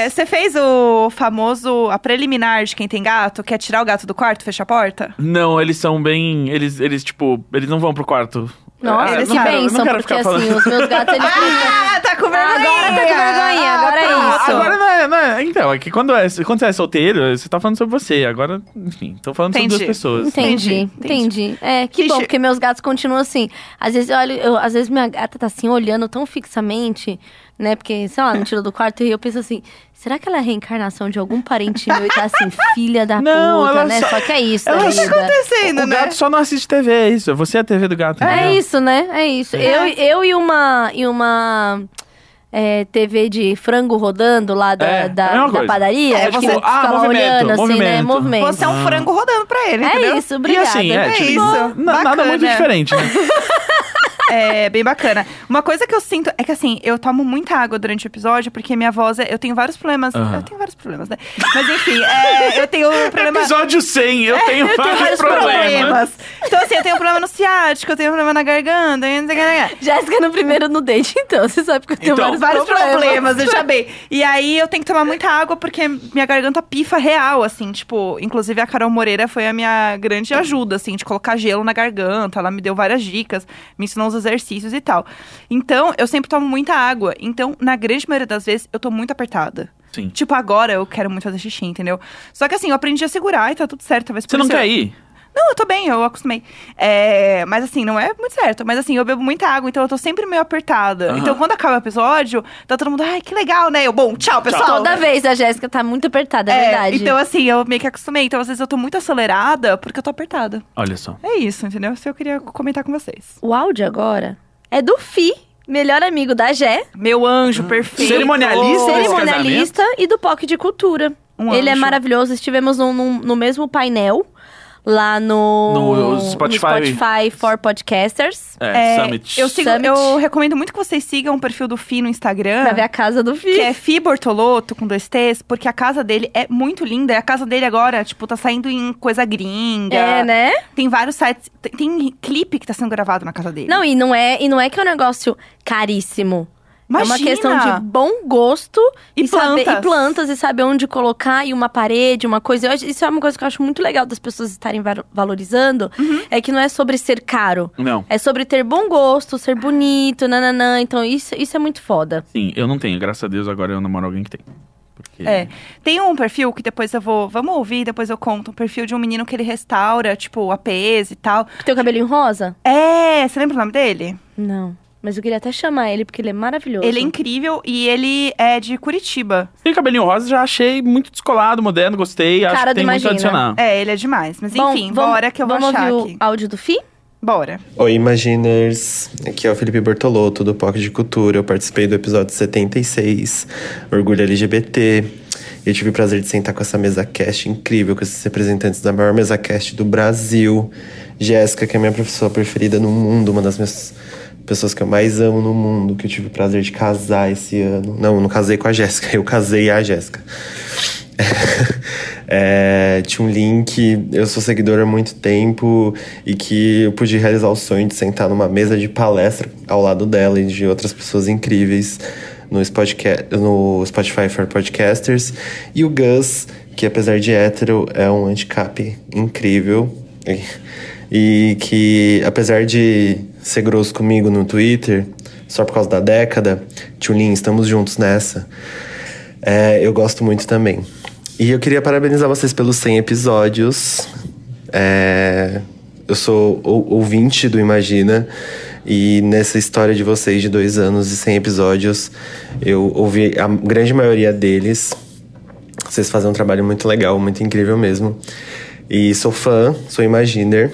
[SPEAKER 3] gatos.
[SPEAKER 2] você fez o famoso, a preliminar de quem tem gato, que é tirar o gato do quarto, fechar a porta?
[SPEAKER 3] Não, eles são bem. Eles, eles, tipo, eles não vão pro quarto.
[SPEAKER 1] Nossa,
[SPEAKER 3] eu
[SPEAKER 1] que
[SPEAKER 3] não quero- eu
[SPEAKER 1] bênção,
[SPEAKER 3] não quero
[SPEAKER 1] porque
[SPEAKER 3] ficar falando.
[SPEAKER 1] assim, os meus gatos, eles precisam...
[SPEAKER 2] Ah, tá com vergonha!
[SPEAKER 1] Agora tá com vergonha, agora é
[SPEAKER 2] Ah,
[SPEAKER 1] isso.
[SPEAKER 3] Agora não é, não é- Então, é que quando, é, quando você é solteiro, você tá falando sobre você. Agora, enfim, tô falando
[SPEAKER 2] Entendi.
[SPEAKER 3] sobre duas pessoas.
[SPEAKER 1] Entendi, entendi, É, que bom,
[SPEAKER 2] Ixi.
[SPEAKER 1] porque meus gatos continuam assim. Às vezes, eu olho, eu- às vezes minha gata tá assim, olhando tão fixamente, né? Porque, sei lá, não tirou do quarto e eu penso assim, será que ela é a reencarnação de algum parente meu e tá assim, filha da
[SPEAKER 3] Não,
[SPEAKER 1] puta,
[SPEAKER 3] ela
[SPEAKER 1] né? Só...
[SPEAKER 3] só-
[SPEAKER 1] que é isso,
[SPEAKER 3] ela
[SPEAKER 1] né,
[SPEAKER 3] só- tá
[SPEAKER 1] vida.
[SPEAKER 2] acontecendo,
[SPEAKER 3] O
[SPEAKER 2] né?
[SPEAKER 3] gato só não assiste TV, é isso. Você é a TV do gato.
[SPEAKER 1] É
[SPEAKER 3] entendeu?
[SPEAKER 1] isso, né? É isso. Eu, eu e uma. E uma é, TV de frango rodando lá da,
[SPEAKER 3] É,
[SPEAKER 1] da,
[SPEAKER 3] é a mesma
[SPEAKER 1] da
[SPEAKER 3] coisa.
[SPEAKER 1] padaria.
[SPEAKER 2] É,
[SPEAKER 1] acho que
[SPEAKER 2] você-
[SPEAKER 1] fica
[SPEAKER 3] ah,
[SPEAKER 1] lá
[SPEAKER 3] movimento,
[SPEAKER 1] olhando, assim, né?
[SPEAKER 3] movimento.
[SPEAKER 1] Movimento.
[SPEAKER 2] Você é um frango rodando pra ele, entendeu?
[SPEAKER 1] É isso, obrigada.
[SPEAKER 3] E assim, é,
[SPEAKER 2] É
[SPEAKER 3] tipo,
[SPEAKER 2] isso,
[SPEAKER 3] n- nada
[SPEAKER 2] bacana.
[SPEAKER 3] muito diferente, né?
[SPEAKER 2] É, bem bacana. Uma coisa que eu sinto é que assim, eu tomo muita água durante o episódio, porque minha voz é. Eu tenho vários problemas.
[SPEAKER 3] Aham.
[SPEAKER 2] Eu tenho vários problemas, né? Mas enfim, é, eu tenho um problema.
[SPEAKER 3] Episódio 100,
[SPEAKER 2] É,
[SPEAKER 3] É, eu tenho vários problemas.
[SPEAKER 2] Então, assim, eu tenho um problema no ciático, eu tenho um problema na garganta. e não sei o que, não sei o que.
[SPEAKER 1] Jéssica no primeiro no date, então. Você sabe que eu tenho
[SPEAKER 3] Então,
[SPEAKER 1] vários,
[SPEAKER 2] Vários
[SPEAKER 1] problemas.
[SPEAKER 2] problemas, eu já bem. E aí eu tenho que tomar muita água porque minha garganta pifa real, assim, tipo, inclusive a Carol Moreira foi a minha grande ajuda, assim, de colocar gelo na garganta. Ela me deu várias dicas, me ensinou os exercícios e tal. Então, eu sempre tomo muita água. Então, na grande maioria das vezes, eu tô muito apertada.
[SPEAKER 3] Sim.
[SPEAKER 2] Tipo, agora eu quero muito fazer xixi, entendeu? Só que assim, eu aprendi a segurar e tá tudo certo. Talvez
[SPEAKER 3] Você
[SPEAKER 2] por
[SPEAKER 3] não
[SPEAKER 2] isso eu-
[SPEAKER 3] quer ir?
[SPEAKER 2] não, eu tô bem, eu acostumei. É, mas assim, não é muito certo. Mas assim, eu bebo muita água, então eu tô sempre meio apertada.
[SPEAKER 3] Aham.
[SPEAKER 2] Então quando acaba o episódio, tá todo mundo, ai, que legal, né? Eu, bom, tchau, pessoal.
[SPEAKER 1] Toda vez a Jéssica tá muito apertada, é,
[SPEAKER 2] É,
[SPEAKER 1] verdade.
[SPEAKER 2] Então assim, eu meio que acostumei. Então às vezes eu tô muito acelerada porque eu tô apertada.
[SPEAKER 3] Olha só.
[SPEAKER 2] É isso, entendeu? Isso eu queria comentar com vocês.
[SPEAKER 1] O áudio agora é do Fi, melhor amigo da Jé,
[SPEAKER 2] Meu anjo perfeito.
[SPEAKER 3] Cerimonialista? Esse
[SPEAKER 1] cerimonialista e do POC de Cultura.
[SPEAKER 2] Um
[SPEAKER 1] Ele é
[SPEAKER 2] anjo.
[SPEAKER 1] maravilhoso. Estivemos num- num- no mesmo painel. lá no,
[SPEAKER 3] No Spotify.
[SPEAKER 1] Spotify for Podcasters.
[SPEAKER 3] É,
[SPEAKER 2] É,
[SPEAKER 3] Summit.
[SPEAKER 2] Eu, sigo-
[SPEAKER 1] Summit.
[SPEAKER 2] eu recomendo muito que vocês sigam o perfil do Fi no Instagram.
[SPEAKER 1] Pra ver a casa do
[SPEAKER 2] Que
[SPEAKER 1] Fih.
[SPEAKER 2] é Fi Bortoloto com dois T's, porque a casa dele é muito linda. E a casa dele agora, tipo, tá saindo em coisa gringa.
[SPEAKER 1] É, né?
[SPEAKER 2] Tem vários sites. Tem, tem clipe que tá sendo gravado na casa dele.
[SPEAKER 1] Não, e não é, e não é que é um negócio caríssimo. É uma
[SPEAKER 2] Imagina!
[SPEAKER 1] questão de bom gosto
[SPEAKER 2] E
[SPEAKER 1] saber-
[SPEAKER 2] plantas.
[SPEAKER 1] e plantas e saber onde colocar e uma parede, uma coisa. Eu acho- isso é uma coisa que eu acho muito legal das pessoas estarem va- valorizando.
[SPEAKER 2] Uhum.
[SPEAKER 1] É que não é sobre ser caro.
[SPEAKER 3] Não.
[SPEAKER 1] É sobre ter bom gosto, ser bonito, nananã. Então, isso, isso é muito foda.
[SPEAKER 3] Sim, eu não tenho. Graças a Deus agora eu namoro alguém que tem. Porque...
[SPEAKER 2] É. Tem um perfil que depois eu vou. Vamos ouvir, depois eu conto. Um perfil de um menino que ele restaura, tipo, APs e tal.
[SPEAKER 1] Tem o cabelinho rosa?
[SPEAKER 2] É, você lembra o nome dele?
[SPEAKER 1] Não. Mas eu queria até chamar ele, porque ele é maravilhoso.
[SPEAKER 2] Ele é incrível e ele é de Curitiba.
[SPEAKER 3] E cabelinho rosa já achei muito descolado, moderno, gostei. Acho
[SPEAKER 1] Cara
[SPEAKER 3] que
[SPEAKER 1] do
[SPEAKER 3] tem muito a
[SPEAKER 1] Imagina.
[SPEAKER 3] adicionar.
[SPEAKER 2] É, ele é demais. Mas
[SPEAKER 1] Bom,
[SPEAKER 2] enfim,
[SPEAKER 1] vamos-
[SPEAKER 2] bora que eu vou
[SPEAKER 1] vamos
[SPEAKER 2] achar
[SPEAKER 1] ouvir
[SPEAKER 2] aqui.
[SPEAKER 1] o áudio do Fi?
[SPEAKER 2] Bora.
[SPEAKER 12] Oi, Imaginers! Aqui é o Felipe Bortolotto, do POC de Cultura. Eu participei do episódio 76, Orgulho LGBT. Eu tive o prazer de sentar com essa mesa cast incrível, com esses representantes da maior mesa cast do Brasil. Jéssica, que é a minha professora preferida no mundo, uma das minhas pessoas que eu mais amo no mundo, que eu tive o prazer de casar esse ano. Não, eu não casei com a Jéssica, eu casei a Jéssica. É, tinha um link, eu sou seguidora há muito tempo e que eu pude realizar o sonho de sentar numa mesa de palestra ao lado dela e de outras pessoas incríveis no, Spotca- no Spotify for Podcasters. E o Gus, que apesar de hétero, é um handicap incrível e, e que apesar de ser grosso comigo no Twitter, só por causa da década, Tulin, estamos juntos nessa. É, eu gosto muito também. E eu queria parabenizar vocês pelos 100 episódios. É, eu sou ou- ouvinte do Imagina. E nessa história de vocês de dois anos e 100 episódios, eu ouvi a grande maioria deles. Vocês fazem um trabalho muito legal, muito incrível mesmo. E sou fã, sou Imaginer.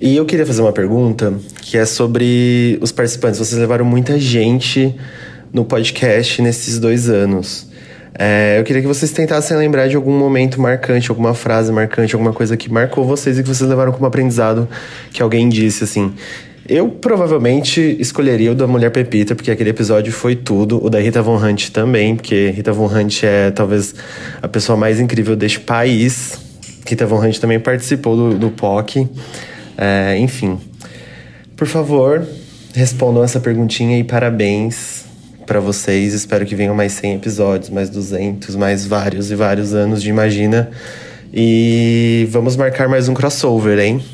[SPEAKER 12] E eu queria fazer uma pergunta que é sobre os participantes. Vocês levaram muita gente no podcast nesses dois anos. É, eu queria que vocês tentassem lembrar de algum momento marcante, alguma frase marcante, alguma coisa que marcou vocês e que vocês levaram como aprendizado que alguém disse assim. Eu provavelmente escolheria o da Mulher Pepita, porque aquele episódio foi tudo. O da Rita Von Hunt também, porque Rita Von Hunt é talvez a pessoa mais incrível deste país. Rita Von Hunt também participou do, do POC. É, enfim, por favor, respondam essa perguntinha e parabéns pra vocês. Espero que venham mais 100 episódios, mais 200, mais vários e vários anos de Imagina. E vamos marcar mais um crossover, hein?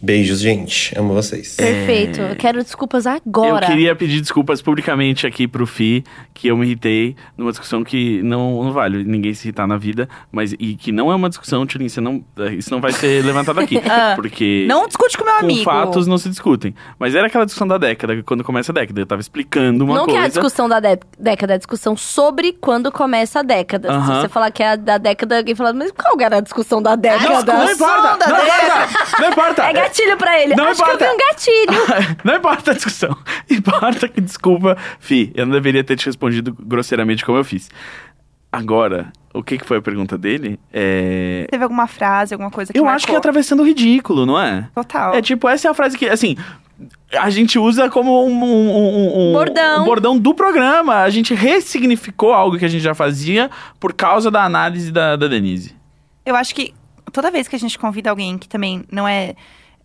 [SPEAKER 12] Beijos, gente. Amo vocês.
[SPEAKER 1] Perfeito. Eu quero desculpas agora.
[SPEAKER 3] É. Eu queria pedir desculpas publicamente aqui pro Fi, que eu me irritei numa discussão que não, não vale ninguém se irritar na vida, mas e que não é uma discussão, Tulin, você não, eh, isso não vai ser levantado aqui.
[SPEAKER 2] Ah,
[SPEAKER 3] porque
[SPEAKER 2] Não discute com meu
[SPEAKER 3] com
[SPEAKER 2] amigo.
[SPEAKER 3] fatos não se discutem. Mas era aquela discussão da década, que quando começa a década, eu tava explicando uma
[SPEAKER 1] não
[SPEAKER 3] coisa.
[SPEAKER 1] que é a discussão da dé- década, é a discussão sobre quando começa a década.
[SPEAKER 3] Aham.
[SPEAKER 1] Se você falar que é a da década, alguém fala, mas qual que era a discussão da
[SPEAKER 3] Não,
[SPEAKER 1] década?
[SPEAKER 3] não importa, não importa, não importa.
[SPEAKER 1] É gatilho pra ele.
[SPEAKER 3] Não
[SPEAKER 1] Acho que
[SPEAKER 3] importa.
[SPEAKER 1] eu vi um gatilho.
[SPEAKER 3] Não importa a discussão. Importa que desculpa. Fi, eu não deveria ter te respondido grosseiramente como eu fiz. Agora, o que, que foi a pergunta dele? É.
[SPEAKER 2] Teve alguma frase, alguma coisa que
[SPEAKER 3] eu acho que é
[SPEAKER 2] marcou?
[SPEAKER 3] atravessando o ridículo, não é?
[SPEAKER 2] Total.
[SPEAKER 3] É tipo, essa é a frase que, assim. A gente usa como um, um- um- um-
[SPEAKER 1] Bordão.
[SPEAKER 3] um bordão do programa. A gente ressignificou algo que a gente já fazia por causa da análise da, da Denise.
[SPEAKER 2] Eu acho que toda vez que a gente convida alguém que também não é,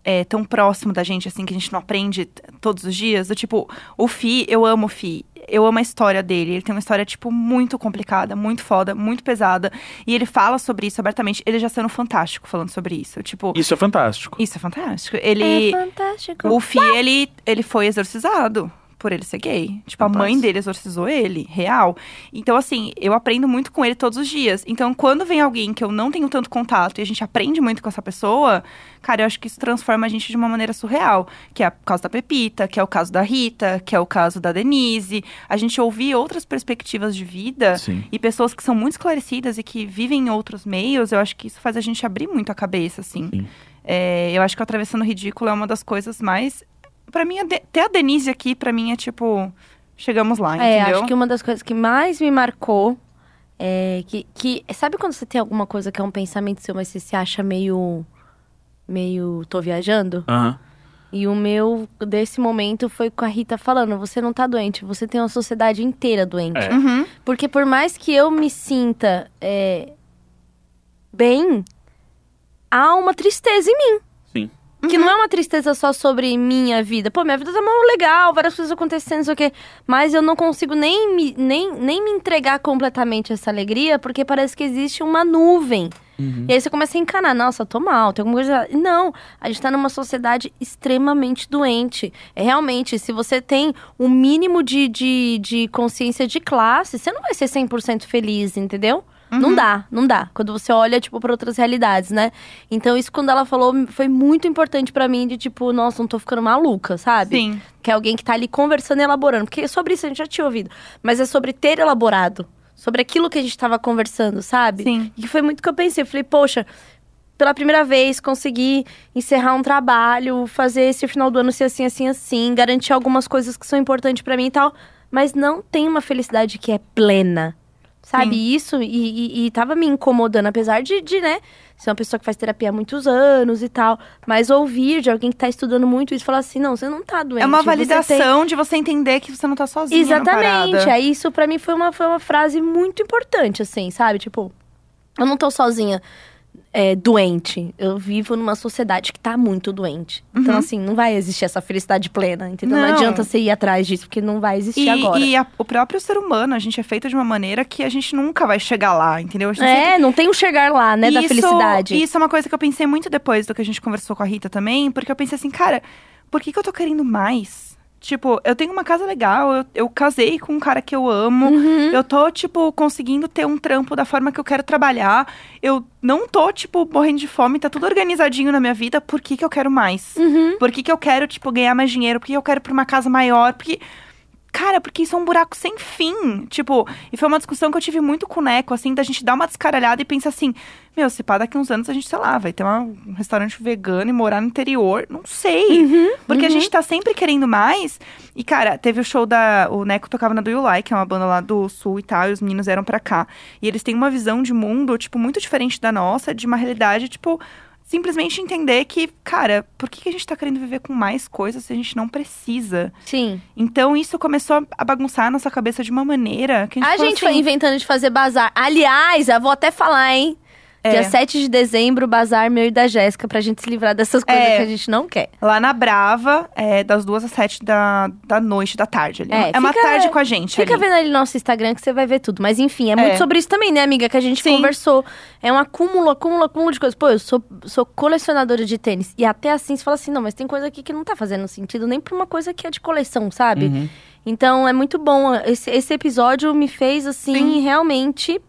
[SPEAKER 2] é, tão próximo da gente, assim, que a gente não aprende t- todos os dias, do tipo, o Fi, eu amo o Fi. Eu amo a história dele. Ele tem uma história, tipo, muito complicada, muito foda, muito pesada. E ele fala sobre isso abertamente. Ele já saiu no Fantástico falando sobre isso. Tipo, isso,
[SPEAKER 3] Isso é fantástico.
[SPEAKER 2] é fantástico. Ele.
[SPEAKER 1] É fantástico.
[SPEAKER 2] O Fi, ele, ele foi exorcizado por ele ser gay. Tipo, a
[SPEAKER 3] Rapaz.
[SPEAKER 2] mãe dele exorcizou ele, real. Então, assim, eu aprendo muito com ele todos os dias. Então, quando vem alguém que eu não tenho tanto contato e a gente aprende muito com essa pessoa, cara, eu acho que isso transforma a gente de uma maneira surreal. Que é o caso da Pepita, que é o caso da Rita, que é o caso da Denise. A gente ouvir outras perspectivas de vida
[SPEAKER 3] Sim.
[SPEAKER 2] e pessoas que são muito esclarecidas e que vivem em outros meios, eu acho que isso faz a gente abrir muito a cabeça, assim.
[SPEAKER 3] Sim.
[SPEAKER 2] É, eu acho que o Atravessando o Ridículo é uma das coisas mais. Pra mim, até a Denise aqui, pra mim, é tipo. Chegamos lá,
[SPEAKER 1] É,
[SPEAKER 2] Ah, entendeu?
[SPEAKER 1] acho que uma das coisas que mais me marcou é que, que. Sabe quando você tem alguma coisa que é um pensamento seu, mas você se acha meio meio tô viajando.
[SPEAKER 3] Aham.
[SPEAKER 1] E o meu desse momento foi com a Rita falando: você não tá doente, você tem uma sociedade inteira doente.
[SPEAKER 3] É.
[SPEAKER 2] Uhum.
[SPEAKER 1] Porque por mais que eu me sinta é, bem, há uma tristeza em mim.
[SPEAKER 3] Sim.
[SPEAKER 1] Que não é uma tristeza só sobre minha vida. Pô, minha vida tá mal legal, várias coisas acontecendo, não sei o quê. Mas eu não consigo nem me, nem, nem me entregar completamente a essa alegria, porque parece que existe uma nuvem. E aí você começa a encanar, nossa, tô mal, tem alguma coisa. Não, a gente tá numa sociedade extremamente doente. É realmente, se você tem o mínimo de, de, de consciência de classe, você não vai ser 100% feliz, entendeu? Não dá, não dá. Quando você olha, tipo, pra outras realidades, né? Então, isso quando ela falou foi muito importante pra mim, de tipo, nossa, não tô ficando maluca, sabe?
[SPEAKER 2] Sim.
[SPEAKER 1] que é alguém que tá ali conversando e elaborando. Porque sobre isso a gente já tinha ouvido. Mas é sobre ter elaborado. Sobre aquilo que a gente tava conversando, sabe?
[SPEAKER 2] Sim.
[SPEAKER 1] E foi muito que eu pensei. Eu falei, poxa, pela primeira vez consegui encerrar um trabalho, fazer esse final do ano ser assim, assim, assim, garantir algumas coisas que são importantes pra mim e tal. Mas não tem uma felicidade que é plena. Sabe, isso e, e, e tava me incomodando, apesar de, de, né, ser uma pessoa que faz terapia há muitos anos e tal. Mas ouvir de alguém que tá estudando muito isso falar assim: não, você não tá doente.
[SPEAKER 2] É uma
[SPEAKER 1] você tem-
[SPEAKER 2] validação de você entender que você não tá sozinha. na
[SPEAKER 1] Exatamente.
[SPEAKER 2] parada.
[SPEAKER 1] Aí isso pra mim foi uma, foi uma frase muito importante, assim, sabe? Tipo, eu não tô sozinha é, doente. Eu vivo numa sociedade que tá muito doente. Então,
[SPEAKER 2] Uhum.
[SPEAKER 1] assim, não vai existir essa felicidade plena, entendeu? Não,
[SPEAKER 2] Não.
[SPEAKER 1] adianta você ir atrás disso, porque não vai existir
[SPEAKER 2] E,
[SPEAKER 1] agora.
[SPEAKER 2] e a- o próprio ser humano, a gente é feito de uma maneira que a gente nunca vai chegar lá, entendeu? A gente sempre
[SPEAKER 1] É, não tem o chegar lá, né, da
[SPEAKER 2] Isso-
[SPEAKER 1] felicidade.
[SPEAKER 2] Isso é uma coisa que eu pensei muito depois do que a gente conversou com a Rita também, porque eu pensei assim, cara, por que, que eu tô querendo mais? Tipo, eu tenho uma casa legal, eu, eu casei com um cara que eu amo,
[SPEAKER 1] Uhum.
[SPEAKER 2] eu tô, tipo, conseguindo ter um trampo da forma que eu quero trabalhar, eu não tô, tipo, morrendo de fome, tá tudo organizadinho na minha vida, por que, que eu quero mais?
[SPEAKER 1] Uhum.
[SPEAKER 2] Por que, que eu quero, tipo, ganhar mais dinheiro? Por que eu quero ir pra uma casa maior? Porque. Cara, porque isso é um buraco sem fim. Tipo, e foi uma discussão que eu tive muito com o Neco, assim, da gente dar uma descaralhada e pensar assim: meu, se pá, daqui uns anos a gente, sei lá, vai ter uma- um restaurante vegano e morar no interior. Não sei. Porque a gente tá sempre querendo mais. E, cara, teve o show da. O Neco tocava na Do You Like, que é uma banda lá do sul e tal, e os meninos eram pra cá. E eles têm uma visão de mundo, tipo, muito diferente da nossa, de uma realidade, tipo, simplesmente entender que, cara, por que que a gente tá querendo viver com mais coisas se a gente não precisa?
[SPEAKER 1] Sim.
[SPEAKER 2] Então isso começou a bagunçar a nossa cabeça de uma maneira que a gente
[SPEAKER 1] A
[SPEAKER 2] falou
[SPEAKER 1] gente foi
[SPEAKER 2] assim,
[SPEAKER 1] inventando de fazer bazar. Aliás, eu vou até falar, hein?
[SPEAKER 2] É.
[SPEAKER 1] Dia 7 de dezembro, bazar meu e da Jéssica, pra gente se livrar dessas coisas
[SPEAKER 2] É.
[SPEAKER 1] que a gente não quer.
[SPEAKER 2] Lá na Brava, é, das duas às sete da, da noite, da tarde ali.
[SPEAKER 1] É,
[SPEAKER 2] É, uma
[SPEAKER 1] fica-
[SPEAKER 2] tarde com a gente
[SPEAKER 1] Fica
[SPEAKER 2] ali.
[SPEAKER 1] vendo ali no nosso Instagram que você vai ver tudo. Mas enfim, é muito
[SPEAKER 2] É.
[SPEAKER 1] sobre isso também, né, amiga? Que a gente
[SPEAKER 2] Sim.
[SPEAKER 1] conversou. É um acúmulo, acúmulo, acúmulo de coisas. Pô, eu sou, sou colecionadora de tênis. E até assim você fala assim, não, mas tem coisa aqui que não tá fazendo sentido nem pra uma coisa que é de coleção, sabe?
[SPEAKER 3] Uhum.
[SPEAKER 1] Então é muito bom. Esse, esse episódio me fez, assim,
[SPEAKER 2] Sim.
[SPEAKER 1] realmente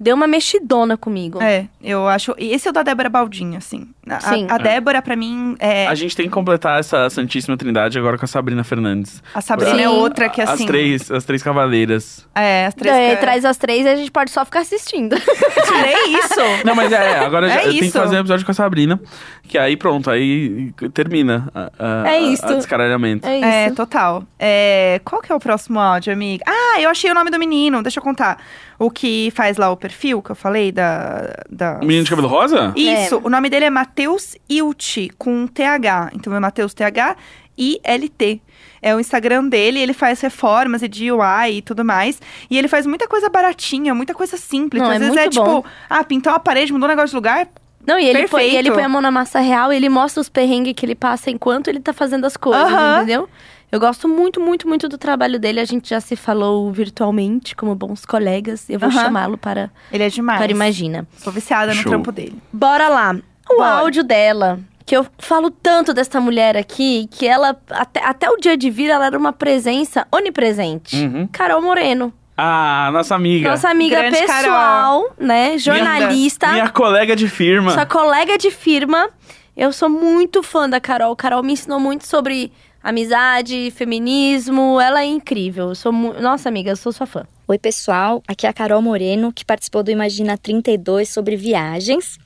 [SPEAKER 1] deu uma mexidona comigo.
[SPEAKER 2] É, eu acho... e Esse é o da Débora Baldinho, assim. A,
[SPEAKER 1] Sim.
[SPEAKER 2] a, a Débora, pra mim, é...
[SPEAKER 3] A gente tem que completar essa Santíssima Trindade agora com a Sabrina Fernandes.
[SPEAKER 2] A Sabrina
[SPEAKER 1] Sim.
[SPEAKER 2] é outra que, assim...
[SPEAKER 3] As três, as três cavaleiras.
[SPEAKER 2] É, as três...
[SPEAKER 1] É,
[SPEAKER 2] que-
[SPEAKER 1] traz as três e a gente pode só ficar assistindo.
[SPEAKER 2] Cara, é isso!
[SPEAKER 3] Não, mas é, agora
[SPEAKER 2] É
[SPEAKER 3] já, eu tenho que
[SPEAKER 2] isso.
[SPEAKER 3] fazer um episódio com a Sabrina. Que aí pronto, aí termina a, a,
[SPEAKER 1] É
[SPEAKER 3] a-
[SPEAKER 1] isso.
[SPEAKER 3] a descaralhamento.
[SPEAKER 1] É isso.
[SPEAKER 2] É, total. É, qual que é o próximo áudio, amiga? Ah, eu achei o nome do menino, deixa eu contar. O que faz lá o perfil que eu falei da. da...
[SPEAKER 3] O menino de cabelo rosa?
[SPEAKER 2] Isso, o nome dele é Matheus Ilti, com TH. Então é Matheus TH I L T. É o Instagram dele, ele faz reformas e DIY e tudo mais. E ele faz muita coisa baratinha, muita coisa simples.
[SPEAKER 1] Não,
[SPEAKER 2] Às
[SPEAKER 1] é
[SPEAKER 2] vezes
[SPEAKER 1] muito
[SPEAKER 2] é
[SPEAKER 1] bom.
[SPEAKER 2] tipo, ah, pintou a parede, mudou o negócio de lugar.
[SPEAKER 1] Não, e ele, põe, e ele
[SPEAKER 2] Perfeito.
[SPEAKER 1] põe a mão na massa real e ele mostra os perrengues que ele passa enquanto ele tá fazendo as coisas,
[SPEAKER 2] Aham.
[SPEAKER 1] entendeu? Eu gosto muito, muito, muito do trabalho dele. A gente já se falou virtualmente, como bons colegas. Eu vou
[SPEAKER 2] Aham.
[SPEAKER 1] chamá-lo para,
[SPEAKER 2] Ele é demais.
[SPEAKER 1] para Imagina.
[SPEAKER 2] Sou viciada no
[SPEAKER 3] Show.
[SPEAKER 2] trampo dele.
[SPEAKER 1] Bora lá. O
[SPEAKER 2] Bora.
[SPEAKER 1] áudio dela, que eu falo tanto dessa mulher aqui, que ela, até, até o dia de vir, ela era uma presença onipresente.
[SPEAKER 3] Uhum.
[SPEAKER 1] Carol Moreno,
[SPEAKER 3] Ah, nossa amiga.
[SPEAKER 1] nossa amiga
[SPEAKER 2] Hum. Grande
[SPEAKER 1] pessoal, né? Jornalista.
[SPEAKER 3] Minha colega de firma.
[SPEAKER 1] Sua colega de firma. Eu sou muito fã da Carol. Carol me ensinou muito sobre amizade, feminismo. Ela é incrível. Eu sou mu- Nossa, amiga, eu sou sua fã.
[SPEAKER 13] Oi, pessoal. Aqui é a Carol Moreno, que participou do Imagina 32 sobre viagens.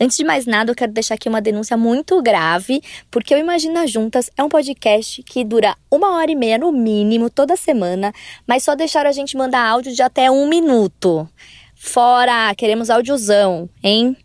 [SPEAKER 13] Antes de mais nada, eu quero deixar aqui uma denúncia muito grave, porque o Imagina Juntas é um podcast que dura uma hora e meia no mínimo toda semana, mas só deixaram a gente mandar áudio de até um minuto. Fora, queremos audiozão, hein?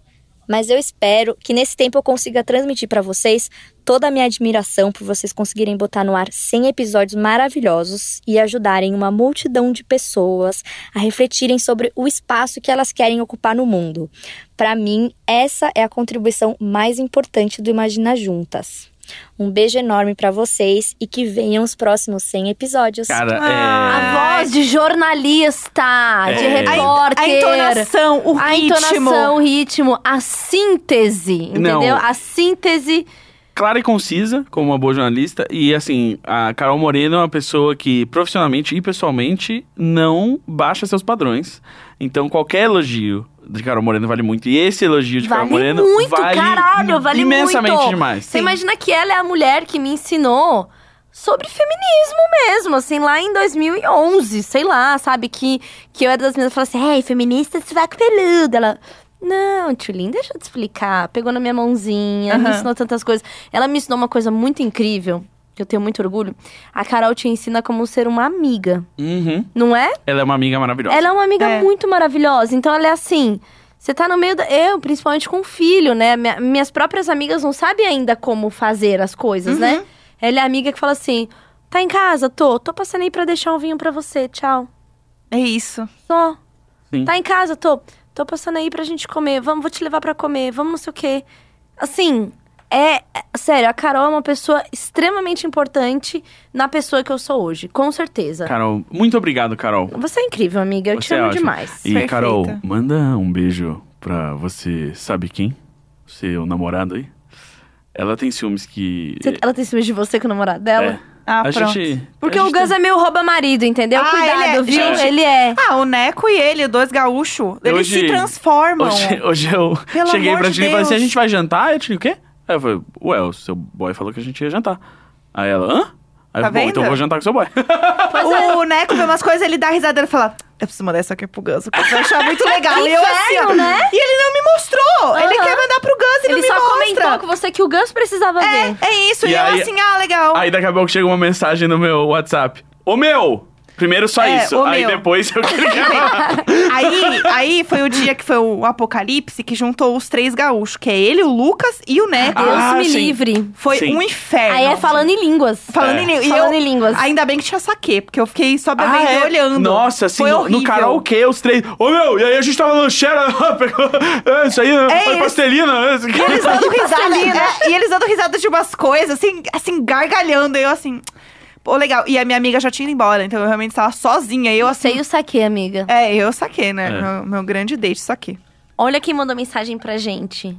[SPEAKER 13] Mas eu espero que nesse tempo eu consiga transmitir para vocês toda a minha admiração por vocês conseguirem botar no ar 100 episódios maravilhosos e ajudarem uma multidão de pessoas a refletirem sobre o espaço que elas querem ocupar no mundo. Para mim, essa é a contribuição mais importante do Imagina Juntas. Um beijo enorme para vocês e que venham os próximos 100 episódios.
[SPEAKER 3] Cara,
[SPEAKER 1] Ah,
[SPEAKER 3] é-
[SPEAKER 1] A voz de jornalista, Ah, de
[SPEAKER 3] É.
[SPEAKER 1] repórter.
[SPEAKER 2] A en- a entonação, o
[SPEAKER 1] a
[SPEAKER 2] ritmo.
[SPEAKER 1] entonação, o ritmo, a síntese,
[SPEAKER 3] Não.
[SPEAKER 1] entendeu? A síntese.
[SPEAKER 3] clara e concisa, como uma boa jornalista. E assim, a Carol Moreno é uma pessoa que profissionalmente e pessoalmente não baixa seus padrões. Então qualquer elogio de Carol Moreno vale muito. E esse elogio de
[SPEAKER 1] Vale
[SPEAKER 3] Carol Moreno
[SPEAKER 1] muito,
[SPEAKER 3] é vale
[SPEAKER 1] caralho, vale
[SPEAKER 3] imensamente
[SPEAKER 1] muito.
[SPEAKER 3] demais.
[SPEAKER 1] Você imagina que ela é a mulher que me ensinou sobre feminismo mesmo, assim, lá em 2011, sei lá, sabe? Que, que eu era das meninas que falava assim, ei, feminista, se vai com peludo. Ela, não, Tulin, deixa eu te explicar. Pegou na minha mãozinha, me
[SPEAKER 2] Aham.
[SPEAKER 1] ensinou tantas coisas. Ela me ensinou uma coisa muito incrível, que eu tenho muito orgulho. A Carol te ensina como ser uma amiga,
[SPEAKER 3] Uhum.
[SPEAKER 1] não é?
[SPEAKER 3] Ela é uma amiga maravilhosa.
[SPEAKER 1] Ela é uma amiga
[SPEAKER 2] É.
[SPEAKER 1] muito maravilhosa. Então ela é assim. Você tá no meio da. Eu, principalmente com o filho, né? Minha- minhas próprias amigas não sabem ainda como fazer as coisas,
[SPEAKER 2] Uhum.
[SPEAKER 1] né? Ela é a amiga que fala assim: tá em casa? Tô. Tô passando aí pra deixar um vinho pra você. Tchau.
[SPEAKER 2] É isso.
[SPEAKER 1] Tô.
[SPEAKER 3] Sim.
[SPEAKER 1] Tá em casa? Tô. Tô passando aí pra gente comer. Vamos, vou te levar pra comer. Vamos, não sei o quê. Assim, é. é- Sério, a Carol é uma pessoa extremamente importante na pessoa que eu sou hoje, com certeza.
[SPEAKER 3] Carol, muito obrigado, Carol.
[SPEAKER 1] Você é incrível, amiga. Eu te
[SPEAKER 3] Você é
[SPEAKER 1] amo
[SPEAKER 3] ótima.
[SPEAKER 1] demais.
[SPEAKER 3] E
[SPEAKER 2] Perfeita.
[SPEAKER 3] Carol, manda um beijo pra você, sabe quem? Seu namorado aí. Ela tem ciúmes que.
[SPEAKER 1] Você- Ela tem ciúmes de você com o namorado dela?
[SPEAKER 3] É.
[SPEAKER 2] Ah,
[SPEAKER 3] a
[SPEAKER 2] pronto.
[SPEAKER 3] gente.
[SPEAKER 1] Porque
[SPEAKER 3] a
[SPEAKER 1] o
[SPEAKER 3] gente
[SPEAKER 1] Gus é meio rouba-marido, entendeu?
[SPEAKER 2] Ah,
[SPEAKER 1] Cuidado,
[SPEAKER 2] ele é-
[SPEAKER 1] viu?
[SPEAKER 2] gente-
[SPEAKER 1] ele é.
[SPEAKER 2] Ah, o Neco e ele, dois gaúchos, eles
[SPEAKER 3] Hoje-
[SPEAKER 2] se transformam.
[SPEAKER 3] Hoje, hoje eu
[SPEAKER 2] Pelo
[SPEAKER 3] cheguei
[SPEAKER 2] amor
[SPEAKER 3] pra
[SPEAKER 2] de
[SPEAKER 3] Tilly e falei assim: a
[SPEAKER 2] Deus.
[SPEAKER 3] gente vai jantar? Eu tinha o quê? Aí eu falei, ué, o seu boy falou que a gente ia jantar. Aí ela, hã? Aí eu
[SPEAKER 2] Tá
[SPEAKER 3] falei, bom,
[SPEAKER 2] vendo?
[SPEAKER 3] então eu vou jantar com seu boy.
[SPEAKER 1] é.
[SPEAKER 2] O Neco vê umas coisas, ele dá risada e fala: Eu preciso mandar isso aqui pro Gus, porque eu vou achar muito legal. e eu assim, ó,
[SPEAKER 1] Inferno, né?
[SPEAKER 2] E ele não me mostrou. Ele
[SPEAKER 1] Aham.
[SPEAKER 2] quer mandar pro Gus e
[SPEAKER 1] Ele
[SPEAKER 2] não me
[SPEAKER 1] só
[SPEAKER 2] mostra.
[SPEAKER 1] comentou com você que o Gus precisava ver.
[SPEAKER 2] É isso,
[SPEAKER 3] E
[SPEAKER 2] e,
[SPEAKER 3] aí-
[SPEAKER 2] eu assim, ah, legal.
[SPEAKER 3] Aí daqui a pouco chega uma mensagem no meu WhatsApp: Ô meu! Primeiro só
[SPEAKER 2] É,
[SPEAKER 3] isso.
[SPEAKER 2] "Ô,
[SPEAKER 3] Aí
[SPEAKER 2] meu."
[SPEAKER 3] depois eu queria.
[SPEAKER 2] Aí, aí foi o dia que foi o apocalipse que juntou os três gaúchos, que é ele, o Lucas e o Neco.
[SPEAKER 1] Deus
[SPEAKER 3] Ah,
[SPEAKER 1] me
[SPEAKER 3] sim.
[SPEAKER 1] livre.
[SPEAKER 2] Foi
[SPEAKER 3] sim. É.
[SPEAKER 2] um inferno.
[SPEAKER 1] Aí é falando em línguas.
[SPEAKER 2] Falando, em, língua. E
[SPEAKER 1] Falando
[SPEAKER 2] eu-
[SPEAKER 1] em línguas.
[SPEAKER 2] Ainda bem que tinha saque, porque eu fiquei só bebendo
[SPEAKER 3] Ah, é?
[SPEAKER 2] e olhando.
[SPEAKER 3] Nossa, assim,
[SPEAKER 2] Foi
[SPEAKER 3] no, no
[SPEAKER 2] horrível.
[SPEAKER 3] karaokê, os três. Ô meu, e aí a gente tava no Xera, pegou. é, Isso aí, é
[SPEAKER 2] eles-
[SPEAKER 3] pastelina. é isso aqui.
[SPEAKER 2] E eles dando risada, né? E eles dando risada de umas coisas, assim, assim, gargalhando. E eu assim, pô, legal. E a minha amiga já tinha ido embora, então eu realmente estava sozinha. E eu assim.
[SPEAKER 1] Sei o saque, amiga.
[SPEAKER 2] É, eu saquei, né?
[SPEAKER 3] É.
[SPEAKER 2] Meu, meu grande date, saquei.
[SPEAKER 1] Olha quem mandou mensagem pra gente.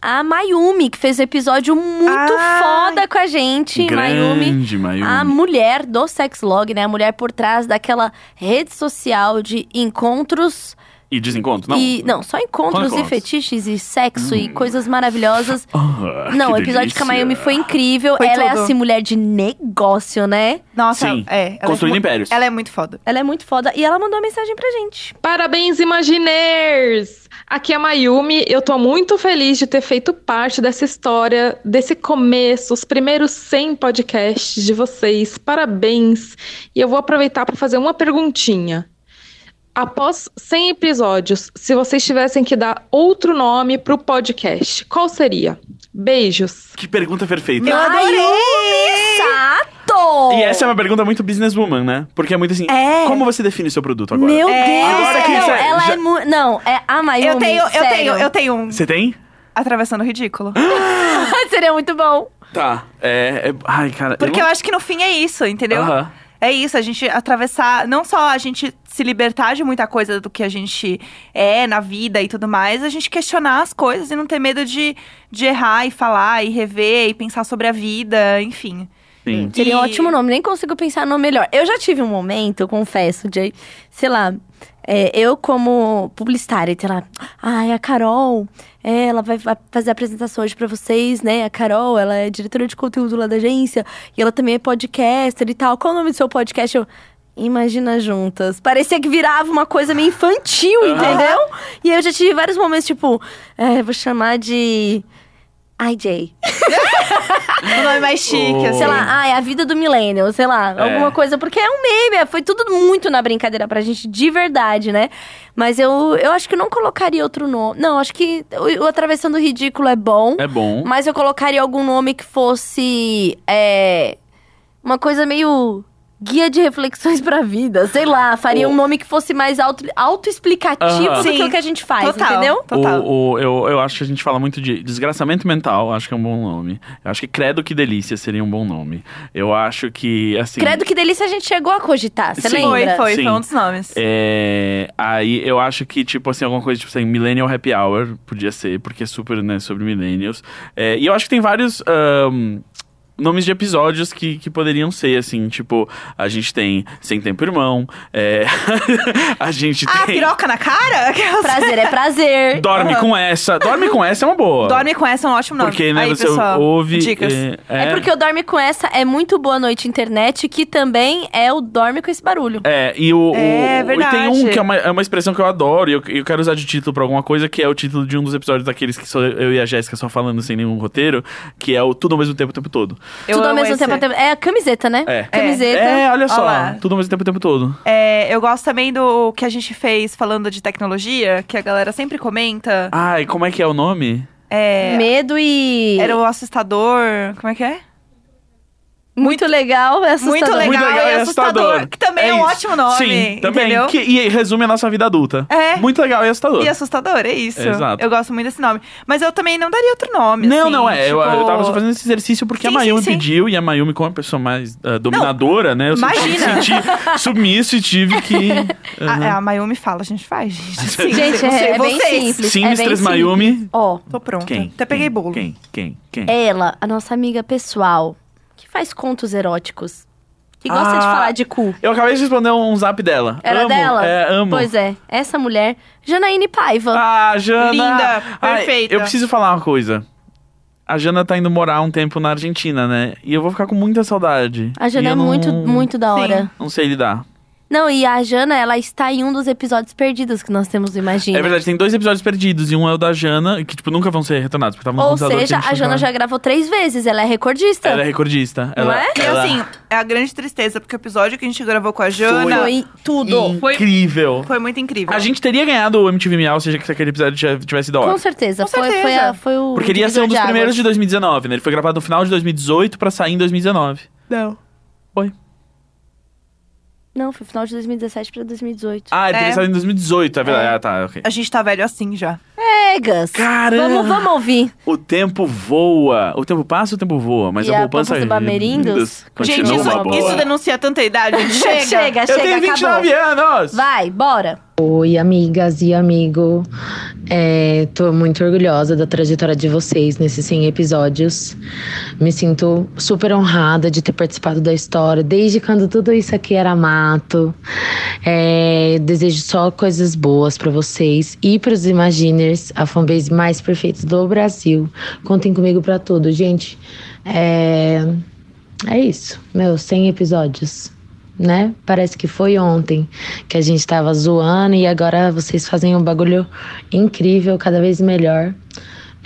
[SPEAKER 1] A Mayumi, que fez um episódio muito
[SPEAKER 2] Ai.
[SPEAKER 1] foda com a gente. Mayumi.
[SPEAKER 3] Grande, Mayumi.
[SPEAKER 1] A mulher do Sexlog, né? A mulher por trás daquela rede social de encontros
[SPEAKER 3] E desencontro? Não.
[SPEAKER 1] E, não, só encontros
[SPEAKER 3] Só encontros.
[SPEAKER 1] e fetiches e sexo e coisas maravilhosas.
[SPEAKER 3] Ah,
[SPEAKER 1] não, o
[SPEAKER 3] que
[SPEAKER 1] episódio
[SPEAKER 3] delícia.
[SPEAKER 1] com a Mayumi foi incrível.
[SPEAKER 2] Foi
[SPEAKER 1] ela é
[SPEAKER 2] tudo.
[SPEAKER 1] assim, mulher de negócio, né?
[SPEAKER 2] Nossa,
[SPEAKER 3] Sim.
[SPEAKER 2] é. ela
[SPEAKER 3] Construindo
[SPEAKER 2] é, mu-
[SPEAKER 3] impérios.
[SPEAKER 2] Ela é muito foda.
[SPEAKER 1] Ela é muito foda. E ela mandou uma mensagem pra gente.
[SPEAKER 14] Parabéns, Imagineers! Aqui é a Mayumi. Eu tô muito feliz de ter feito parte dessa história, desse começo, os primeiros 100 podcasts de vocês. Parabéns! E eu vou aproveitar para fazer uma perguntinha. Após 100 episódios, se vocês tivessem que dar outro nome pro podcast, qual seria? Beijos!
[SPEAKER 3] Que pergunta perfeita.
[SPEAKER 2] Eu adorei!
[SPEAKER 1] Mayumi Sato!
[SPEAKER 3] E essa é uma pergunta muito businesswoman, né? Porque é muito assim,
[SPEAKER 2] É.
[SPEAKER 3] como você define o seu produto agora?
[SPEAKER 1] Meu
[SPEAKER 2] É,
[SPEAKER 1] Deus!
[SPEAKER 3] agora que
[SPEAKER 1] não,
[SPEAKER 3] isso é-
[SPEAKER 1] ela
[SPEAKER 3] já-
[SPEAKER 1] é muito. Não, é a Mayumi.
[SPEAKER 2] Eu tenho, eu
[SPEAKER 1] sério.
[SPEAKER 2] tenho, eu tenho um.
[SPEAKER 3] Você tem?
[SPEAKER 2] Atravessando o ridículo.
[SPEAKER 1] Seria muito bom.
[SPEAKER 3] Tá. É, é- Ai, cara.
[SPEAKER 2] Porque eu
[SPEAKER 3] eu
[SPEAKER 2] acho que no fim é isso, entendeu?
[SPEAKER 3] Aham.
[SPEAKER 2] É isso, a gente atravessar, não só a gente se libertar de muita coisa do que a gente é na vida e tudo mais, a gente questionar as coisas e não ter medo de, de errar e falar e rever e pensar sobre a vida, enfim.
[SPEAKER 15] Hum.
[SPEAKER 3] Sim.
[SPEAKER 1] Seria um
[SPEAKER 2] E-
[SPEAKER 1] ótimo nome, nem consigo pensar no melhor. Eu já tive um momento, eu confesso, de, sei lá, é, eu como publicitária, sei lá, ai, a Carol, é, ela vai, vai fazer a apresentação hoje pra vocês, né? A Carol, ela é diretora de conteúdo lá da agência, e ela também é podcaster e tal. Qual o nome do seu podcast? Eu, Imagina juntas. Parecia que virava uma coisa meio infantil, entendeu? E eu já tive vários momentos, tipo, é, vou chamar de IJ.
[SPEAKER 2] Um nome mais chique, assim.
[SPEAKER 1] Sei lá, ai, Ah, é a vida do millennial, sei lá,
[SPEAKER 2] É.
[SPEAKER 1] alguma coisa. Porque é um meme, foi tudo muito na brincadeira pra gente, de verdade, né? Mas eu, eu acho que eu não colocaria outro nome. Não, acho que o, o Atravessando o Ridículo é bom.
[SPEAKER 3] É bom.
[SPEAKER 1] Mas eu colocaria algum nome que fosse. É, uma coisa meio. Guia de reflexões pra vida, sei lá, faria
[SPEAKER 3] O-
[SPEAKER 1] um nome que fosse mais auto- autoexplicativo
[SPEAKER 3] Aham.
[SPEAKER 1] do que
[SPEAKER 3] Sim.
[SPEAKER 1] o que a gente faz,
[SPEAKER 2] Total,
[SPEAKER 1] entendeu?
[SPEAKER 3] O- o- eu, eu acho que a gente fala muito de desgraçamento mental, acho que é um bom nome. Eu acho que Credo que Delícia seria um bom nome. Eu acho que, assim.
[SPEAKER 1] Credo que delícia a gente chegou a cogitar, você
[SPEAKER 3] Sim.
[SPEAKER 1] lembra?
[SPEAKER 3] Foi, foi, foi um dos
[SPEAKER 2] nomes.
[SPEAKER 3] É, aí eu acho que, tipo assim, alguma coisa tipo assim, Millennial Happy Hour podia ser, porque é super, né, sobre Millennials. É, e eu acho que tem vários. ahn, Nomes de episódios que, que poderiam ser, assim, tipo, a gente tem Sem Tempo Irmão, é, a gente
[SPEAKER 2] Ah,
[SPEAKER 3] tem.
[SPEAKER 2] piroca na cara? Aquelas-
[SPEAKER 1] Prazer é prazer.
[SPEAKER 3] Dorme
[SPEAKER 2] Aham.
[SPEAKER 3] com essa. Dorme com essa é uma boa.
[SPEAKER 2] Dorme com essa é um ótimo nome.
[SPEAKER 3] Porque, né,
[SPEAKER 2] Aí,
[SPEAKER 3] você
[SPEAKER 2] pessoal,
[SPEAKER 3] ouve.
[SPEAKER 2] Dicas.
[SPEAKER 3] É,
[SPEAKER 1] É porque o Dorme Com Essa é muito Boa Noite Internet, que também é o Dorme Com Esse Barulho.
[SPEAKER 3] É, e o. o-
[SPEAKER 1] É
[SPEAKER 3] o- e tem um
[SPEAKER 1] verdade.
[SPEAKER 3] que é uma, é uma expressão que eu adoro e eu, eu quero usar de título pra alguma coisa, que é o título de um dos episódios daqueles que sou eu e a Jéssica só falando sem nenhum roteiro, que é o Tudo ao mesmo tempo o tempo todo.
[SPEAKER 1] Tudo ao mesmo tempo. tempo- É a camiseta, né?
[SPEAKER 3] É.
[SPEAKER 1] Camiseta.
[SPEAKER 3] É, olha só.
[SPEAKER 2] Olá.
[SPEAKER 3] Tudo ao mesmo tempo o tempo todo.
[SPEAKER 2] É, eu gosto também do que a gente fez falando de tecnologia, que a galera sempre comenta.
[SPEAKER 3] Ai, como é que é o nome?
[SPEAKER 2] É,
[SPEAKER 1] Medo e.
[SPEAKER 2] Era o assustador. Como é que é?
[SPEAKER 1] Muito legal, é assustador.
[SPEAKER 2] Muito legal, e assustador. Que também é, um
[SPEAKER 3] isso.
[SPEAKER 2] ótimo nome.
[SPEAKER 3] Sim, também.
[SPEAKER 2] Entendeu?
[SPEAKER 3] Que, e resume a nossa vida adulta.
[SPEAKER 2] É.
[SPEAKER 3] Muito legal e assustador.
[SPEAKER 2] E assustador, é isso.
[SPEAKER 3] Exato.
[SPEAKER 2] Eu gosto muito desse nome. Mas eu também não daria outro nome.
[SPEAKER 3] Não,
[SPEAKER 2] assim,
[SPEAKER 3] não, é. Eu,
[SPEAKER 2] tipo-
[SPEAKER 3] eu tava só fazendo esse exercício porque a
[SPEAKER 2] Sim,
[SPEAKER 3] Mayumi
[SPEAKER 2] sim, sim.
[SPEAKER 3] pediu e a Mayumi, como uma pessoa mais ah, dominadora, né? Eu
[SPEAKER 2] imagina.
[SPEAKER 3] Me senti submisso e tive que.
[SPEAKER 2] A, é,
[SPEAKER 3] Aham.
[SPEAKER 2] a Mayumi fala, a gente faz, gente. assim, Sim,
[SPEAKER 1] Gente,
[SPEAKER 2] sim,
[SPEAKER 1] é, é bem
[SPEAKER 2] vocês.
[SPEAKER 1] simples. é bem
[SPEAKER 3] Simstres
[SPEAKER 1] simples.
[SPEAKER 3] Mayumi.
[SPEAKER 1] Ó,
[SPEAKER 2] Tô pronta.
[SPEAKER 3] Quem?
[SPEAKER 2] Até peguei
[SPEAKER 3] Quem?
[SPEAKER 2] bolo.
[SPEAKER 3] Quem? Quem? Quem?
[SPEAKER 1] ela, a nossa amiga pessoal, que faz contos eróticos, que gosta
[SPEAKER 3] Ah.
[SPEAKER 1] de falar de cu.
[SPEAKER 3] Eu acabei de responder um zap dela.
[SPEAKER 1] Era
[SPEAKER 3] amo,
[SPEAKER 1] dela?
[SPEAKER 3] É, amo.
[SPEAKER 1] Pois é, essa mulher, Janaíne Paiva.
[SPEAKER 3] Ah, Jana.
[SPEAKER 2] Linda,
[SPEAKER 3] Ai,
[SPEAKER 2] perfeita.
[SPEAKER 3] eu preciso falar uma coisa. A Jana tá indo morar um tempo na Argentina, né? E eu vou ficar com muita saudade.
[SPEAKER 1] A
[SPEAKER 3] E
[SPEAKER 1] Jana
[SPEAKER 3] eu
[SPEAKER 1] é muito,
[SPEAKER 3] não-
[SPEAKER 1] muito da hora.
[SPEAKER 3] Não sei lidar.
[SPEAKER 1] Não, e a Jana, ela está em um dos episódios perdidos que nós temos do Imagina.
[SPEAKER 3] É verdade, tem dois episódios perdidos. E um é o da Jana, que, tipo, nunca vão ser retornados. Porque tava um no
[SPEAKER 1] Ou
[SPEAKER 3] computador,
[SPEAKER 1] seja,
[SPEAKER 3] tinha que
[SPEAKER 1] a Jana
[SPEAKER 3] checar.
[SPEAKER 1] já gravou três vezes, ela é recordista.
[SPEAKER 3] Ela é recordista.
[SPEAKER 1] Não
[SPEAKER 3] ela,
[SPEAKER 1] é?
[SPEAKER 2] E
[SPEAKER 3] ela-
[SPEAKER 2] assim, é a grande tristeza, porque o episódio que a gente gravou com a Jana
[SPEAKER 1] Foi tudo.
[SPEAKER 2] Foi-
[SPEAKER 3] Incrível.
[SPEAKER 2] foi muito incrível.
[SPEAKER 3] A gente teria ganhado o MTV Miau se aquele episódio já tivesse da hora.
[SPEAKER 1] Com certeza,
[SPEAKER 2] Com
[SPEAKER 1] foi,
[SPEAKER 2] certeza.
[SPEAKER 1] Foi, a- foi o.
[SPEAKER 3] Porque ele ia ser um
[SPEAKER 1] divisor
[SPEAKER 3] dos
[SPEAKER 1] de
[SPEAKER 3] primeiros de
[SPEAKER 1] águas.
[SPEAKER 3] 2019, né? Ele foi gravado no final de 2018 pra sair em 2019.
[SPEAKER 2] Não.
[SPEAKER 1] Não, foi final de 2017 pra 2018.
[SPEAKER 3] Ah, ele
[SPEAKER 2] É.
[SPEAKER 3] teria saído em 2018, é verdade. Ah, tá, ok.
[SPEAKER 2] A gente tá velho assim já.
[SPEAKER 1] É, Gus.
[SPEAKER 3] Caramba!
[SPEAKER 1] Vamos, vamos ouvir.
[SPEAKER 3] O tempo voa. O tempo passa, o tempo voa. Mas
[SPEAKER 1] E
[SPEAKER 3] a
[SPEAKER 1] a
[SPEAKER 3] poupança...
[SPEAKER 1] poupança Bamerindos
[SPEAKER 3] continua
[SPEAKER 2] gente,
[SPEAKER 3] uma
[SPEAKER 2] isso,
[SPEAKER 3] boa.
[SPEAKER 2] isso denuncia é tanta idade. Chega.
[SPEAKER 1] Chega,
[SPEAKER 3] Eu tenho 29 anos!
[SPEAKER 1] Vai, bora.
[SPEAKER 16] Oi, amigas e amigo. É, tô muito orgulhosa da trajetória de vocês nesses 100 episódios. Me sinto super honrada de ter participado da história desde quando tudo isso aqui era mato. É, desejo só coisas boas pra vocês e pros Imaginers, a fanbase mais perfeita do Brasil. Contem comigo pra tudo, gente. É, é isso, meus 100 episódios, né? Parece que foi ontem que a gente tava zoando e agora vocês fazem um bagulho incrível, cada vez melhor.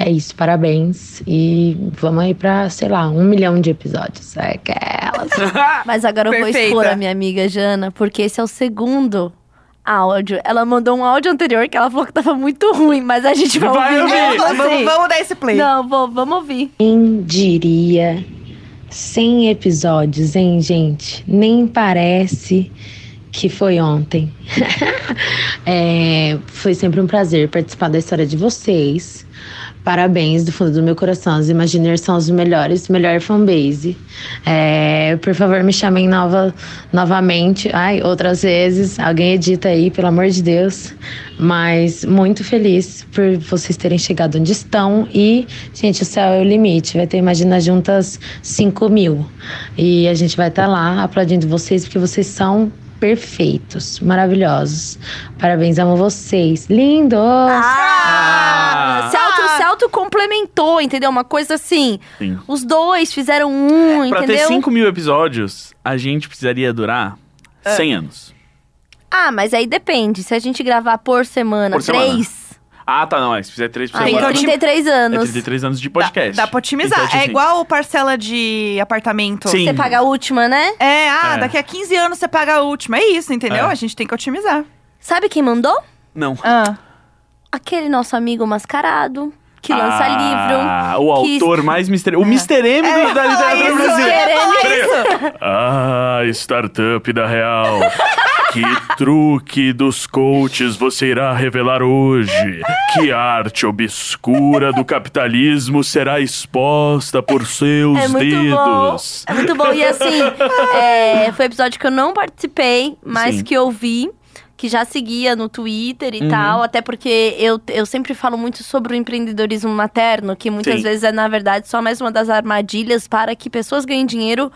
[SPEAKER 16] É isso, parabéns. E vamos aí pra, sei lá, um milhão de episódios. É aquelas.
[SPEAKER 1] Mas agora eu vou
[SPEAKER 2] Perfeita.
[SPEAKER 1] expor a minha amiga Jana, porque esse é o segundo áudio. Ela mandou um áudio anterior que ela falou que tava muito ruim, mas a gente vai,
[SPEAKER 3] Vai
[SPEAKER 1] ouvir.
[SPEAKER 3] ouvir.
[SPEAKER 1] Vamos
[SPEAKER 2] Vamos,
[SPEAKER 1] ouvir.
[SPEAKER 2] vamos dar esse play.
[SPEAKER 1] Não, vou, vamos ouvir.
[SPEAKER 16] Quem diria 100 episódios, hein, gente? Nem parece que foi ontem. É, foi sempre um prazer participar da história de vocês. Parabéns do fundo do meu coração. As Imagineers são os melhores, melhor fanbase. É, por favor, me chamem nova, novamente. Ai, outras vezes. Alguém edita aí, pelo amor de Deus. Mas muito feliz por vocês terem chegado onde estão. E, gente, o céu é o limite. Vai ter Imagina Juntas 5 mil. E a gente vai estar lá aplaudindo vocês, porque vocês são perfeitos, maravilhosos. Parabéns, amo vocês. Lindos!
[SPEAKER 1] Ah! Se auto, se auto complementou, entendeu? Uma coisa assim.
[SPEAKER 3] Sim.
[SPEAKER 1] Os dois fizeram um,
[SPEAKER 3] Pra ter
[SPEAKER 1] entendeu?
[SPEAKER 3] 5 mil episódios, a gente precisaria durar
[SPEAKER 2] É.
[SPEAKER 3] 100 anos.
[SPEAKER 1] Ah, mas aí depende. Se a gente gravar por semana
[SPEAKER 3] Por semana.
[SPEAKER 1] três.
[SPEAKER 3] Ah, tá, não. É, se fizer três por
[SPEAKER 1] Ah, tem
[SPEAKER 3] semana-
[SPEAKER 1] 33
[SPEAKER 3] É
[SPEAKER 1] anos.
[SPEAKER 3] 33 anos de podcast.
[SPEAKER 2] Então, Dá pra otimizar.
[SPEAKER 3] Então, tipo
[SPEAKER 2] é
[SPEAKER 3] assim,
[SPEAKER 2] igual parcela de apartamento.
[SPEAKER 3] Sim. Você paga
[SPEAKER 1] a última, né?
[SPEAKER 2] É, ah,
[SPEAKER 3] É.
[SPEAKER 2] daqui a 15 anos você paga a última. É isso, entendeu?
[SPEAKER 3] É.
[SPEAKER 2] A gente tem que otimizar. Ah.
[SPEAKER 1] Sabe quem mandou?
[SPEAKER 3] Não.
[SPEAKER 1] Aquele nosso amigo mascarado, que lança
[SPEAKER 3] Ah,
[SPEAKER 1] livro.
[SPEAKER 3] O
[SPEAKER 1] que- É.
[SPEAKER 3] autor mais misterioso. O Mr. M
[SPEAKER 2] É.
[SPEAKER 3] do- da literatura brasileira. Ah, startup da real. Que truque dos coaches você irá revelar hoje? Que arte obscura do capitalismo será exposta por seus
[SPEAKER 1] É muito bom.
[SPEAKER 3] dedos?
[SPEAKER 1] É muito bom. E assim, é, foi um episódio que eu não participei, mas
[SPEAKER 3] Sim.
[SPEAKER 1] que eu vi. Que já seguia no Twitter e
[SPEAKER 3] Uhum.
[SPEAKER 1] tal, até porque eu, eu sempre falo muito sobre o empreendedorismo materno, que muitas
[SPEAKER 3] Sim.
[SPEAKER 1] vezes é, na verdade, só mais uma das armadilhas para que pessoas ganhem dinheiro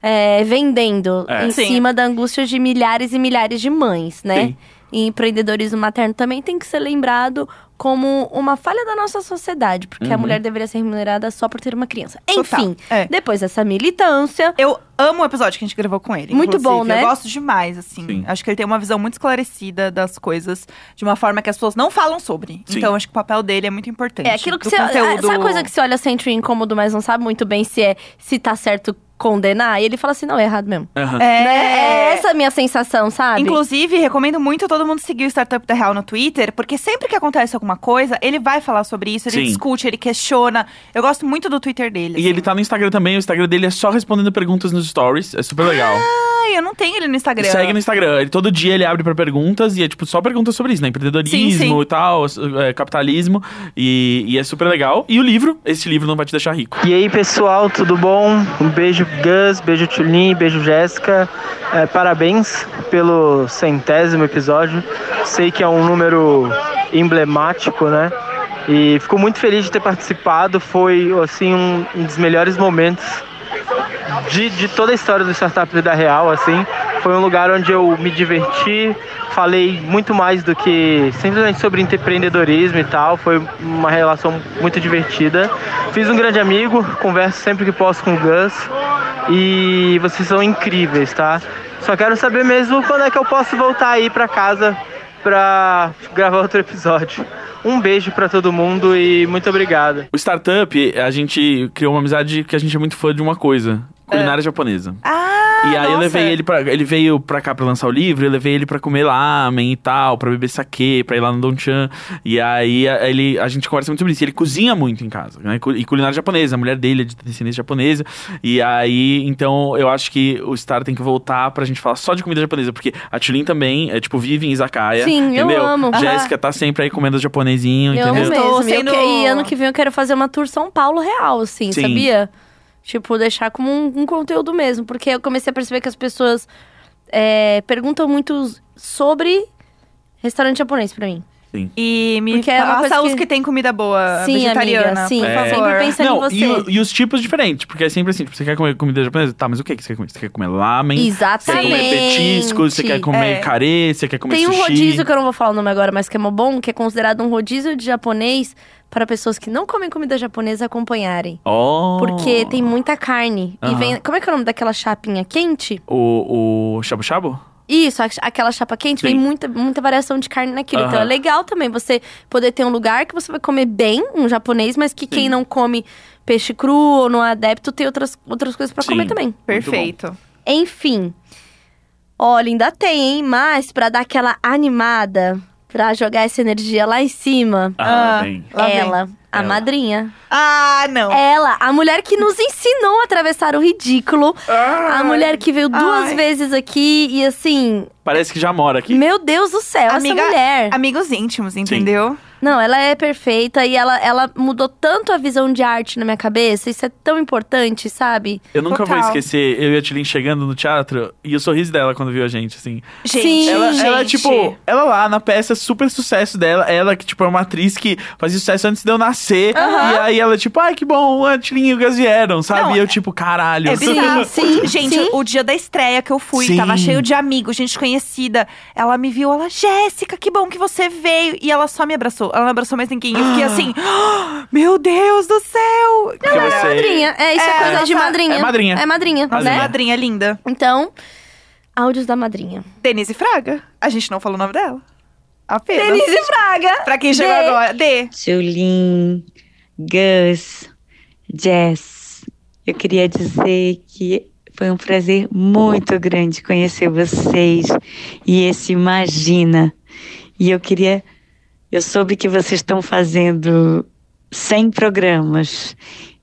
[SPEAKER 1] é, vendendo,
[SPEAKER 3] É.
[SPEAKER 1] em
[SPEAKER 3] Sim.
[SPEAKER 1] cima da angústia de milhares e milhares de mães, né?
[SPEAKER 3] Sim.
[SPEAKER 1] E empreendedorismo materno também tem que ser lembrado como uma falha da nossa sociedade, porque a
[SPEAKER 2] Uhum.
[SPEAKER 1] mulher deveria ser remunerada só por ter uma criança.
[SPEAKER 2] Total.
[SPEAKER 1] Enfim,
[SPEAKER 2] É.
[SPEAKER 1] depois dessa militância.
[SPEAKER 2] Eu amo o episódio que a gente gravou com ele.
[SPEAKER 1] Muito
[SPEAKER 2] inclusive.
[SPEAKER 1] bom, né?
[SPEAKER 2] Eu gosto demais, assim. Acho que ele tem uma visão muito esclarecida das coisas, de uma forma que as pessoas não falam sobre.
[SPEAKER 1] Sim.
[SPEAKER 2] Então, acho que o papel dele é muito importante.
[SPEAKER 1] É aquilo que
[SPEAKER 2] Do
[SPEAKER 1] você.
[SPEAKER 2] Conteúdo...
[SPEAKER 1] Sabe a coisa que você olha sempre incômodo, mas não sabe muito bem se é se tá certo condenar? E ele fala assim: não, é errado mesmo.
[SPEAKER 3] Aham.
[SPEAKER 1] Né? É essa a minha sensação, sabe?
[SPEAKER 2] Inclusive, recomendo muito todo mundo seguir o Startup da Real no Twitter, porque sempre que acontece alguma coisa, ele vai falar sobre isso, ele
[SPEAKER 3] Sim.
[SPEAKER 2] discute, ele questiona. Eu gosto muito do Twitter dele.
[SPEAKER 3] E ele tá no Instagram também. O Instagram dele é só respondendo perguntas nos stories. É super legal.
[SPEAKER 1] Ah,
[SPEAKER 2] Ai, eu não tenho ele no Instagram.
[SPEAKER 3] Segue no Instagram. Ele, todo dia ele abre pra perguntas e é tipo só perguntas sobre isso, né? Empreendedorismo
[SPEAKER 2] Sim, sim.
[SPEAKER 3] e tal, é, capitalismo. E, e é super legal. E o livro, esse livro não vai te deixar rico.
[SPEAKER 17] E aí pessoal, tudo bom? Um beijo Gus, beijo Tulin, beijo Jéssica. É, parabéns pelo centésimo episódio. Sei que é um número emblemático, né? E fico muito feliz de ter participado. Foi assim um, um dos melhores momentos de, de toda a história do Startup Vida Real, assim. Foi um lugar onde eu me diverti, falei muito mais do que simplesmente sobre empreendedorismo e tal. Foi uma relação muito divertida. Fiz um grande amigo, converso sempre que posso com o Gus. E vocês são incríveis, tá? Só quero saber mesmo quando é que eu posso voltar aí pra casa pra gravar outro episódio. Um beijo pra todo mundo e muito
[SPEAKER 1] né?
[SPEAKER 17] obrigado.
[SPEAKER 3] O startup, a gente criou uma amizade que a gente é muito fã de uma coisa:
[SPEAKER 1] É.
[SPEAKER 3] culinária japonesa. Ah! E aí eu
[SPEAKER 2] nossa.
[SPEAKER 3] levei ele pra. Ele veio pra cá pra lançar o livro, eu levei ele pra comer lamen e tal, pra beber saquê, pra ir lá no Don Chan. E aí a, ele, a gente conversa muito sobre isso. Ele cozinha muito em casa, né? Cu- E culinária japonesa, a mulher dele é de descendência japonesa. E aí, então, eu acho que o Star tem que voltar pra gente falar só de comida japonesa, porque a Tulin também, é, tipo, vive em izakaya.
[SPEAKER 1] Sim, eu
[SPEAKER 3] entendeu?
[SPEAKER 1] amo.
[SPEAKER 3] Jéssica tá sempre aí comendo japonesinho,
[SPEAKER 1] Eu amo
[SPEAKER 3] entendeu?
[SPEAKER 1] mesmo. Eu que- e ano que vem eu quero fazer uma tour São Paulo real, assim,
[SPEAKER 3] Sim.
[SPEAKER 1] sabia? Tipo, deixar como um, um conteúdo mesmo. Porque eu comecei a perceber que as pessoas é, perguntam muito sobre restaurante japonês pra mim.
[SPEAKER 2] E me
[SPEAKER 1] Porque é uma
[SPEAKER 2] passa
[SPEAKER 1] coisa
[SPEAKER 2] os
[SPEAKER 1] que-
[SPEAKER 2] que... tem comida boa
[SPEAKER 1] Sim,
[SPEAKER 2] vegetariana.
[SPEAKER 1] amiga, sim.
[SPEAKER 3] É.
[SPEAKER 1] Sempre pensando
[SPEAKER 3] Não,
[SPEAKER 1] em
[SPEAKER 3] E,
[SPEAKER 1] você.
[SPEAKER 3] o- e os tipos diferentes, porque é sempre assim, tipo, você quer comer comida japonesa? Tá, mas o que que você quer comer? Você quer comer lamen? Você quer comer
[SPEAKER 1] Exatamente.
[SPEAKER 3] petiscos? Você quer comer
[SPEAKER 1] É.
[SPEAKER 3] carê? Você quer comer
[SPEAKER 1] Tem um
[SPEAKER 3] sushi?
[SPEAKER 1] rodízio que eu não vou falar o nome agora, mas que é mó bom, que é considerado um rodízio de japonês para pessoas que não comem comida japonesa acompanharem.
[SPEAKER 2] Oh.
[SPEAKER 3] Ó.
[SPEAKER 1] Porque tem muita carne. E
[SPEAKER 3] Aham.
[SPEAKER 1] vem. Como é que é o nome daquela chapinha quente?
[SPEAKER 3] O, o shabu shabu?
[SPEAKER 1] Isso, a- aquela chapa quente, vem
[SPEAKER 3] Sim.
[SPEAKER 1] muita, muita variação de carne naquilo. Então
[SPEAKER 3] Aham.
[SPEAKER 1] é legal também você poder ter um lugar que você vai comer bem, um japonês, mas que quem não come peixe cru ou não é adepto tem outras, outras coisas pra
[SPEAKER 2] Sim,
[SPEAKER 1] comer também.
[SPEAKER 2] muito Perfeito. bom.
[SPEAKER 1] Enfim. Olha, ainda tem, hein? Mas pra dar aquela animada, pra jogar essa energia lá em cima.
[SPEAKER 2] Ah, Ah, vem. lá vem.
[SPEAKER 1] Ela, a
[SPEAKER 2] Ela.
[SPEAKER 1] madrinha.
[SPEAKER 2] Ah, não.
[SPEAKER 1] Ela, a mulher que nos ensinou a atravessar o ridículo.
[SPEAKER 2] Ah,
[SPEAKER 1] a mulher que veio duas
[SPEAKER 2] Ai.
[SPEAKER 1] vezes aqui e assim,
[SPEAKER 3] Parece que já mora aqui.
[SPEAKER 1] meu Deus do céu,
[SPEAKER 2] Amiga-
[SPEAKER 1] essa mulher.
[SPEAKER 2] Amigos íntimos, entendeu?
[SPEAKER 1] Não, ela é perfeita e ela, ela mudou tanto a visão de arte na minha cabeça. Isso é tão importante, sabe?
[SPEAKER 3] Eu nunca vou esquecer, eu e a Tilin chegando no teatro e o sorriso dela quando viu a gente, assim.
[SPEAKER 1] Gente,
[SPEAKER 3] ela,
[SPEAKER 1] gente.
[SPEAKER 3] ela, tipo, ela lá na peça, super sucesso dela. Ela, que, tipo, é uma atriz que fazia sucesso antes de eu nascer.
[SPEAKER 2] Aham.
[SPEAKER 3] E aí ela, tipo, ai, que bom, a Tilin e o Gas vieram, sabe? e eu, tipo, caralho.
[SPEAKER 2] É bizarro. gente, o dia da estreia que eu fui,
[SPEAKER 3] Sim.
[SPEAKER 2] tava cheio de amigos, gente conhecida. Ela me viu, ela, Jéssica, que bom que você veio. E ela só me abraçou. Ela não abraçou mais ninguém. Eu fiquei assim, "Ah, meu Deus do céu.
[SPEAKER 1] Não, ela é madrinha. É, isso é, coisa de madrinha. É madrinha,
[SPEAKER 2] Nossa,
[SPEAKER 1] né?
[SPEAKER 2] madrinha linda.
[SPEAKER 1] Então, áudios da madrinha.
[SPEAKER 2] Denise Fraga. A gente não falou o nome dela. Apenas.
[SPEAKER 1] Denise Fraga.
[SPEAKER 2] Pra quem chegou
[SPEAKER 1] Dê.
[SPEAKER 2] agora. Dê.
[SPEAKER 15] Julin, Gus, Jess, eu queria dizer que foi um prazer muito grande conhecer vocês e esse Imagina. E eu queria. Eu soube que vocês estão fazendo 100 programas.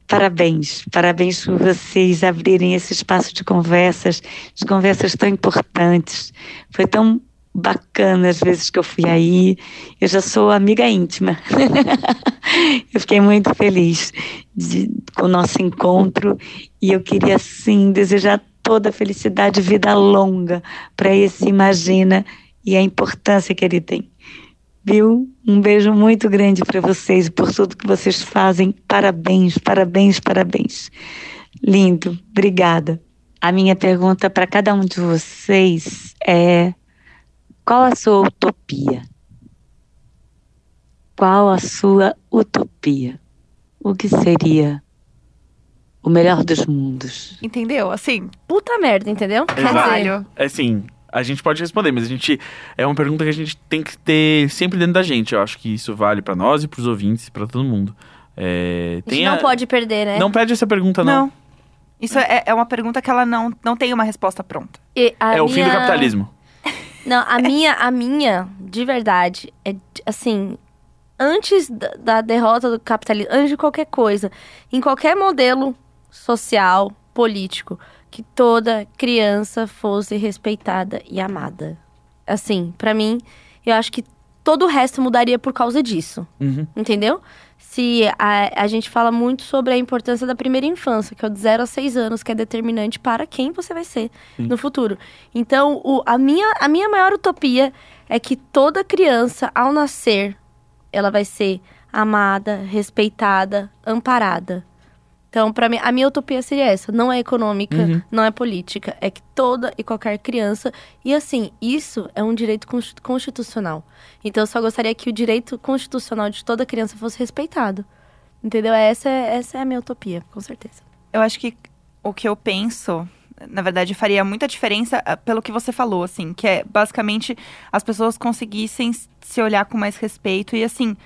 [SPEAKER 15] Parabéns, parabéns por vocês abrirem esse espaço de conversas, de conversas tão importantes. Foi tão bacana as vezes que eu fui aí. Eu já sou amiga íntima. eu fiquei muito feliz de- com o nosso encontro e eu queria sim desejar toda a felicidade e vida longa para esse Imagina e a importância que ele tem. Viu? Um beijo muito grande para vocês e por tudo que vocês fazem. Parabéns, parabéns, parabéns. Lindo, obrigada. A minha pergunta para cada um de vocês é: qual a sua utopia? Qual a sua utopia? O que seria o melhor dos mundos?
[SPEAKER 2] Entendeu? Assim.
[SPEAKER 1] Puta merda, entendeu?
[SPEAKER 3] Exato. É assim, a gente pode responder, mas a gente. É uma pergunta que a gente tem que ter sempre dentro da gente. Eu acho que isso vale pra nós e pros ouvintes, pra todo mundo. É,
[SPEAKER 1] A gente
[SPEAKER 3] tem
[SPEAKER 1] não
[SPEAKER 3] a-
[SPEAKER 1] pode perder, né?
[SPEAKER 3] Não pede essa pergunta, não.
[SPEAKER 2] Não. Isso é, é uma pergunta que ela não, não tem uma resposta um. pronta.
[SPEAKER 1] E a
[SPEAKER 3] É o fim do
[SPEAKER 1] minha-
[SPEAKER 3] capitalismo.
[SPEAKER 1] Não, a minha, a minha, de verdade, é de- assim, antes da, da derrota do capitalismo, antes de qualquer coisa, em qualquer modelo social, político, que toda criança fosse respeitada e amada. Assim, pra mim, eu acho que todo o resto mudaria por causa disso.
[SPEAKER 15] Uhum.
[SPEAKER 3] Uhum.
[SPEAKER 1] Entendeu? Se a, a gente fala muito sobre a importância da primeira infância, que é o de 0 a 6 anos, que é determinante para quem você vai ser
[SPEAKER 15] Sim.
[SPEAKER 1] no futuro. Então, o- a, minha, a minha maior utopia é que toda criança, ao nascer, ela vai ser amada, respeitada, amparada. Então, para mim, a minha utopia seria essa. Não é econômica,
[SPEAKER 15] Uhum.
[SPEAKER 1] não é política. É que toda e qualquer criança. E assim, isso é um direito cons- constitucional. Então, eu só gostaria que o direito constitucional de toda criança fosse respeitado. Entendeu? Essa é, essa é a minha utopia, com certeza.
[SPEAKER 2] Eu acho que o que eu penso, na verdade, faria muita diferença ah, pelo que você falou, assim, que é basicamente as pessoas conseguissem s- se olhar com mais respeito e assim.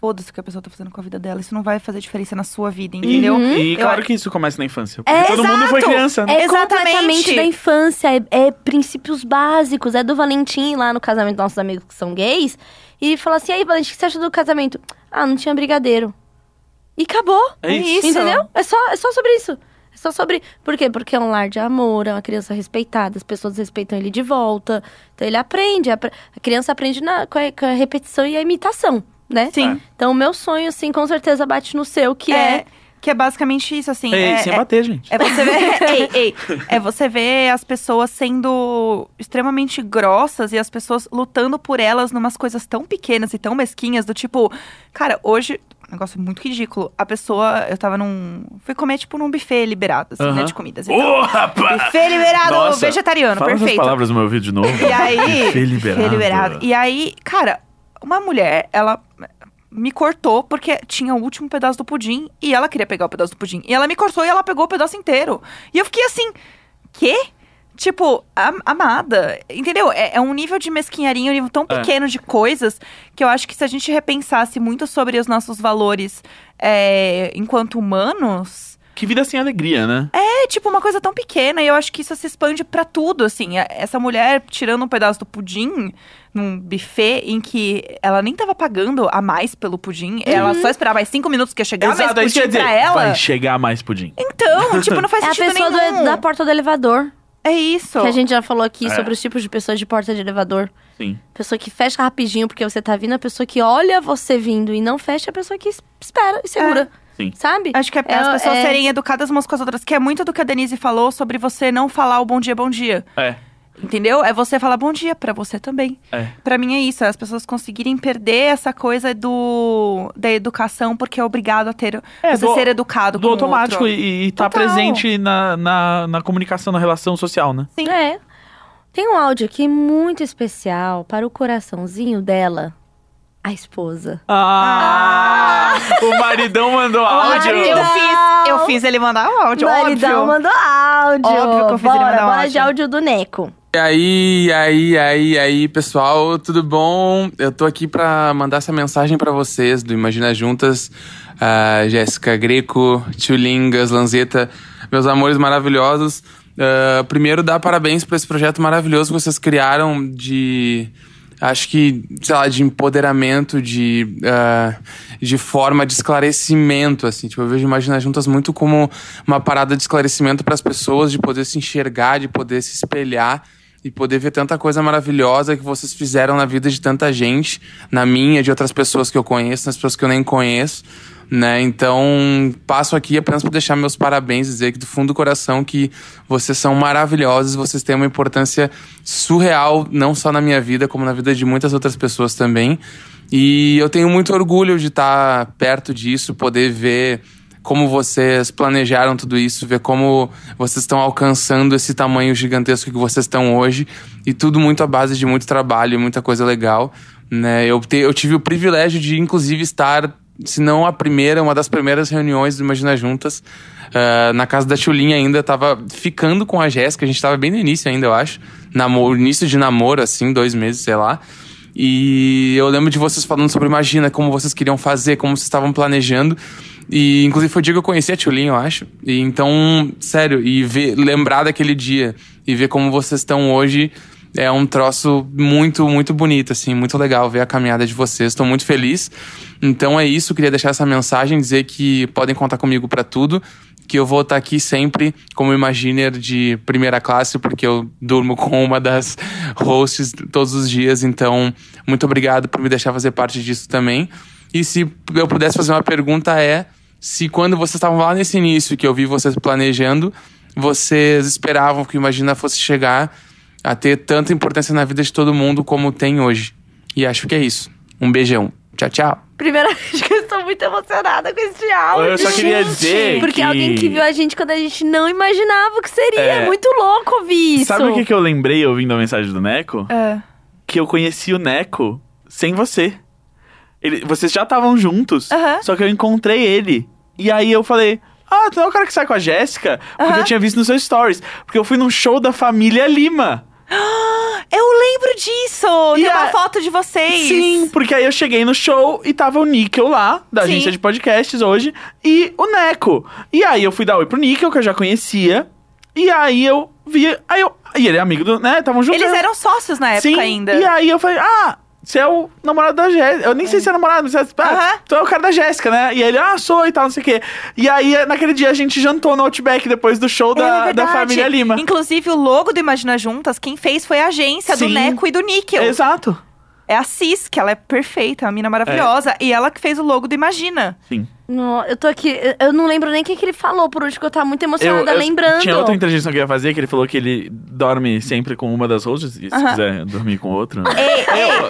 [SPEAKER 2] Foda-se o que a pessoa tá fazendo com a vida dela, isso não vai fazer diferença na sua vida, entendeu?
[SPEAKER 3] Uhum. E, e
[SPEAKER 2] Eu
[SPEAKER 3] claro
[SPEAKER 2] acho- É,
[SPEAKER 3] que isso começa na infância. Porque todo mundo foi criança, né?
[SPEAKER 1] É completamente da infância, é, é princípios básicos. É do Valentim lá no casamento dos nossos amigos que são gays. E fala assim: e aí, Valentim, o que você acha do casamento? Ah, não tinha brigadeiro. E acabou.
[SPEAKER 15] É isso.
[SPEAKER 2] Então.
[SPEAKER 1] Entendeu? É só, é só sobre isso. É só sobre. Por quê? Porque é um lar de amor, é uma criança respeitada, as pessoas respeitam ele de volta. Então ele aprende. apre- A criança aprende na, com, a, com a repetição e a imitação, né?
[SPEAKER 2] Sim.
[SPEAKER 1] Então o meu sonho, assim, com certeza bate no seu, que é.
[SPEAKER 2] Que é basicamente isso, assim.
[SPEAKER 3] Ei, sem bater, gente.
[SPEAKER 2] É você ver. ei, ei. É você ver as pessoas sendo extremamente grossas e as pessoas lutando por elas numas coisas tão pequenas e tão mesquinhas, do tipo, cara, hoje. um Negócio muito ridículo. A pessoa, eu tava num. Fui comer, tipo, num buffet liberado, assim, né?
[SPEAKER 3] Aham.
[SPEAKER 2] De comidas. e
[SPEAKER 3] Ô,
[SPEAKER 2] tal.
[SPEAKER 3] rapaz!
[SPEAKER 2] Buffet liberado,
[SPEAKER 3] Nossa,
[SPEAKER 2] vegetariano,
[SPEAKER 3] fala
[SPEAKER 2] perfeito.
[SPEAKER 3] essas palavras no meu vídeo de novo.
[SPEAKER 2] E aí.
[SPEAKER 3] Buffet liberado.
[SPEAKER 2] buffet liberado. E aí, cara, uma mulher, ela me cortou porque tinha o último pedaço do pudim e ela queria pegar o pedaço do pudim. E ela me cortou e ela pegou o pedaço inteiro. E eu fiquei assim, quê? Tipo, am- amada. Entendeu? É, é um nível de mesquinharia, um nível tão
[SPEAKER 15] É.
[SPEAKER 2] pequeno de coisas que eu acho que se a gente repensasse muito sobre os nossos valores é, enquanto humanos.
[SPEAKER 3] Que vida sem alegria, né?
[SPEAKER 2] É, tipo, uma coisa tão pequena, e eu acho que isso se expande pra tudo, assim. A- Essa mulher tirando um pedaço do pudim num buffet em que ela nem tava pagando a mais pelo pudim, ela só esperava mais cinco minutos que ia chegar mais
[SPEAKER 3] Uhum. Exato,
[SPEAKER 2] pudim
[SPEAKER 3] aí você ia dizer,
[SPEAKER 2] pra ela.
[SPEAKER 3] vai chegar mais pudim.
[SPEAKER 2] Então, tipo, não faz
[SPEAKER 1] É a
[SPEAKER 2] sentido
[SPEAKER 1] pessoa do-
[SPEAKER 2] nenhum.
[SPEAKER 1] da porta do elevador.
[SPEAKER 2] É isso.
[SPEAKER 1] Que a gente já falou aqui
[SPEAKER 3] É.
[SPEAKER 1] sobre os tipos de pessoas de porta de elevador.
[SPEAKER 3] Sim.
[SPEAKER 1] Pessoa que fecha rapidinho porque você tá vindo, a pessoa que olha você vindo e não fecha, é a pessoa que es- espera e segura.
[SPEAKER 3] Sim.
[SPEAKER 1] Sabe?
[SPEAKER 2] Acho que é pra
[SPEAKER 1] É,
[SPEAKER 2] as pessoas
[SPEAKER 1] é-
[SPEAKER 2] serem educadas umas com as outras, que é muito do que a Denise falou sobre você não falar o bom dia, bom dia.
[SPEAKER 3] É,
[SPEAKER 2] Entendeu? É você falar bom dia pra você também.
[SPEAKER 3] é.
[SPEAKER 2] Pra mim é isso, é as pessoas conseguirem perder essa coisa do da educação, porque é obrigado a ter
[SPEAKER 3] É,
[SPEAKER 2] você
[SPEAKER 3] do-
[SPEAKER 2] ser educado
[SPEAKER 3] Do
[SPEAKER 2] com o
[SPEAKER 3] automático
[SPEAKER 2] outro.
[SPEAKER 3] e, e tá
[SPEAKER 2] Total.
[SPEAKER 3] presente na, na, na comunicação, na relação social, né?
[SPEAKER 1] Sim. É. Tem um áudio aqui muito especial para o coraçãozinho dela, a esposa.
[SPEAKER 3] Ah! O maridão mandou áudio.
[SPEAKER 2] Eu fiz, eu fiz ele mandar o áudio,
[SPEAKER 1] Ah, Maridão
[SPEAKER 2] óbvio.
[SPEAKER 1] mandou áudio.
[SPEAKER 2] Óbvio que eu fiz
[SPEAKER 1] bora,
[SPEAKER 2] ele mandar
[SPEAKER 1] bora
[SPEAKER 2] áudio.
[SPEAKER 1] de áudio do Neco.
[SPEAKER 18] E aí, e aí, e aí, e aí, pessoal, tudo bom? Eu tô aqui pra mandar essa mensagem pra vocês do Imagina Juntas, ah, Jéssica Greco, Tchulingas, Lanzeta, meus amores maravilhosos. Ah, primeiro, dar parabéns pra esse projeto maravilhoso que vocês criaram de acho que, sei lá, de empoderamento, de, ah, de forma de esclarecimento, assim. Tipo, eu vejo Imaginar Juntas muito como uma parada de esclarecimento para as pessoas, de poder se enxergar, de poder se espelhar e poder ver tanta coisa maravilhosa que vocês fizeram na vida de tanta gente, na minha, de outras pessoas que eu conheço, nas pessoas que eu nem conheço. Né? Então, passo aqui apenas para deixar meus parabéns, dizer que do fundo do coração que vocês são maravilhosos, vocês têm uma importância surreal, não só na minha vida, como na vida de muitas outras pessoas também. E eu tenho muito orgulho de estar perto disso, poder ver como vocês planejaram tudo isso, ver como vocês estão alcançando esse tamanho gigantesco que vocês estão hoje. E tudo muito à base de muito trabalho, e muita coisa legal. Né? Eu, te- eu tive o privilégio de, inclusive, estar, se não a primeira, uma das primeiras reuniões do Imagina Juntas, ah, na casa da Chulinha ainda. Tava ficando com a Jéssica, a gente tava bem no início ainda, eu acho. Namoro, início de namoro, assim, dois meses, sei lá. E eu lembro de vocês falando sobre Imagina, como vocês queriam fazer, como vocês estavam planejando. E inclusive foi o dia que eu conheci a Tchulinha, eu acho. E então, sério, e ver, lembrar daquele dia e ver como vocês estão hoje é um troço muito, muito bonito, assim, muito legal ver a caminhada de vocês. Estou muito feliz. Então é isso, queria deixar essa mensagem, dizer que podem contar comigo para tudo. Que eu vou estar aqui sempre como imaginer de primeira classe, porque eu durmo com uma das hosts todos os dias. Então, muito obrigado por me deixar fazer parte disso também. E se eu pudesse fazer uma pergunta é se quando vocês estavam lá nesse início que eu vi vocês planejando, vocês esperavam que o Imagina fosse chegar a ter tanta importância na vida de todo mundo como tem hoje. E acho que é isso. Um beijão. Tchau, tchau.
[SPEAKER 1] Primeira vez que eu estou muito emocionada com esse áudio.
[SPEAKER 18] Eu só queria dizer
[SPEAKER 1] Porque
[SPEAKER 18] que-
[SPEAKER 1] alguém que viu a gente quando a gente não imaginava que seria.
[SPEAKER 3] É.
[SPEAKER 1] É muito louco ouvir isso.
[SPEAKER 3] Sabe o que, que eu lembrei ouvindo a mensagem do Neco?
[SPEAKER 1] É.
[SPEAKER 3] Que eu conheci o Neco sem você. Ele- vocês já estavam juntos, só que eu encontrei ele. E aí eu falei. Ah, tu não é o cara que sai com a Jéssica? Porque eu tinha visto nos seus stories. Porque eu fui num show da família Lima.
[SPEAKER 2] Eu lembro disso! Tem uma foto de vocês.
[SPEAKER 3] Sim, porque aí eu cheguei no show e tava o Níquel lá, da
[SPEAKER 2] Sim.
[SPEAKER 3] agência de podcasts hoje, e o Neco. E aí eu fui dar oi pro Níquel, que eu já conhecia. E aí eu vi. Aí eu. E ele é amigo do. né? Estavam juntos.
[SPEAKER 2] Eles
[SPEAKER 3] né?
[SPEAKER 2] eram sócios na época
[SPEAKER 3] Sim,
[SPEAKER 2] ainda.
[SPEAKER 3] E aí eu falei, ah, você é o namorado da Jéssica. Eu nem sei se é namorado, mas você é, ah, tu é o cara da Jéssica, né? E ele, ah, sou e tal, não sei o quê. E aí, naquele dia, a gente jantou no Outback depois do show da,
[SPEAKER 2] É
[SPEAKER 3] da
[SPEAKER 2] verdade.
[SPEAKER 3] família Lima.
[SPEAKER 2] Inclusive, o logo do Imagina Juntas, quem fez foi a agência do
[SPEAKER 3] Sim.
[SPEAKER 2] Neco e do Níquel.
[SPEAKER 3] Exato.
[SPEAKER 2] É a Cis, que ela é perfeita, é uma mina maravilhosa. E ela que fez o logo do Imagina.
[SPEAKER 3] Sim.
[SPEAKER 1] No, eu tô aqui, eu- eu não lembro nem o que, que ele falou, por onde que eu tava muito emocionada lembrando.
[SPEAKER 3] Tinha outra entrevista que eu ia fazer, que ele falou que ele dorme sempre com uma das hosts, e se
[SPEAKER 1] Aham.
[SPEAKER 3] quiser dormir com outra. né?
[SPEAKER 2] Ei, ei,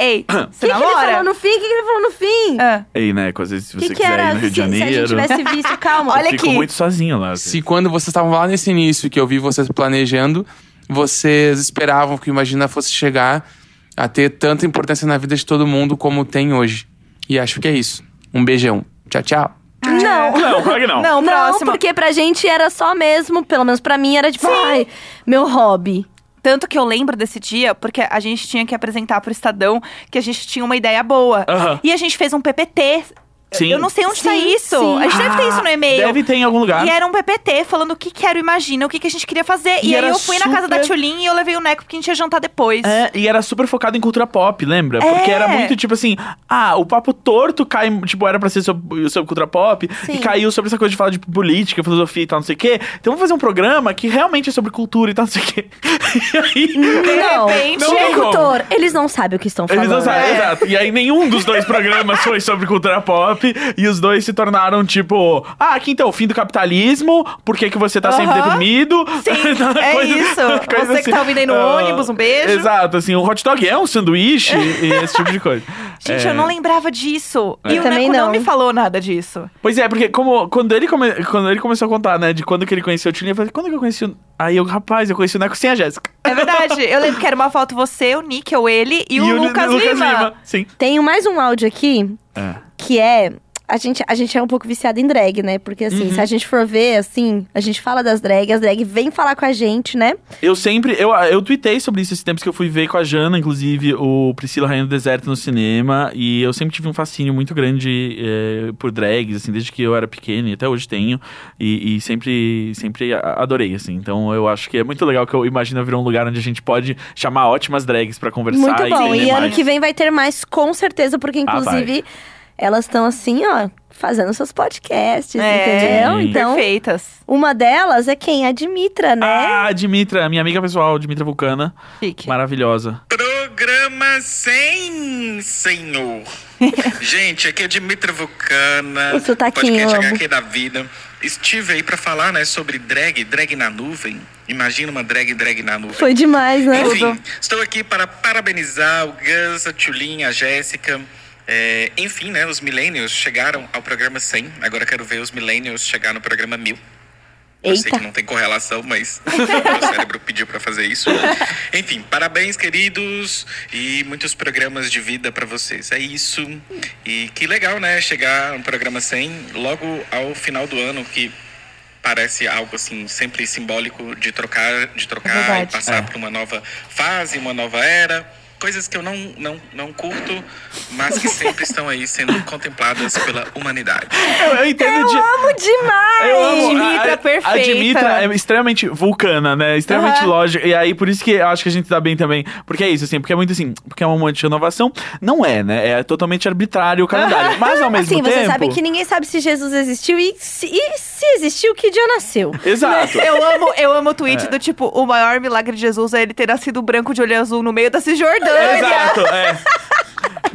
[SPEAKER 2] ei, ei.
[SPEAKER 1] O que, que ele falou no fim? O que, que ele falou no fim?
[SPEAKER 2] É.
[SPEAKER 3] Ei, né? Às vezes, se
[SPEAKER 1] O
[SPEAKER 3] você
[SPEAKER 1] que, que
[SPEAKER 3] quiser ir
[SPEAKER 1] era? assim,
[SPEAKER 3] no Rio de
[SPEAKER 1] se, se a
[SPEAKER 3] Janeiro.
[SPEAKER 1] gente tivesse visto, calma.
[SPEAKER 3] eu fico muito sozinho lá. assim.
[SPEAKER 18] Se quando vocês estavam lá nesse início que eu vi vocês planejando, vocês esperavam que o Imagina fosse chegar a ter tanta importância na vida de todo mundo como tem hoje. E acho que é isso. Um beijão. Tchau, tchau.
[SPEAKER 1] Não.
[SPEAKER 18] Não, claro que não.
[SPEAKER 1] Não,
[SPEAKER 18] Não, próxima.
[SPEAKER 1] porque pra gente era só mesmo, pelo menos pra mim, era tipo, ai, meu hobby.
[SPEAKER 2] Tanto que eu lembro desse dia, porque a gente tinha que apresentar pro Estadão que a gente tinha uma ideia boa.
[SPEAKER 3] Aham.
[SPEAKER 2] E a gente fez um PPT.
[SPEAKER 3] Sim.
[SPEAKER 2] Eu não sei onde tá
[SPEAKER 3] Sim,
[SPEAKER 2] isso.
[SPEAKER 3] sim.
[SPEAKER 2] A gente deve ter isso no
[SPEAKER 3] Ah,
[SPEAKER 2] e-mail.
[SPEAKER 3] deve ter em algum lugar.
[SPEAKER 2] E era um PPT falando o que que era o Imagina, o que, que a gente queria fazer.
[SPEAKER 3] E
[SPEAKER 2] E,
[SPEAKER 3] era
[SPEAKER 2] aí eu fui na casa da
[SPEAKER 3] super-
[SPEAKER 2] Tchulin e eu levei o Neco porque a gente ia jantar depois.
[SPEAKER 3] É, e era super focado em cultura pop, lembra?
[SPEAKER 2] É.
[SPEAKER 3] Porque era muito tipo assim, ah, o papo torto cai, tipo, era pra ser sobre, sobre cultura pop, e
[SPEAKER 2] Sim.
[SPEAKER 3] caiu sobre essa coisa de falar de política, filosofia e tal, não sei o quê. Então vamos fazer um programa que realmente é sobre cultura e tal, não sei o quê. E aí, não
[SPEAKER 1] Não,
[SPEAKER 3] tem como.
[SPEAKER 1] locutor, eles não sabem o que estão falando.
[SPEAKER 3] Eles não
[SPEAKER 2] "É."
[SPEAKER 3] sabem, exato. E aí nenhum dos dois programas foi sobre cultura pop e os dois se tornaram tipo, ah, aqui então, o fim do capitalismo, por que, que você tá sempre
[SPEAKER 2] Aham.
[SPEAKER 3] deprimido? Então,
[SPEAKER 2] Sim, é isso. Você que tá ouvindo aí no
[SPEAKER 3] assim. Ah,
[SPEAKER 2] ônibus, um beijo.
[SPEAKER 3] Exato, assim, o hot dog é um sanduíche e esse tipo de coisa.
[SPEAKER 2] Gente,
[SPEAKER 3] É.
[SPEAKER 2] eu não lembrava disso.
[SPEAKER 3] É.
[SPEAKER 2] E o
[SPEAKER 3] Também
[SPEAKER 2] Neco não.
[SPEAKER 3] não.
[SPEAKER 2] me falou nada disso.
[SPEAKER 3] Pois é, porque como, quando, ele come- quando ele começou a contar, né, de quando que ele conheceu o Tilly, eu falei, quando que eu conheci o... Aí eu, rapaz, eu conheci o Neco sem a Jéssica.
[SPEAKER 2] É verdade. eu lembro que era uma foto você, o Níquel, ele e, o, Lucas, Lima.
[SPEAKER 3] Sim.
[SPEAKER 1] Tenho mais um áudio aqui,
[SPEAKER 3] É.
[SPEAKER 1] que é a gente, a gente é um pouco viciado em drag, né? Porque assim,
[SPEAKER 3] Uhum.
[SPEAKER 1] se a gente for ver, assim, a gente fala das drag, as drag vêm falar com a gente, né?
[SPEAKER 3] Eu sempre. Eu, eu tuitei sobre isso esses tempos que eu fui ver com a Jana, inclusive, o Priscila Rainha do Deserto no cinema. E eu sempre tive um fascínio muito grande eh, por drags, assim, desde que eu era pequeno e até hoje tenho. E, e sempre, sempre a- adorei, assim. Então eu acho que é muito legal que eu imagino virar um lugar onde a gente pode chamar ótimas drags pra conversar.
[SPEAKER 1] Muito bom.
[SPEAKER 3] entender
[SPEAKER 1] E ano
[SPEAKER 3] mais.
[SPEAKER 1] que vem vai ter mais, com certeza, porque
[SPEAKER 3] Ah, vai.
[SPEAKER 1] inclusive elas estão assim, ó, fazendo seus podcasts,
[SPEAKER 2] É,
[SPEAKER 1] entendeu?
[SPEAKER 3] Sim.
[SPEAKER 1] Então,
[SPEAKER 2] perfeitas.
[SPEAKER 1] Uma delas é quem? A Dimitra, né?
[SPEAKER 3] Ah, Dimitra, minha amiga pessoal, Dimitra Vulcana. Maravilhosa.
[SPEAKER 19] Programa sem senhor. Gente, aqui é Dimitra Vulcana.
[SPEAKER 1] O sotaquinho,
[SPEAKER 19] podcast
[SPEAKER 1] eu amo.
[SPEAKER 19] HQ da vida. Estive aí pra falar, né, sobre drag, drag na nuvem. Imagina uma drag, drag na nuvem.
[SPEAKER 1] Foi demais, né?
[SPEAKER 19] Enfim, estou aqui para parabenizar o Gus, a Tchulinha, a Jéssica. É, enfim, né, os millennials chegaram ao programa 100. Agora quero ver os millennials chegar no programa 1000. Eu sei
[SPEAKER 1] Eita.
[SPEAKER 19] que não tem correlação, mas meu cérebro pediu pra fazer isso. Enfim, parabéns, queridos, e muitos programas de vida pra vocês. É isso. E que legal, né? Chegar no programa 100 logo ao final do ano, que parece algo assim sempre simbólico de trocar, de trocar e
[SPEAKER 20] verdade.
[SPEAKER 19] passar
[SPEAKER 20] É.
[SPEAKER 19] por uma nova fase, uma nova era. Coisas que eu não, não, não curto, mas que sempre estão aí sendo contempladas pela humanidade.
[SPEAKER 3] Ah, Eu, eu entendo de... amo
[SPEAKER 1] demais!
[SPEAKER 3] Eu amo.
[SPEAKER 19] Dimitra
[SPEAKER 3] a, a, a
[SPEAKER 19] perfeita.
[SPEAKER 3] Dimitra é extremamente vulcana, né? Extremamente
[SPEAKER 19] Aham.
[SPEAKER 3] lógica. E aí, por isso que eu acho que a gente dá bem também. Porque é isso, assim, porque é muito assim, porque é um monte de inovação. Não é, né? É totalmente arbitrário o calendário. Mas ao mesmo
[SPEAKER 1] assim,
[SPEAKER 3] tempo.
[SPEAKER 1] você sabe que ninguém sabe se Jesus existiu e se, e se existiu, que dia nasceu.
[SPEAKER 3] Exato.
[SPEAKER 2] Eu amo, eu amo o tweet
[SPEAKER 3] É.
[SPEAKER 2] do tipo, o maior milagre de Jesus é ele ter nascido branco de olho azul no meio da Cisjordânia.
[SPEAKER 3] Exato, é.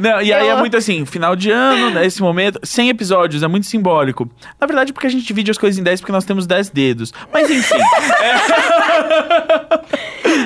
[SPEAKER 3] Não, e aí é muito assim, final de ano, nesse momento, 100 episódios, é muito simbólico. Na verdade, porque a gente divide as coisas em 10 porque nós temos 10 dedos. Mas enfim.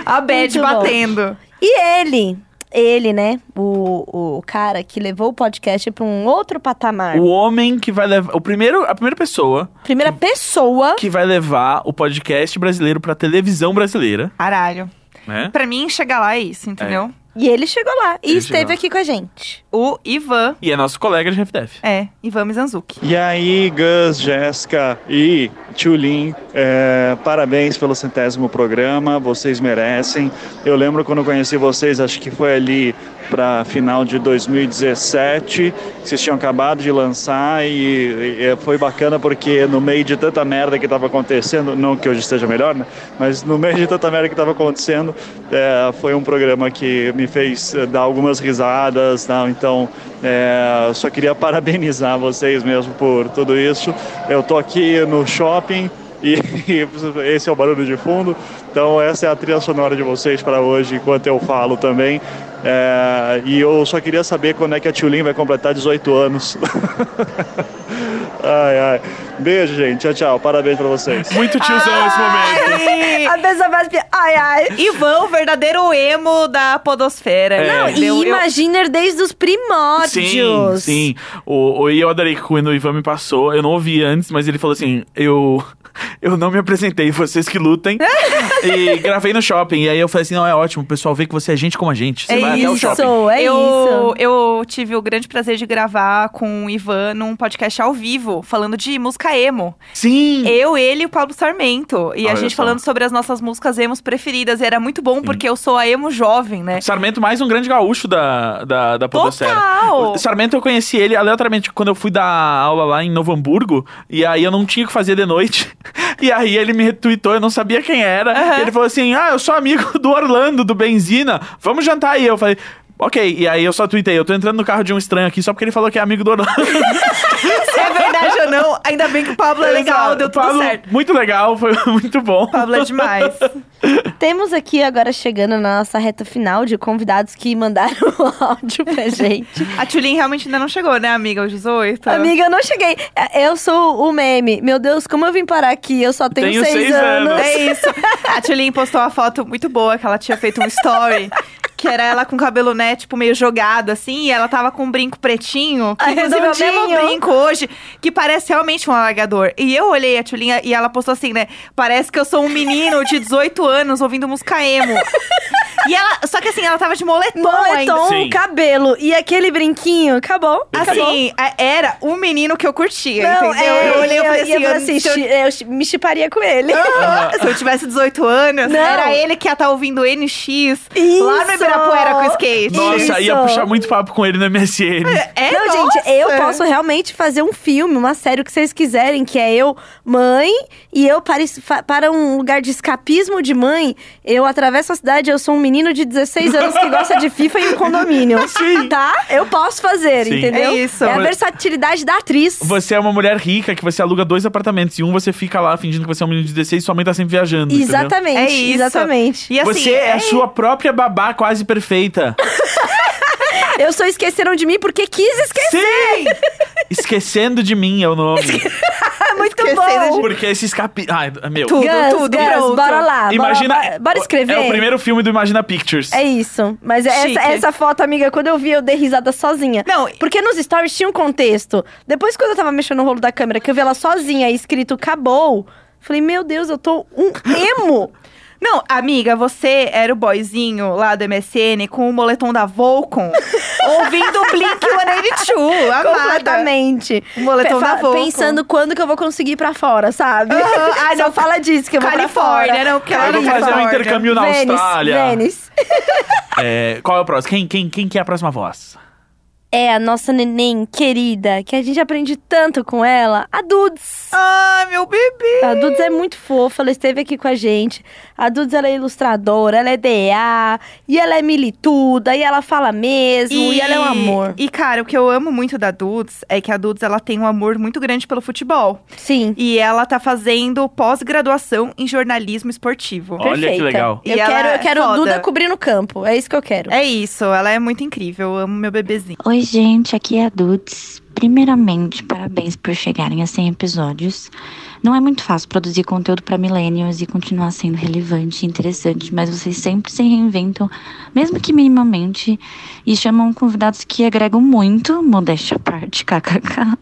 [SPEAKER 2] A Bad
[SPEAKER 1] Muito bom.
[SPEAKER 2] batendo.
[SPEAKER 1] E ele, ele, né? O, o cara que levou o podcast pra um outro patamar.
[SPEAKER 3] O homem que vai levar. O primeiro, a primeira pessoa.
[SPEAKER 1] Primeira pessoa.
[SPEAKER 3] Que vai levar o podcast brasileiro pra televisão brasileira.
[SPEAKER 2] Caralho.
[SPEAKER 3] Né?
[SPEAKER 2] Pra mim, chegar lá é isso, entendeu?
[SPEAKER 1] E ele chegou lá
[SPEAKER 3] e Ele esteve chegou lá.
[SPEAKER 1] aqui com a gente.
[SPEAKER 2] O Ivan.
[SPEAKER 3] E é nosso colega de RFDF.
[SPEAKER 2] É, Ivan Mizanzuki.
[SPEAKER 21] E aí, Gus, Jéssica e Tchulin, é, parabéns pelo centésimo programa, vocês merecem. Eu lembro quando eu conheci vocês, acho que foi ali para final de 2017, que vocês tinham acabado de lançar e, e foi bacana porque no meio de tanta merda que estava acontecendo, não que hoje esteja melhor, né? mas no meio de tanta merda que estava acontecendo, é, foi um programa que me fez eh, dar algumas risadas, tal. então é, só queria parabenizar vocês mesmo por tudo isso. Eu tô aqui no shopping e esse é o barulho de fundo, então essa é a trilha sonora de vocês para hoje, enquanto eu falo também. É, e eu só queria saber quando é que a Tulin vai completar 18 anos. ai, ai. Beijo, gente. Tchau, tchau. Parabéns para vocês.
[SPEAKER 3] Muito tiozão
[SPEAKER 2] Ah,
[SPEAKER 3] esse
[SPEAKER 1] A pessoa faz. pi- Ai, ai.
[SPEAKER 2] Ivan, o verdadeiro emo da Podosfera.
[SPEAKER 3] É.
[SPEAKER 1] Não, e
[SPEAKER 2] entendeu? Eu-
[SPEAKER 1] Imaginer desde os primórdios.
[SPEAKER 3] Sim, sim. O, o, e eu adorei que quando o Ivan me passou, eu não ouvi antes, mas ele falou assim: eu. Eu não me apresentei, vocês que lutem. e gravei no shopping. E aí eu falei assim: não, é ótimo, o pessoal vê que você é gente como a gente. Você vai até o shopping.
[SPEAKER 1] é
[SPEAKER 2] eu, Eu tive o grande prazer de gravar com o Ivan num podcast ao vivo, falando de música emo.
[SPEAKER 3] Sim!
[SPEAKER 2] Eu, ele e o Pablo Sarmento. E a
[SPEAKER 3] Olha
[SPEAKER 2] gente
[SPEAKER 3] só.
[SPEAKER 2] falando sobre as nossas músicas emos preferidas. E era muito bom, porque eu sou a emo jovem, né?
[SPEAKER 3] Sarmento, mais um grande gaúcho da, da, da Podosfera.
[SPEAKER 2] Total!
[SPEAKER 3] O Sarmento, eu conheci ele aleatoriamente quando eu fui dar aula lá em Novo Hamburgo. E aí eu não tinha o que fazer de noite. E aí ele me retweetou, eu não sabia quem era. E ele falou assim: Ah, eu sou amigo do Orlando, do Benzina. Vamos jantar aí. Eu falei. Ok, e aí eu só tuitei, eu tô entrando no carro de um estranho aqui só porque ele falou que é amigo do Orlando.
[SPEAKER 2] Se é verdade ou não, ainda bem que o Pablo é legal, deu tudo
[SPEAKER 3] Pablo,
[SPEAKER 2] certo.
[SPEAKER 3] Muito legal, foi muito bom.
[SPEAKER 2] Pablo é demais.
[SPEAKER 1] Temos aqui agora chegando na nossa reta final de convidados que mandaram o áudio pra gente.
[SPEAKER 2] A Tulin realmente ainda não chegou, né, amiga, aos 18?
[SPEAKER 1] Amiga, eu não cheguei. Eu sou o meme. Meu Deus, como eu vim parar aqui? Eu só tenho, seis, anos.
[SPEAKER 2] É isso. A Tulin postou uma foto muito boa que ela tinha feito um story. Que era ela com o cabelo, né, tipo, meio jogado, assim, e ela tava com um brinco pretinho. Que
[SPEAKER 1] Ai,
[SPEAKER 2] inclusive é o mesmo
[SPEAKER 1] redondinho.
[SPEAKER 2] brinco hoje, que parece realmente um alargador. E eu olhei a Tchulinha e ela postou assim, né? Parece que eu sou um menino de 18 anos ouvindo música emo. E ela, só que assim, ela tava de moletom,
[SPEAKER 1] Moletom,
[SPEAKER 2] ainda.
[SPEAKER 1] Sim. cabelo e aquele brinquinho, acabou.
[SPEAKER 2] Assim, a- era o menino que eu curtia,
[SPEAKER 1] Não,
[SPEAKER 2] entendeu?
[SPEAKER 1] é,
[SPEAKER 2] eu olhei e
[SPEAKER 1] eu
[SPEAKER 2] falei assim,
[SPEAKER 1] ia falar assim,
[SPEAKER 2] se eu-
[SPEAKER 1] chi- me chiparia com ele.
[SPEAKER 2] Aham. se eu tivesse 18 anos,
[SPEAKER 1] Não.
[SPEAKER 2] era ele que ia estar ouvindo NX lá no Ibirapuera com o skate.
[SPEAKER 3] Nossa, ia puxar muito papo com ele no MSN.
[SPEAKER 2] É,
[SPEAKER 1] não,
[SPEAKER 2] nossa.
[SPEAKER 1] gente, eu posso realmente fazer um filme, uma série, o que vocês quiserem, que é eu, mãe, e eu para, es- fa- para um lugar de escapismo de mãe, eu atravesso a cidade, eu sou um menino de 16 anos que gosta de FIFA em um condomínio. Sim. Tá? Eu posso fazer,
[SPEAKER 3] Sim.
[SPEAKER 1] entendeu?
[SPEAKER 3] É isso.
[SPEAKER 1] É a
[SPEAKER 3] Mas-
[SPEAKER 1] versatilidade da atriz.
[SPEAKER 3] Você é uma mulher rica que você aluga dois apartamentos e um você fica lá fingindo que você é um menino de 16 e sua mãe tá sempre viajando. entendeu?
[SPEAKER 1] Exatamente,
[SPEAKER 2] É isso.
[SPEAKER 1] exatamente.
[SPEAKER 2] E assim,
[SPEAKER 3] você é a sua própria babá quase perfeita.
[SPEAKER 1] Eu sou esqueceram de mim porque quis esquecer.
[SPEAKER 3] Esquecendo de mim é o nome.
[SPEAKER 1] Muito bom.
[SPEAKER 3] Porque esse escape. Ai, meu.
[SPEAKER 1] Tudo, Gus, tudo, Gus, pronto. bora lá, bora-
[SPEAKER 3] Imagina.
[SPEAKER 1] bora- bora escrever.
[SPEAKER 3] É o primeiro filme do Imagina Pictures.
[SPEAKER 1] É isso. Mas é essa,
[SPEAKER 3] Chique.
[SPEAKER 1] essa foto, amiga, quando eu vi, eu dei risada sozinha. Não. Porque nos stories tinha um contexto. Depois, quando eu tava mexendo no rolo da câmera, que eu vi ela sozinha e escrito acabou, falei, meu Deus, eu tô um emo.
[SPEAKER 2] Não, amiga, você era o boyzinho lá do MSN com o moletom da Volcom, ouvindo o Blink-182, amada.
[SPEAKER 1] Completamente.
[SPEAKER 2] O moletom
[SPEAKER 1] Pe-
[SPEAKER 2] da
[SPEAKER 1] fa-
[SPEAKER 2] Volcom.
[SPEAKER 1] Pensando quando que eu vou conseguir ir pra fora, sabe?
[SPEAKER 2] Aham, ai,
[SPEAKER 1] Só
[SPEAKER 2] não,
[SPEAKER 1] fala disso que eu vou
[SPEAKER 2] Califórnia, né?
[SPEAKER 1] pra fora.
[SPEAKER 2] não,
[SPEAKER 3] Eu vou fazer um intercâmbio na
[SPEAKER 1] Vênice,
[SPEAKER 3] Austrália.
[SPEAKER 1] Vênice.
[SPEAKER 3] É, qual é o próximo? Quem, quem, quem que é a próxima voz?
[SPEAKER 1] É a nossa neném querida, que a gente aprende tanto com ela, a Dudes.
[SPEAKER 2] Ah, meu bebê!
[SPEAKER 1] A Dudes é muito fofa, ela esteve aqui com a gente. A Dudes, ela é ilustradora, ela é DA, e ela é milituda, e ela fala mesmo, e, ela é um amor.
[SPEAKER 2] E, cara, o que eu amo muito da Dudes é que a Dudes ela tem um amor muito grande pelo futebol.
[SPEAKER 1] Sim.
[SPEAKER 2] E ela tá fazendo pós-graduação em jornalismo esportivo.
[SPEAKER 3] Olha que Perfeita. legal.
[SPEAKER 1] Eu quero- eu quero o Duda
[SPEAKER 2] cobrir
[SPEAKER 1] no campo. É isso que eu quero.
[SPEAKER 2] É isso, ela é muito incrível. Eu amo meu bebezinho.
[SPEAKER 20] Oi, gente, aqui é a Dudes. Primeiramente, parabéns por chegarem a 100 episódios. Não é muito fácil produzir conteúdo para millennials e continuar sendo relevante e interessante, mas vocês sempre se reinventam, mesmo que minimamente, e chamam convidados que agregam muito, modéstia à parte, kkk.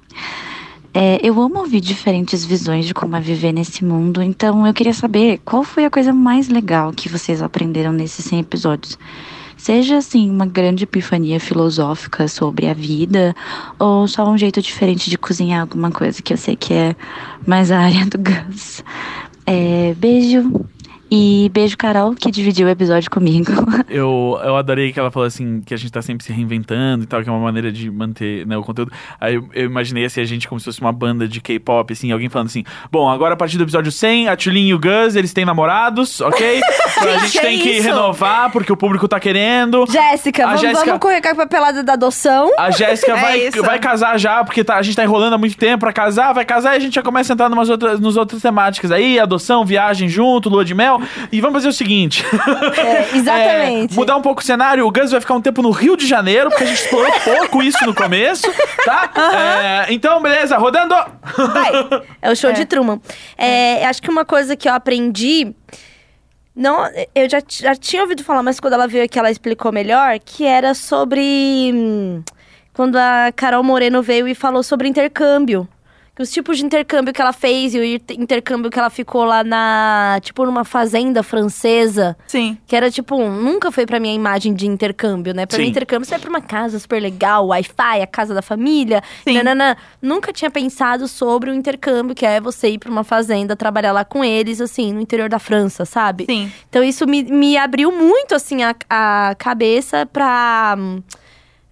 [SPEAKER 20] É, eu amo ouvir diferentes visões de como é viver nesse mundo, então eu queria saber qual foi a coisa mais legal que vocês aprenderam nesses 100 episódios. Seja assim, uma grande epifania filosófica sobre a vida, ou só um jeito diferente de cozinhar alguma coisa que eu sei que é mais a área do Gus. É, beijo. E beijo, Carol, que dividiu o episódio comigo.
[SPEAKER 3] Eu, eu adorei que ela falou assim, que a gente tá sempre se reinventando e tal, que é uma maneira de manter né, o conteúdo. Aí eu, eu imaginei assim, a gente como se fosse uma banda de K-pop, assim, alguém falando assim, bom, agora a partir do episódio 100, a Tulin e o Gus, eles têm namorados, ok? Então a
[SPEAKER 1] Gente,
[SPEAKER 3] gente
[SPEAKER 1] é
[SPEAKER 3] tem que
[SPEAKER 1] isso.
[SPEAKER 3] renovar, porque o público tá querendo.
[SPEAKER 1] Jéssica,
[SPEAKER 3] A
[SPEAKER 1] vamos,
[SPEAKER 3] Jéssica-
[SPEAKER 1] vamos correr com a papelada da adoção. É
[SPEAKER 3] A Jéssica vai, vai casar já, porque tá- a gente tá enrolando há muito tempo pra casar, vai casar e a gente já começa a entrar numas outras, nos outras temáticas aí, adoção, viagem junto, lua de mel. E vamos fazer o seguinte.
[SPEAKER 1] É, exatamente.
[SPEAKER 3] É, mudar um pouco o cenário, o Gus vai ficar um tempo no Rio de Janeiro, porque a gente explorou pouco isso no começo, tá? É, então, beleza, rodando!
[SPEAKER 1] É o show de Truman. É, Acho que uma coisa que eu aprendi. Não, eu já, t- já tinha ouvido falar, mas quando ela veio aqui, ela explicou melhor, que era sobre. hum, Quando a Carol Moreno veio e falou sobre intercâmbio. Que Os tipos de intercâmbio que ela fez e o inter- intercâmbio que ela ficou lá na. Tipo, numa fazenda francesa.
[SPEAKER 2] Sim.
[SPEAKER 1] Que era tipo, um- nunca foi pra minha imagem de intercâmbio, né? Pra mim,
[SPEAKER 2] Sim.
[SPEAKER 1] intercâmbio, você vai pra uma casa super legal, Wi-Fi, a casa da família. Nananã. Nunca tinha pensado sobre o intercâmbio, que é você ir pra uma fazenda, trabalhar lá com eles, assim, no interior da França, sabe?
[SPEAKER 2] Sim.
[SPEAKER 1] Então isso me, me abriu muito, assim, a, a cabeça pra. hum,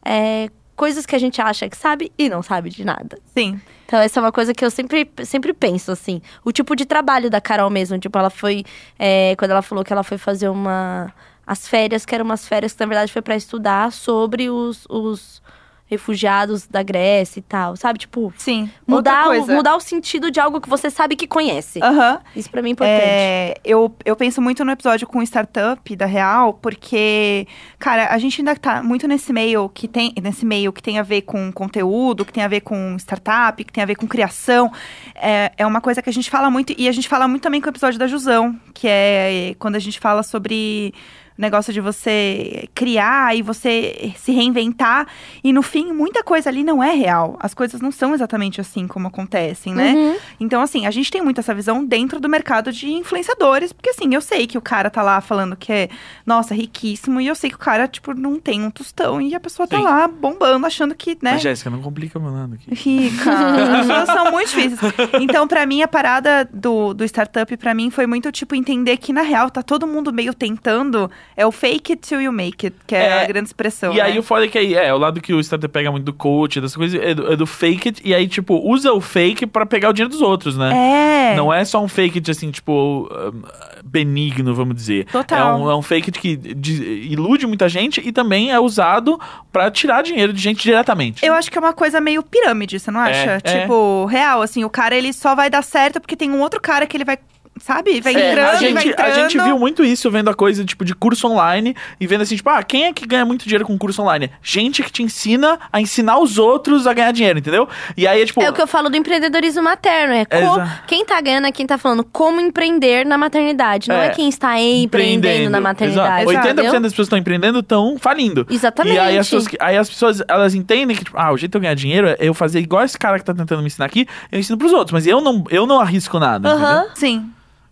[SPEAKER 1] é, coisas que a gente acha que sabe e não sabe de nada.
[SPEAKER 2] Sim.
[SPEAKER 1] Então essa é uma coisa que eu sempre, sempre penso, assim. O tipo de trabalho da Carol mesmo. Tipo, ela foi. é, quando ela falou que ela foi fazer uma. As férias, que eram umas férias que, na verdade, foi pra estudar sobre os. os refugiados da Grécia e tal, sabe? Tipo,
[SPEAKER 2] sim,
[SPEAKER 1] mudar
[SPEAKER 2] outra
[SPEAKER 1] o,
[SPEAKER 2] coisa.
[SPEAKER 1] mudar o sentido de algo que você sabe que conhece.
[SPEAKER 2] Aham.
[SPEAKER 1] Isso pra mim é importante.
[SPEAKER 2] É, eu, eu penso muito no episódio com startup da Real, porque, cara, a gente ainda tá muito nesse meio que tem nesse meio que tem a ver com conteúdo, que tem a ver com startup, que tem a ver com criação. É, é uma coisa que a gente fala muito, e a gente fala muito também com o episódio da Jusão, que é quando a gente fala sobre negócio de você criar e você se reinventar. E no fim, muita coisa ali não é real. As coisas não são exatamente assim como acontecem, né?
[SPEAKER 4] Uhum.
[SPEAKER 2] Então, assim, a gente tem muito essa visão dentro do mercado de influenciadores, porque assim, eu sei que o cara tá lá falando que é, nossa, riquíssimo, e eu sei que o cara, tipo, não tem um tostão, e a pessoa tá
[SPEAKER 3] Sim.
[SPEAKER 2] lá bombando, achando que, né?
[SPEAKER 3] Mas, Jéssica, não complica meu nada aqui.
[SPEAKER 2] Rica. As pessoas são muito difíceis. Então, pra mim, a parada do, do startup, pra mim, foi muito, tipo, entender que, na real, tá todo mundo meio tentando. É o fake it till you make it, que é, a grande expressão.
[SPEAKER 3] E aí
[SPEAKER 2] né?
[SPEAKER 3] o foda é que aí, é, o lado que o startup pega muito do coach, dessas coisas, é do, é do fake it, e aí, tipo, usa o fake pra pegar o dinheiro dos outros, né?
[SPEAKER 2] É.
[SPEAKER 3] Não é só um fake it, assim, tipo, um, benigno, vamos dizer.
[SPEAKER 2] Total.
[SPEAKER 3] É um, é um fake it que de- ilude muita gente e também é usado pra tirar dinheiro de gente diretamente.
[SPEAKER 2] Eu acho que é uma coisa meio pirâmide, você não acha?
[SPEAKER 3] É, é.
[SPEAKER 2] tipo, real, assim, o cara ele só vai dar certo porque tem um outro cara que ele vai, sabe? Vai
[SPEAKER 3] É,
[SPEAKER 2] entrando,
[SPEAKER 3] a,
[SPEAKER 2] vai
[SPEAKER 3] gente, a
[SPEAKER 2] entrando.
[SPEAKER 3] gente viu muito isso vendo a coisa tipo de curso online e vendo assim, tipo, ah, quem é que ganha muito dinheiro com curso online? Gente que te ensina a ensinar os outros a ganhar dinheiro, entendeu? E aí é tipo.
[SPEAKER 1] É o que eu falo do empreendedorismo materno. É co-
[SPEAKER 3] Exa-
[SPEAKER 1] quem tá ganhando é quem tá falando como empreender na maternidade. Não é,
[SPEAKER 3] É.
[SPEAKER 1] quem está empreendendo na maternidade.
[SPEAKER 3] Exato. 80%
[SPEAKER 1] entendeu?
[SPEAKER 3] das pessoas que estão empreendendo estão falindo.
[SPEAKER 1] Exatamente.
[SPEAKER 3] E aí as, pessoas, que- aí as pessoas, elas entendem que, tipo, ah, o jeito de eu ganhar dinheiro é eu fazer igual esse cara que tá tentando me ensinar aqui, eu ensino pros outros, mas eu não, eu não arrisco nada.
[SPEAKER 2] Aham.
[SPEAKER 3] entendeu?
[SPEAKER 2] Sim.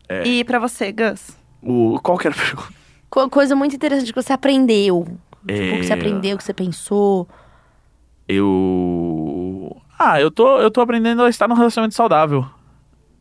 [SPEAKER 3] É.
[SPEAKER 2] assim, E pra você, Gus?
[SPEAKER 3] O, qual que era a pergunta?
[SPEAKER 1] Co- coisa muito interessante que você aprendeu. Tipo, o que você
[SPEAKER 3] É.
[SPEAKER 1] aprendeu, o que você pensou.
[SPEAKER 3] Eu. Ah, eu tô, eu tô aprendendo a estar num relacionamento saudável.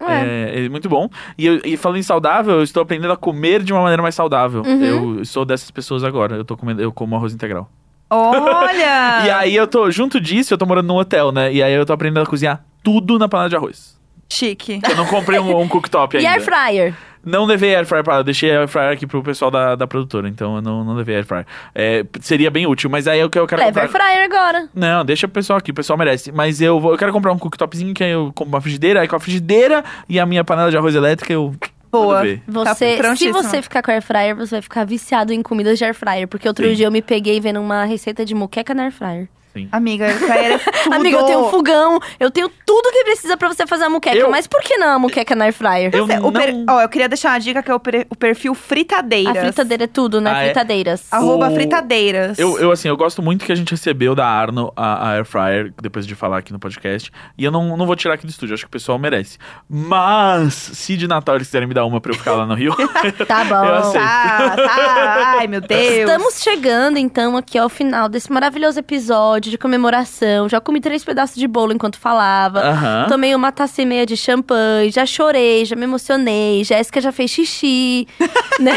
[SPEAKER 3] É, é muito bom. E, eu- e falando em saudável, eu estou aprendendo a comer de uma maneira mais saudável.
[SPEAKER 2] Uhum.
[SPEAKER 3] Eu sou dessas pessoas agora. Eu tô comendo, eu como arroz integral.
[SPEAKER 2] Olha!
[SPEAKER 3] E é aí eu tô, junto disso, eu tô morando num hotel, né? E aí eu tô aprendendo a cozinhar tudo na panela de arroz.
[SPEAKER 2] Chique.
[SPEAKER 3] Eu não comprei um, um cooktop
[SPEAKER 1] E
[SPEAKER 3] ainda.
[SPEAKER 1] air fryer?
[SPEAKER 3] Não levei air fryer pra lá, deixei air fryer aqui pro pessoal da, da produtora, então eu não, não levei air fryer. É, seria bem útil, mas aí é o que eu quero
[SPEAKER 1] Leva
[SPEAKER 3] comprar.
[SPEAKER 1] air fryer agora.
[SPEAKER 3] Não, deixa o pessoal aqui, o pessoal merece. Mas eu vou, eu quero comprar um cooktopzinho que aí eu compro uma frigideira, aí com a frigideira e a minha panela de arroz elétrica eu. Boa.
[SPEAKER 2] Tá
[SPEAKER 1] Você, se você ficar com air fryer, você vai ficar viciado em comidas de air fryer. Porque outro
[SPEAKER 3] Sim.
[SPEAKER 1] dia eu me peguei vendo uma receita de moqueca na air fryer.
[SPEAKER 2] Amiga, air fryer é tudo.
[SPEAKER 1] Amiga, eu tenho um fogão, eu tenho tudo que precisa pra você fazer a moqueca. Mas por que não a moqueca na air fryer?
[SPEAKER 2] Pois é, o per- ó, eu queria deixar uma dica que é o, per- o perfil Fritadeiras.
[SPEAKER 1] A fritadeira é tudo, né?
[SPEAKER 3] Ah, é?
[SPEAKER 1] Fritadeiras.
[SPEAKER 2] Arroba
[SPEAKER 3] O-
[SPEAKER 2] Fritadeiras.
[SPEAKER 3] Eu, eu, assim, eu gosto muito que a gente recebeu da Arno a, a Air Fryer, depois de falar aqui no podcast. E eu não, não vou tirar aqui do estúdio, acho que o pessoal merece. Mas, se de Natal eles quiserem me dar uma pra eu ficar lá no Rio.
[SPEAKER 1] Tá bom.
[SPEAKER 3] Eu aceito.
[SPEAKER 2] Tá, tá. Ai, meu Deus.
[SPEAKER 1] Estamos chegando, então, aqui ao final desse maravilhoso episódio de comemoração. Já comi três pedaços de bolo enquanto falava.
[SPEAKER 22] Aham.
[SPEAKER 1] Tomei uma taça e meia de champanhe. Já chorei, já me emocionei. Jéssica já fez xixi. né?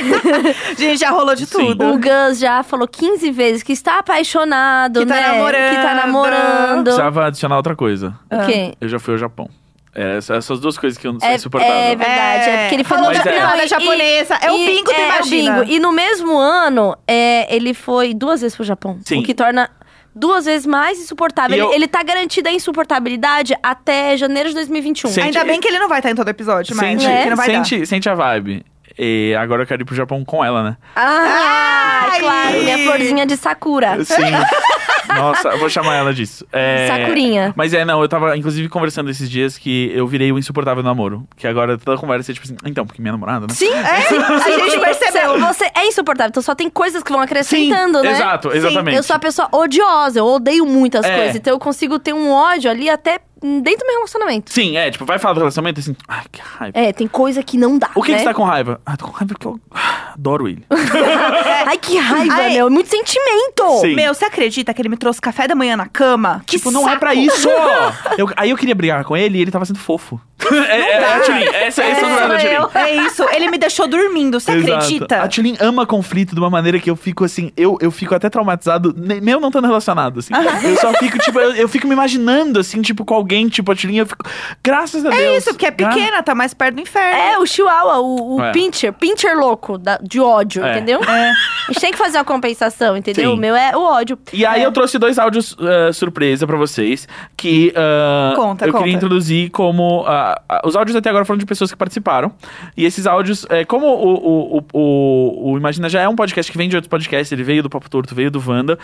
[SPEAKER 2] Gente, já rolou de tudo.
[SPEAKER 1] O Gus já falou 15 vezes que está apaixonado,
[SPEAKER 2] Que tá
[SPEAKER 1] né? Que tá namorando.
[SPEAKER 3] Precisava adicionar outra coisa.
[SPEAKER 1] O quê?
[SPEAKER 3] Eu já fui ao Japão. É, essa- essas duas coisas que eu não sou
[SPEAKER 1] É,
[SPEAKER 3] insuportável.
[SPEAKER 1] é verdade, é, porque ele falou
[SPEAKER 3] Mas
[SPEAKER 1] da
[SPEAKER 3] é.
[SPEAKER 1] piada
[SPEAKER 2] Não, e- japonesa, é o bingo do
[SPEAKER 1] é,
[SPEAKER 2] Imagina.
[SPEAKER 1] É o bingo. E no mesmo ano, é, ele foi duas vezes pro Japão.
[SPEAKER 3] Sim.
[SPEAKER 1] O que torna duas vezes mais insuportável.
[SPEAKER 3] E
[SPEAKER 1] Ele,
[SPEAKER 3] eu-
[SPEAKER 1] ele tá garantido a insuportabilidade até janeiro de 2021.
[SPEAKER 3] Sente- Ainda bem que
[SPEAKER 2] ele não vai estar em todo episódio,
[SPEAKER 1] mas
[SPEAKER 3] Sente, sente, sente a vibe. E agora eu quero ir pro Japão com ela, né?
[SPEAKER 1] Ah, claro, minha florzinha de Sakura.
[SPEAKER 3] Sim. Nossa, eu vou chamar ela disso. É,
[SPEAKER 1] Sakurinha.
[SPEAKER 3] Mas é, não, eu tava inclusive conversando esses dias que eu virei o insuportável namoro. Que agora toda conversa é tipo assim, então, porque minha namorada, né?
[SPEAKER 1] Sim,
[SPEAKER 2] É?
[SPEAKER 3] Sim,
[SPEAKER 1] a
[SPEAKER 3] sim,
[SPEAKER 1] gente
[SPEAKER 3] sim.
[SPEAKER 1] percebeu. Você é insuportável, então só tem coisas que vão acrescentando,
[SPEAKER 3] Sim,
[SPEAKER 1] né?
[SPEAKER 3] exato,
[SPEAKER 1] Sim.
[SPEAKER 3] exatamente.
[SPEAKER 1] Eu sou uma pessoa odiosa, eu odeio muitas
[SPEAKER 3] É.
[SPEAKER 1] coisas, então eu consigo ter um ódio ali até dentro do meu relacionamento.
[SPEAKER 3] Sim, é, tipo, vai falar do relacionamento assim, ai, que raiva.
[SPEAKER 1] É, tem coisa que não dá.
[SPEAKER 3] O que,
[SPEAKER 1] né?
[SPEAKER 3] que você tá com raiva? Ah, tô com raiva porque eu adoro ele.
[SPEAKER 1] Ai, que raiva,
[SPEAKER 2] Ai.
[SPEAKER 1] meu. É muito sentimento.
[SPEAKER 3] Sim.
[SPEAKER 2] Meu, você acredita que ele me trouxe café da manhã na cama? Que
[SPEAKER 3] Tipo, não é pra isso! É Eu- aí eu queria brigar com ele e ele tava sendo fofo. é,
[SPEAKER 1] Tá.
[SPEAKER 3] é, é a Tilin, essa é, essa é, a Tilin.
[SPEAKER 2] É isso, ele me deixou dormindo, você
[SPEAKER 3] Exato.
[SPEAKER 2] acredita?
[SPEAKER 3] A Tulin ama conflito de uma maneira que eu fico assim, eu, eu fico até traumatizado, nem- mesmo não estando relacionado, assim.
[SPEAKER 2] Aham.
[SPEAKER 3] Eu só fico, tipo, eu, eu fico me imaginando, assim, tipo, com alguém, tipo, a Tulin, eu fico. Graças a
[SPEAKER 2] É
[SPEAKER 3] Deus.
[SPEAKER 2] isso, porque é
[SPEAKER 3] gra-
[SPEAKER 2] pequena, tá mais perto do inferno.
[SPEAKER 1] É, o Chihuahua, o, o
[SPEAKER 3] É.
[SPEAKER 1] Pincher, Pincher louco, da- de ódio,
[SPEAKER 3] É.
[SPEAKER 1] entendeu? A gente tem que fazer uma compensação, entendeu?
[SPEAKER 3] Sim.
[SPEAKER 1] O meu é o ódio.
[SPEAKER 3] E aí eu trouxe dois áudios eh, surpresa pra vocês que ah,
[SPEAKER 1] Conta,
[SPEAKER 3] eu queria
[SPEAKER 1] conta.
[SPEAKER 3] introduzir como ah, ah, os áudios até agora foram de pessoas que participaram e esses áudios eh, como o, o, o, o- o Imagina já é um podcast que vem de outros podcasts ele veio do Papo Torto veio do Vanda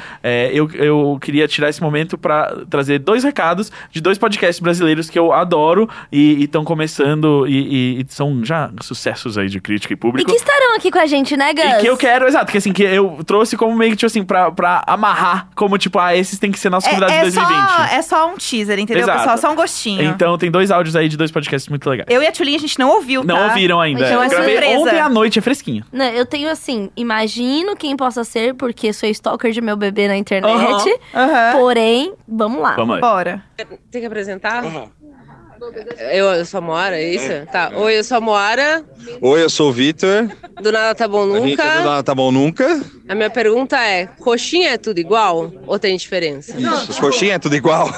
[SPEAKER 3] eu, eu queria tirar esse momento pra trazer dois recados de dois podcasts brasileiros que eu adoro e estão começando e, e- e são já sucessos aí de crítica e
[SPEAKER 1] E
[SPEAKER 3] público
[SPEAKER 1] que estarão aqui com a gente, né, Gus?
[SPEAKER 3] e que eu quero, exato, que assim, assim, que eu trouxe como meio que, tipo assim, pra, pra amarrar, como, tipo, ah, esses tem que ser nossos convidados de 2020.
[SPEAKER 2] Só, é só um teaser, entendeu,
[SPEAKER 3] Exato.
[SPEAKER 2] pessoal? Só um gostinho.
[SPEAKER 3] Então tem dois áudios aí de dois podcasts muito legais.
[SPEAKER 2] Eu e a Tulinha, a gente não ouviu,
[SPEAKER 3] Não
[SPEAKER 2] tá?
[SPEAKER 3] ouviram ainda.
[SPEAKER 2] Então é
[SPEAKER 3] Eu gravei
[SPEAKER 2] surpresa.
[SPEAKER 3] ontem à noite, é fresquinho.
[SPEAKER 1] Não, eu tenho assim, imagino quem possa ser, porque sou stalker de meu bebê na internet.
[SPEAKER 2] Aham.
[SPEAKER 1] Porém, vamos lá.
[SPEAKER 3] Vamos aí.
[SPEAKER 2] Bora.
[SPEAKER 4] Tem que apresentar? Eu, eu sou a Moara, é isso? Tá. Oi, eu sou a Moara.
[SPEAKER 22] Oi, eu sou o Vitor.
[SPEAKER 4] Do Nada Tá Bom
[SPEAKER 10] é
[SPEAKER 4] Nunca.
[SPEAKER 22] Rica do Nada Tá Bom Nunca.
[SPEAKER 4] A minha pergunta é: coxinha é tudo igual ou tem diferença?
[SPEAKER 22] Isso. Coxinha é tudo igual.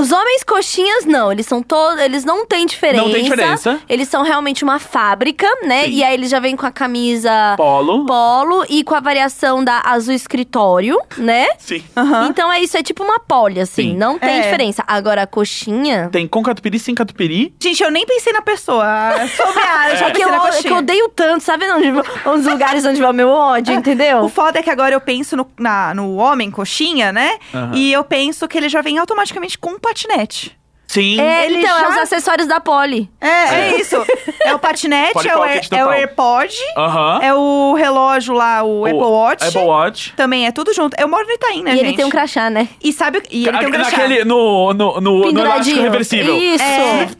[SPEAKER 1] Os homens coxinhas, não, eles são todos. Eles não têm diferença.
[SPEAKER 22] Não tem diferença.
[SPEAKER 1] Eles são realmente uma fábrica, né?
[SPEAKER 3] Sim.
[SPEAKER 1] E aí eles já vêm com a camisa
[SPEAKER 3] Polo.
[SPEAKER 1] polo e com a variação da azul escritório, né?
[SPEAKER 3] Sim.
[SPEAKER 1] Então é isso, é tipo uma pole, assim. Não tem
[SPEAKER 2] É.
[SPEAKER 1] diferença. Agora a coxinha.
[SPEAKER 3] Tem com catupiry, sem catupiry.
[SPEAKER 2] Gente, eu nem pensei na pessoa. Ah, Sobre a.
[SPEAKER 1] É.
[SPEAKER 2] Já
[SPEAKER 1] Que eu- que eu odeio tanto, sabe? Onde, os lugares onde vai
[SPEAKER 3] um
[SPEAKER 1] meu ódio, entendeu?
[SPEAKER 2] O foda é que agora eu penso no, na- no homem coxinha, né?
[SPEAKER 3] Aham.
[SPEAKER 2] E eu penso que ele já vem automaticamente com um patinete.
[SPEAKER 3] Sim.
[SPEAKER 1] É, então, é os acessórios da Poli.
[SPEAKER 2] É, é,
[SPEAKER 1] É.
[SPEAKER 2] isso. É o patinete,
[SPEAKER 3] Polly
[SPEAKER 2] é o,
[SPEAKER 3] Pocket
[SPEAKER 2] Air-
[SPEAKER 3] do
[SPEAKER 2] é o
[SPEAKER 3] pau.
[SPEAKER 2] AirPod,
[SPEAKER 3] Aham.
[SPEAKER 2] é o relógio lá, o, Apple Watch.
[SPEAKER 3] Apple Watch.
[SPEAKER 2] Também é tudo junto. Eu moro no Itaim, né,
[SPEAKER 1] E
[SPEAKER 2] gente?
[SPEAKER 1] ele tem um crachá, né?
[SPEAKER 2] E sabe o que... E ele tem um crachá.
[SPEAKER 3] Naquele, no, no, no, no elástico reversível.
[SPEAKER 2] É.
[SPEAKER 1] Isso.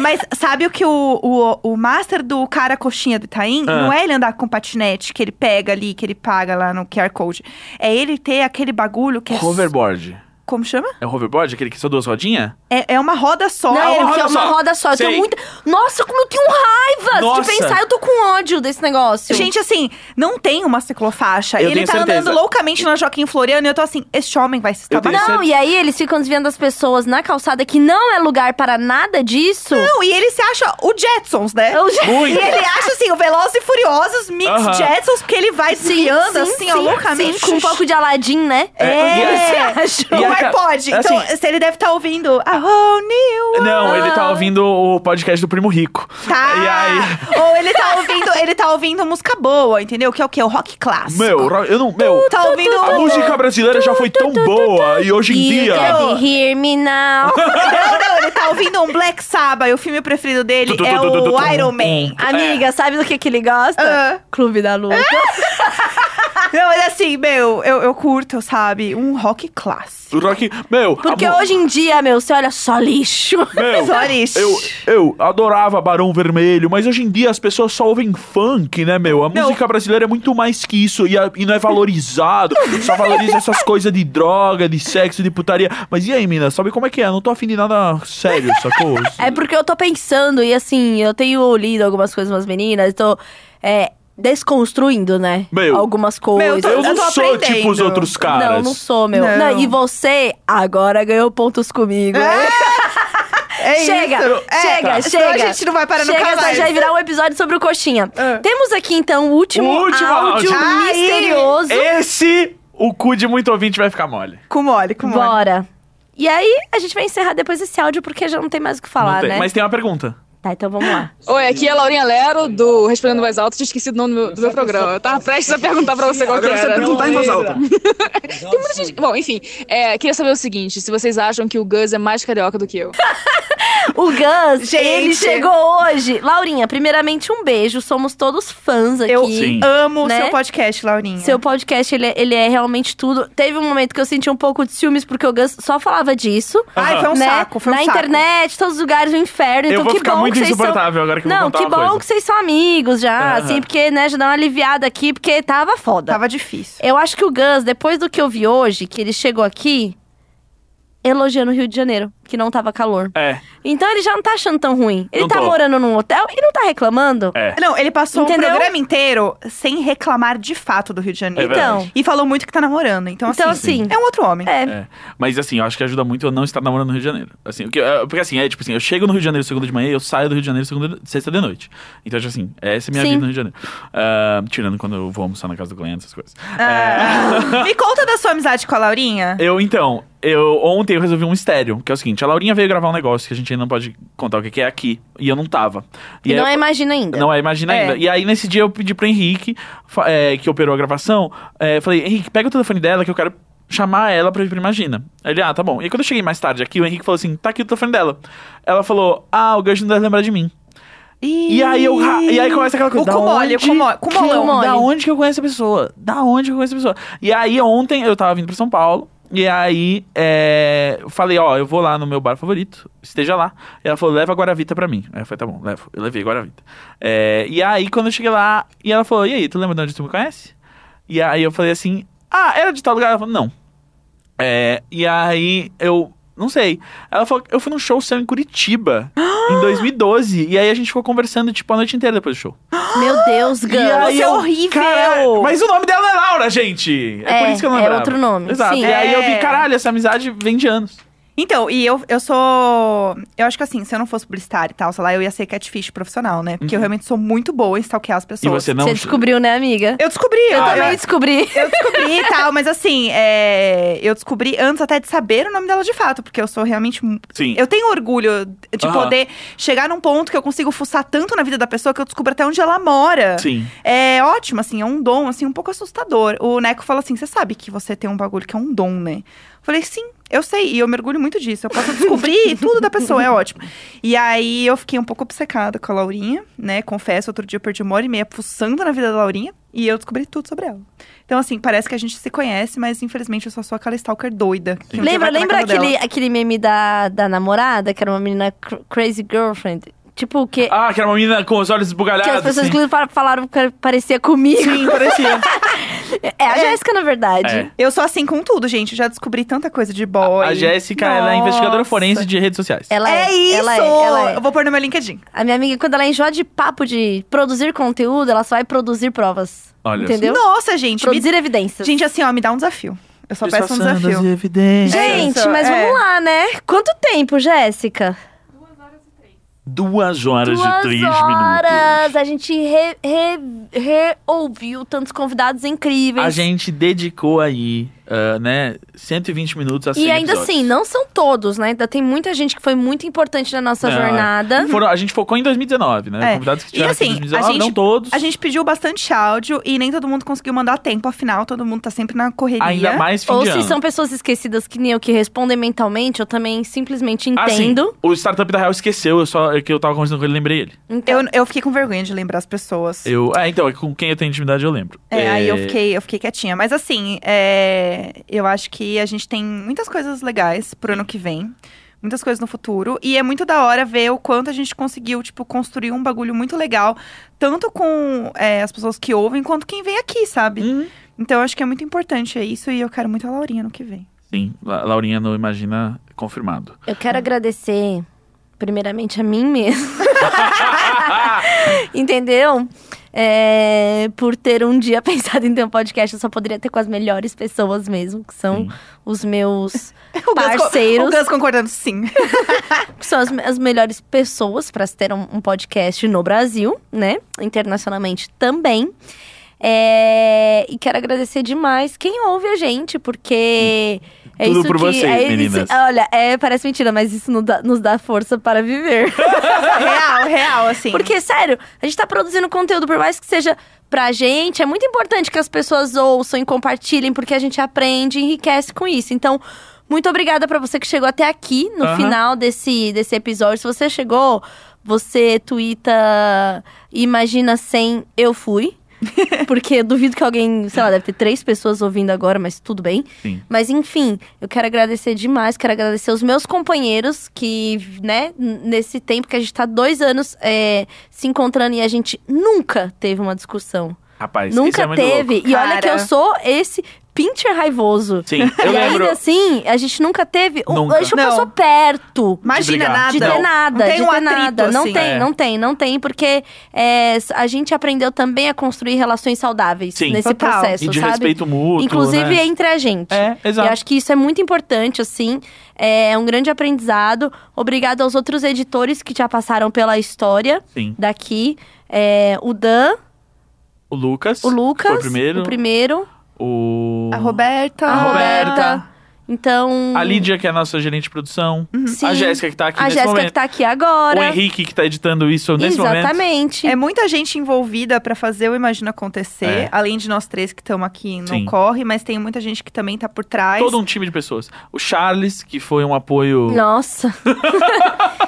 [SPEAKER 2] Mas sabe o que o, o, o master do cara coxinha do Itaim?
[SPEAKER 3] Ah.
[SPEAKER 2] Não é ele andar com patinete que ele pega ali, que ele paga lá no QR Code. É ele ter aquele bagulho que é...
[SPEAKER 3] Hoverboard.
[SPEAKER 2] Como chama?
[SPEAKER 3] É o hoverboard? Aquele que só duas rodinhas?
[SPEAKER 2] É, é uma roda só.
[SPEAKER 1] Não,
[SPEAKER 2] é
[SPEAKER 1] ele quer uma roda só. Eu tenho
[SPEAKER 3] Sei.
[SPEAKER 1] muita... Nossa, como eu tenho raiva
[SPEAKER 3] Nossa.
[SPEAKER 1] de pensar. Eu tô com ódio desse negócio.
[SPEAKER 2] Gente, assim, não tem uma ciclofaixa.
[SPEAKER 1] Eu
[SPEAKER 2] ele
[SPEAKER 1] tenho
[SPEAKER 2] tá
[SPEAKER 1] certeza.
[SPEAKER 2] andando loucamente na Joaquim Floriano e eu tô assim, este homem vai se estabelecer.
[SPEAKER 1] Não, e é aí eles ficam desviando as pessoas na calçada que não é lugar para nada disso.
[SPEAKER 2] Não, e ele se acha o Jetsons, né?
[SPEAKER 1] O Je-
[SPEAKER 2] E
[SPEAKER 1] Muito.
[SPEAKER 2] ele acha assim, o Velozes e Furiosos mix
[SPEAKER 3] Aham.
[SPEAKER 2] Jetsons, porque ele vai desviando
[SPEAKER 1] sim,
[SPEAKER 2] assim, ó,
[SPEAKER 1] sim,
[SPEAKER 2] loucamente.
[SPEAKER 1] sim, com um pouco de Aladdin, né?
[SPEAKER 2] É,
[SPEAKER 3] É,
[SPEAKER 2] é.
[SPEAKER 3] e a- e
[SPEAKER 2] o
[SPEAKER 3] a ca-
[SPEAKER 2] iPod.
[SPEAKER 3] assim-
[SPEAKER 2] então, se ele deve estar ouvindo a whole new world.
[SPEAKER 3] Não, ele
[SPEAKER 2] Ah.
[SPEAKER 3] tá ouvindo o podcast do Primo Rico.
[SPEAKER 2] Tá.
[SPEAKER 3] E aí...
[SPEAKER 2] Ou ele tá ouvindo, ele tá ouvindo música boa, entendeu? Que é o quê? O rock clássico.
[SPEAKER 3] Meu, ro- eu não... Meu,
[SPEAKER 2] Tá ouvindo-
[SPEAKER 3] a música brasileira já foi tão boa e hoje em
[SPEAKER 1] You
[SPEAKER 3] dia...
[SPEAKER 1] gotta hear me now.
[SPEAKER 2] Não, não, ele tá ouvindo um Black Sabbath. E o filme preferido dele
[SPEAKER 1] Tu, tu,
[SPEAKER 2] é
[SPEAKER 1] tu, tu, tu,
[SPEAKER 2] o
[SPEAKER 1] tu.
[SPEAKER 2] Iron Man.
[SPEAKER 3] É.
[SPEAKER 2] Ah.
[SPEAKER 1] Amiga, sabe do que, que ele gosta? Clube da Luta.
[SPEAKER 2] Não, mas assim, meu, eu, eu curto, sabe? Um rock clássico.
[SPEAKER 3] O rock... Meu...
[SPEAKER 1] Porque
[SPEAKER 3] amor-
[SPEAKER 2] é
[SPEAKER 1] hoje em dia, meu, você olha só lixo.
[SPEAKER 3] Meu, Eu, eu adorava Barão Vermelho, mas hoje em dia as pessoas só ouvem funk, né, meu? A música brasileira é muito mais que isso e, a- e não é valorizado. só valoriza essas coisas de droga, de sexo, de putaria. Mas e aí, mina? Sabe como é que é? Eu Não tô afim de nada sério, sacou?
[SPEAKER 1] É porque eu tô pensando, e assim, eu tenho lido algumas coisas com as meninas, tô é, desconstruindo, né?
[SPEAKER 3] Meu,
[SPEAKER 1] algumas
[SPEAKER 3] eu
[SPEAKER 1] coisas.
[SPEAKER 3] tô- eu não sou tipo os outros caras.
[SPEAKER 1] Não, não sou, meu.
[SPEAKER 3] Não.
[SPEAKER 1] Não, e você agora ganhou pontos comigo.
[SPEAKER 2] É
[SPEAKER 1] chega,
[SPEAKER 2] isso. É,
[SPEAKER 1] chega,
[SPEAKER 2] tá.
[SPEAKER 1] chega.
[SPEAKER 2] Senão a gente não vai parar Ah.
[SPEAKER 1] chega,
[SPEAKER 2] nunca
[SPEAKER 1] senão
[SPEAKER 2] mais.
[SPEAKER 1] já vai virar um episódio sobre o coxinha. Temos aqui, então, o último,
[SPEAKER 3] O último
[SPEAKER 1] áudio,
[SPEAKER 3] áudio.
[SPEAKER 1] misterioso.
[SPEAKER 3] tipo, Esse, o cu de muito ouvinte vai ficar mole.
[SPEAKER 2] Com mole, com
[SPEAKER 1] mole. Bora. E aí, a gente vai encerrar depois esse áudio, porque já não tem mais o que
[SPEAKER 3] Não
[SPEAKER 1] falar,
[SPEAKER 3] tem-
[SPEAKER 1] né?
[SPEAKER 3] Mas tem uma pergunta.
[SPEAKER 1] Tá, então vamos lá.
[SPEAKER 23] Oi, aqui é a Laurinha Lero, do Respondendo Voz Alta. Tinha esquecido o nome do meu, do meu programa. Eu tava prestes a perguntar pra você qual que
[SPEAKER 24] Agora você
[SPEAKER 23] era.
[SPEAKER 24] perguntar em voz alta.
[SPEAKER 23] Tem muita gente... Bom, enfim. é, queria saber o seguinte, se vocês acham que o Gus é mais carioca do que eu.
[SPEAKER 1] O Gus,
[SPEAKER 23] Gente.
[SPEAKER 1] ele chegou hoje. Laurinha, primeiramente um beijo. Somos todos fãs aqui. Né?
[SPEAKER 2] Eu Sim. amo o seu podcast, Laurinha.
[SPEAKER 1] Seu podcast, ele é, ele é realmente tudo. Teve um momento que eu senti um pouco de ciúmes, porque o Gus só falava disso.
[SPEAKER 2] Ai, foi um
[SPEAKER 1] né?
[SPEAKER 2] saco, foi um
[SPEAKER 1] Na
[SPEAKER 2] saco.
[SPEAKER 1] internet, todos os lugares, o inferno.
[SPEAKER 3] Eu
[SPEAKER 1] então
[SPEAKER 3] vou
[SPEAKER 1] que
[SPEAKER 3] ficar
[SPEAKER 1] bom
[SPEAKER 3] muito
[SPEAKER 1] que vocês
[SPEAKER 3] insuportável
[SPEAKER 1] são...
[SPEAKER 3] agora que eu vou
[SPEAKER 1] Não,
[SPEAKER 3] contar
[SPEAKER 1] que
[SPEAKER 3] uma
[SPEAKER 1] bom
[SPEAKER 3] coisa.
[SPEAKER 1] que vocês são amigos já,
[SPEAKER 3] Aham.
[SPEAKER 1] assim, porque, né, já dá uma aliviada aqui, porque tava foda.
[SPEAKER 2] Tava difícil.
[SPEAKER 1] Eu acho que o Gus, depois do que eu vi hoje, que ele chegou aqui elogiando o Rio de Janeiro, que não tava calor.
[SPEAKER 3] É.
[SPEAKER 1] Então ele já não tá achando tão ruim. Ele
[SPEAKER 2] Não
[SPEAKER 1] tá
[SPEAKER 2] tô.
[SPEAKER 1] morando num hotel e não tá reclamando.
[SPEAKER 3] É.
[SPEAKER 2] Não, ele passou
[SPEAKER 1] Entendeu?
[SPEAKER 2] o programa inteiro sem reclamar de fato do Rio de Janeiro.
[SPEAKER 3] É verdade.
[SPEAKER 2] e falou muito que tá namorando. Então,
[SPEAKER 1] Então,
[SPEAKER 2] assim,
[SPEAKER 1] assim,
[SPEAKER 2] é um outro homem.
[SPEAKER 3] É. Mas assim, eu acho que ajuda muito eu não estar namorando no Rio de Janeiro. Assim, o que- é, porque assim, é tipo assim, eu chego no Rio de Janeiro segunda de manhã e eu saio do Rio de Janeiro segunda, sexta de noite. Então, tipo assim, essa é a minha
[SPEAKER 2] Sim.
[SPEAKER 3] vida no Rio de Janeiro. Ah, tirando quando eu vou almoçar na casa do cliente, essas coisas. É.
[SPEAKER 2] Ah, Me conta da sua amizade com a Laurinha.
[SPEAKER 3] Eu, então, eu ontem eu resolvi um mistério, que é o seguinte, a Laurinha veio gravar um negócio que a gente ainda não pode contar o que que é aqui. E eu não tava. E
[SPEAKER 1] não
[SPEAKER 3] aí-
[SPEAKER 1] é imagina ainda.
[SPEAKER 3] Não é imagina ainda. E aí, nesse dia, eu pedi pro Henrique, fa- é, que operou a gravação, é, falei, Henrique, pega o telefone dela que eu quero chamar ela pra ir pro Imagina. Ele, ah, tá bom. E aí, quando eu cheguei mais tarde aqui, o Henrique falou assim, tá aqui o telefone dela. Ela falou, ah, o Gus não deve lembrar de mim. E aí eu ra- e aí começa aquela coisa.
[SPEAKER 2] O cumole, o cumole, cumolão.
[SPEAKER 3] que, Da onde que eu conheço a pessoa? Da onde que eu conheço a pessoa? E aí ontem eu tava vindo pra São Paulo. E aí, é, eu falei, ó, eu vou lá no meu bar favorito, esteja lá. E ela falou, leva a Guaravita pra mim. Aí eu falei, tá bom, levo. Eu levei Guaravita. É, e aí, quando eu cheguei lá, e ela falou, e aí, tu lembra de onde tu me conhece? E aí eu falei assim, ah, era de tal lugar? Ela falou, não. É, e aí eu. Não sei. Ela falou, eu fui num show seu em Curitiba, em 2012. E aí a gente ficou conversando, tipo, a noite inteira depois do show.
[SPEAKER 1] Meu Deus, Gus.
[SPEAKER 3] E aí
[SPEAKER 1] Você é
[SPEAKER 3] eu-
[SPEAKER 1] horrível.
[SPEAKER 3] Caralho, mas o nome dela é Laura, gente! É,
[SPEAKER 1] É,
[SPEAKER 3] por isso que eu não
[SPEAKER 1] é
[SPEAKER 3] lembrava.
[SPEAKER 1] outro nome,
[SPEAKER 3] Exato.
[SPEAKER 1] sim.
[SPEAKER 3] E aí eu vi,
[SPEAKER 2] É.
[SPEAKER 3] caralho, essa amizade vem de anos.
[SPEAKER 2] Então, e eu, eu sou. Eu acho que assim, se eu não fosse publicitária e tal, sei lá, eu ia ser catfish profissional, né? Porque eu realmente sou muito boa em stalkear as pessoas.
[SPEAKER 3] Uhum. você não- Você
[SPEAKER 1] descobriu, né, amiga?
[SPEAKER 2] Eu descobri, Ah, é.
[SPEAKER 1] Eu também descobri.
[SPEAKER 2] Eu descobri e tal, mas assim, é, eu descobri antes até de saber o nome dela de fato, porque eu sou realmente. mu-
[SPEAKER 3] Sim.
[SPEAKER 2] Eu tenho orgulho de
[SPEAKER 3] Aham.
[SPEAKER 2] poder chegar num ponto que eu consigo fuçar tanto na vida da pessoa que eu descubro até onde ela mora.
[SPEAKER 3] Sim.
[SPEAKER 2] É ótimo, assim, é um dom, assim, um pouco assustador. O Neco fala assim: você sabe que você tem um bagulho que é um dom, né? Eu falei, sim, eu sei, e eu mergulho muito disso. Eu posso descobrir tudo da pessoa, é ótimo. E aí eu fiquei um pouco obcecada com a Laurinha, né? Confesso, outro dia eu perdi uma hora e meia fuçando na vida da Laurinha e eu descobri tudo sobre ela. Então, assim, parece que a gente se conhece, mas infelizmente eu só sou aquela stalker doida. que
[SPEAKER 3] assim,
[SPEAKER 2] um dia
[SPEAKER 1] Lembra,
[SPEAKER 2] vai tomar
[SPEAKER 1] lembra
[SPEAKER 2] conta dela.
[SPEAKER 1] aquele, aquele meme da, da namorada, que era uma menina cr- crazy girlfriend? Tipo, que,
[SPEAKER 3] Ah, que era uma menina com os olhos esbugalhados.
[SPEAKER 1] que as pessoas
[SPEAKER 3] assim.
[SPEAKER 1] inclusive fa- falaram que parecia comigo.
[SPEAKER 3] Sim, parecia.
[SPEAKER 1] é a Jéssica, na verdade.
[SPEAKER 3] É.
[SPEAKER 2] Eu sou assim com tudo, gente. Eu já descobri tanta coisa de boy.
[SPEAKER 3] A Jéssica, ela é investigadora forense de redes sociais.
[SPEAKER 1] Ela é,
[SPEAKER 2] isso!
[SPEAKER 1] Ela é, ela é.
[SPEAKER 2] Eu vou pôr no meu LinkedIn.
[SPEAKER 1] A minha amiga, quando ela enjoa de papo de produzir conteúdo, ela só vai produzir provas.
[SPEAKER 3] Olha
[SPEAKER 1] entendeu?
[SPEAKER 2] Nossa, gente.
[SPEAKER 1] Produzir evidências.
[SPEAKER 2] Gente, assim, ó, me dá um desafio. Eu só peço um desafio.
[SPEAKER 1] Gente,
[SPEAKER 2] Isso,
[SPEAKER 1] mas
[SPEAKER 2] é.
[SPEAKER 1] vamos lá, né? Quanto tempo, Jéssica?
[SPEAKER 3] Duas horas
[SPEAKER 1] Duas
[SPEAKER 3] e três minutos.
[SPEAKER 1] horas! A gente re- re- reouviu tantos convidados incríveis.
[SPEAKER 3] A gente dedicou aí, ah, né, 120 minutos a 100
[SPEAKER 1] E ainda
[SPEAKER 3] tá episódios.
[SPEAKER 1] assim, não são todos, né? Ainda tem muita gente que foi muito importante na nossa
[SPEAKER 3] Não, é.
[SPEAKER 1] jornada.
[SPEAKER 3] Foram- a gente focou em 2019, né?
[SPEAKER 2] É.
[SPEAKER 3] Convidados que
[SPEAKER 2] E
[SPEAKER 3] tiveram aqui em
[SPEAKER 2] assim, a
[SPEAKER 3] 2019,
[SPEAKER 2] gente,
[SPEAKER 3] Ah, não todos.
[SPEAKER 2] a gente pediu bastante áudio e nem todo mundo conseguiu mandar a tempo. Afinal, todo mundo tá sempre na correria.
[SPEAKER 3] Ainda mais fim
[SPEAKER 1] Ou
[SPEAKER 3] de
[SPEAKER 1] se
[SPEAKER 3] ano.
[SPEAKER 1] são pessoas esquecidas que nem eu que respondem mentalmente, eu também simplesmente entendo.
[SPEAKER 3] Ah, sim, o Startup da Real esqueceu, eu só, é que eu tava conversando com ele e lembrei ele.
[SPEAKER 2] Eu, eu fiquei com vergonha de lembrar as pessoas.
[SPEAKER 3] Eu, ah, então, é com quem eu tenho intimidade eu lembro.
[SPEAKER 2] É, aí eu fiquei, eu fiquei quietinha. Mas assim, é, eu acho que a gente tem muitas coisas legais pro ano que vem. Muitas coisas no futuro. E é muito da hora ver o quanto a gente conseguiu, tipo, construir um bagulho muito legal. Tanto com é, as pessoas que ouvem, quanto quem vem aqui, sabe?
[SPEAKER 3] Uhum.
[SPEAKER 2] Então eu acho que é muito importante isso. E eu quero muito a Laurinha no que vem.
[SPEAKER 3] Sim, La- Laurinha não imagina confirmado.
[SPEAKER 1] Eu quero agradecer, primeiramente, a mim mesma. Entendeu? É, por ter um dia pensado em ter um podcast, eu só poderia ter com as melhores pessoas mesmo, que são os meus
[SPEAKER 2] O Gus co-
[SPEAKER 1] parceiros.
[SPEAKER 2] O Gus concordando, sim.
[SPEAKER 1] que são as, me- as melhores pessoas para se ter um, um podcast no Brasil, né? Internacionalmente também. É, e quero agradecer demais quem ouve a gente, porque é
[SPEAKER 3] Tudo
[SPEAKER 1] isso
[SPEAKER 3] por
[SPEAKER 1] que
[SPEAKER 3] vocês,
[SPEAKER 1] é isso-
[SPEAKER 3] meninas.
[SPEAKER 1] olha, é, parece mentira, mas isso nos dá, nos dá força para viver.
[SPEAKER 2] real, real, assim.
[SPEAKER 1] Porque, sério, a gente tá produzindo conteúdo, por mais que seja pra gente, é muito importante que as pessoas ouçam e compartilhem, porque a gente aprende e enriquece com isso. Então, muito obrigada pra você que chegou até aqui no
[SPEAKER 5] Aham.
[SPEAKER 1] final desse, desse episódio. Se você chegou, você twitta Imagina sem Eu Fui. Porque eu duvido que alguém, sei lá, deve ter três pessoas ouvindo agora, mas tudo bem.
[SPEAKER 3] Sim.
[SPEAKER 1] Mas enfim, eu quero agradecer demais, quero agradecer os meus companheiros que, né, n- nesse tempo que a gente tá dois anos é, se encontrando e a gente nunca teve uma discussão.
[SPEAKER 3] Rapaz, isso
[SPEAKER 1] nunca
[SPEAKER 3] é muito
[SPEAKER 1] teve.
[SPEAKER 3] louco.
[SPEAKER 1] E olha que eu sou esse pincher raivoso.
[SPEAKER 3] Sim, eu
[SPEAKER 1] e
[SPEAKER 3] lembro.
[SPEAKER 1] ainda assim, a gente nunca teve. um-
[SPEAKER 3] Nunca.
[SPEAKER 1] A gente não
[SPEAKER 3] Não.
[SPEAKER 1] passou perto.
[SPEAKER 3] Imagina, brigar. nada.
[SPEAKER 1] De ter
[SPEAKER 3] Não. Não
[SPEAKER 1] nada.
[SPEAKER 3] tem
[SPEAKER 1] de
[SPEAKER 3] um
[SPEAKER 1] ter
[SPEAKER 3] atrito,
[SPEAKER 1] nada. Não
[SPEAKER 3] assim.
[SPEAKER 1] tem,
[SPEAKER 3] É.
[SPEAKER 1] não tem, não tem, porque é, a gente aprendeu também a construir relações saudáveis
[SPEAKER 3] Sim.
[SPEAKER 1] nesse
[SPEAKER 3] Total.
[SPEAKER 1] processo.
[SPEAKER 3] E de
[SPEAKER 1] sabe?
[SPEAKER 3] respeito mútuo,
[SPEAKER 1] Inclusive
[SPEAKER 3] né?
[SPEAKER 1] entre a gente.
[SPEAKER 3] É, exato.
[SPEAKER 1] Eu acho que isso é muito importante, assim. É um grande aprendizado. Obrigado aos outros editores que já passaram pela história
[SPEAKER 3] Sim.
[SPEAKER 1] daqui. É, o Dan,
[SPEAKER 3] O Lucas.
[SPEAKER 1] o Lucas,
[SPEAKER 3] Foi o primeiro.
[SPEAKER 1] o primeiro
[SPEAKER 3] O-
[SPEAKER 2] Roberta.
[SPEAKER 1] a Roberta. Então.
[SPEAKER 3] A Lídia, que é a nossa gerente de produção. A
[SPEAKER 1] Uhum. Sim.
[SPEAKER 3] Jéssica, que tá aqui
[SPEAKER 1] A
[SPEAKER 3] nesse
[SPEAKER 1] Jéssica
[SPEAKER 3] momento.
[SPEAKER 1] que tá aqui agora.
[SPEAKER 3] O Henrique, que tá editando isso nesse momento.
[SPEAKER 2] É muita gente envolvida pra fazer o Imagina acontecer,
[SPEAKER 3] É.
[SPEAKER 2] além de nós três que estamos aqui no
[SPEAKER 3] Sim.
[SPEAKER 2] corre, mas tem muita gente que também tá por trás.
[SPEAKER 3] Todo um time de pessoas. O Charles, que foi um apoio...
[SPEAKER 1] Nossa.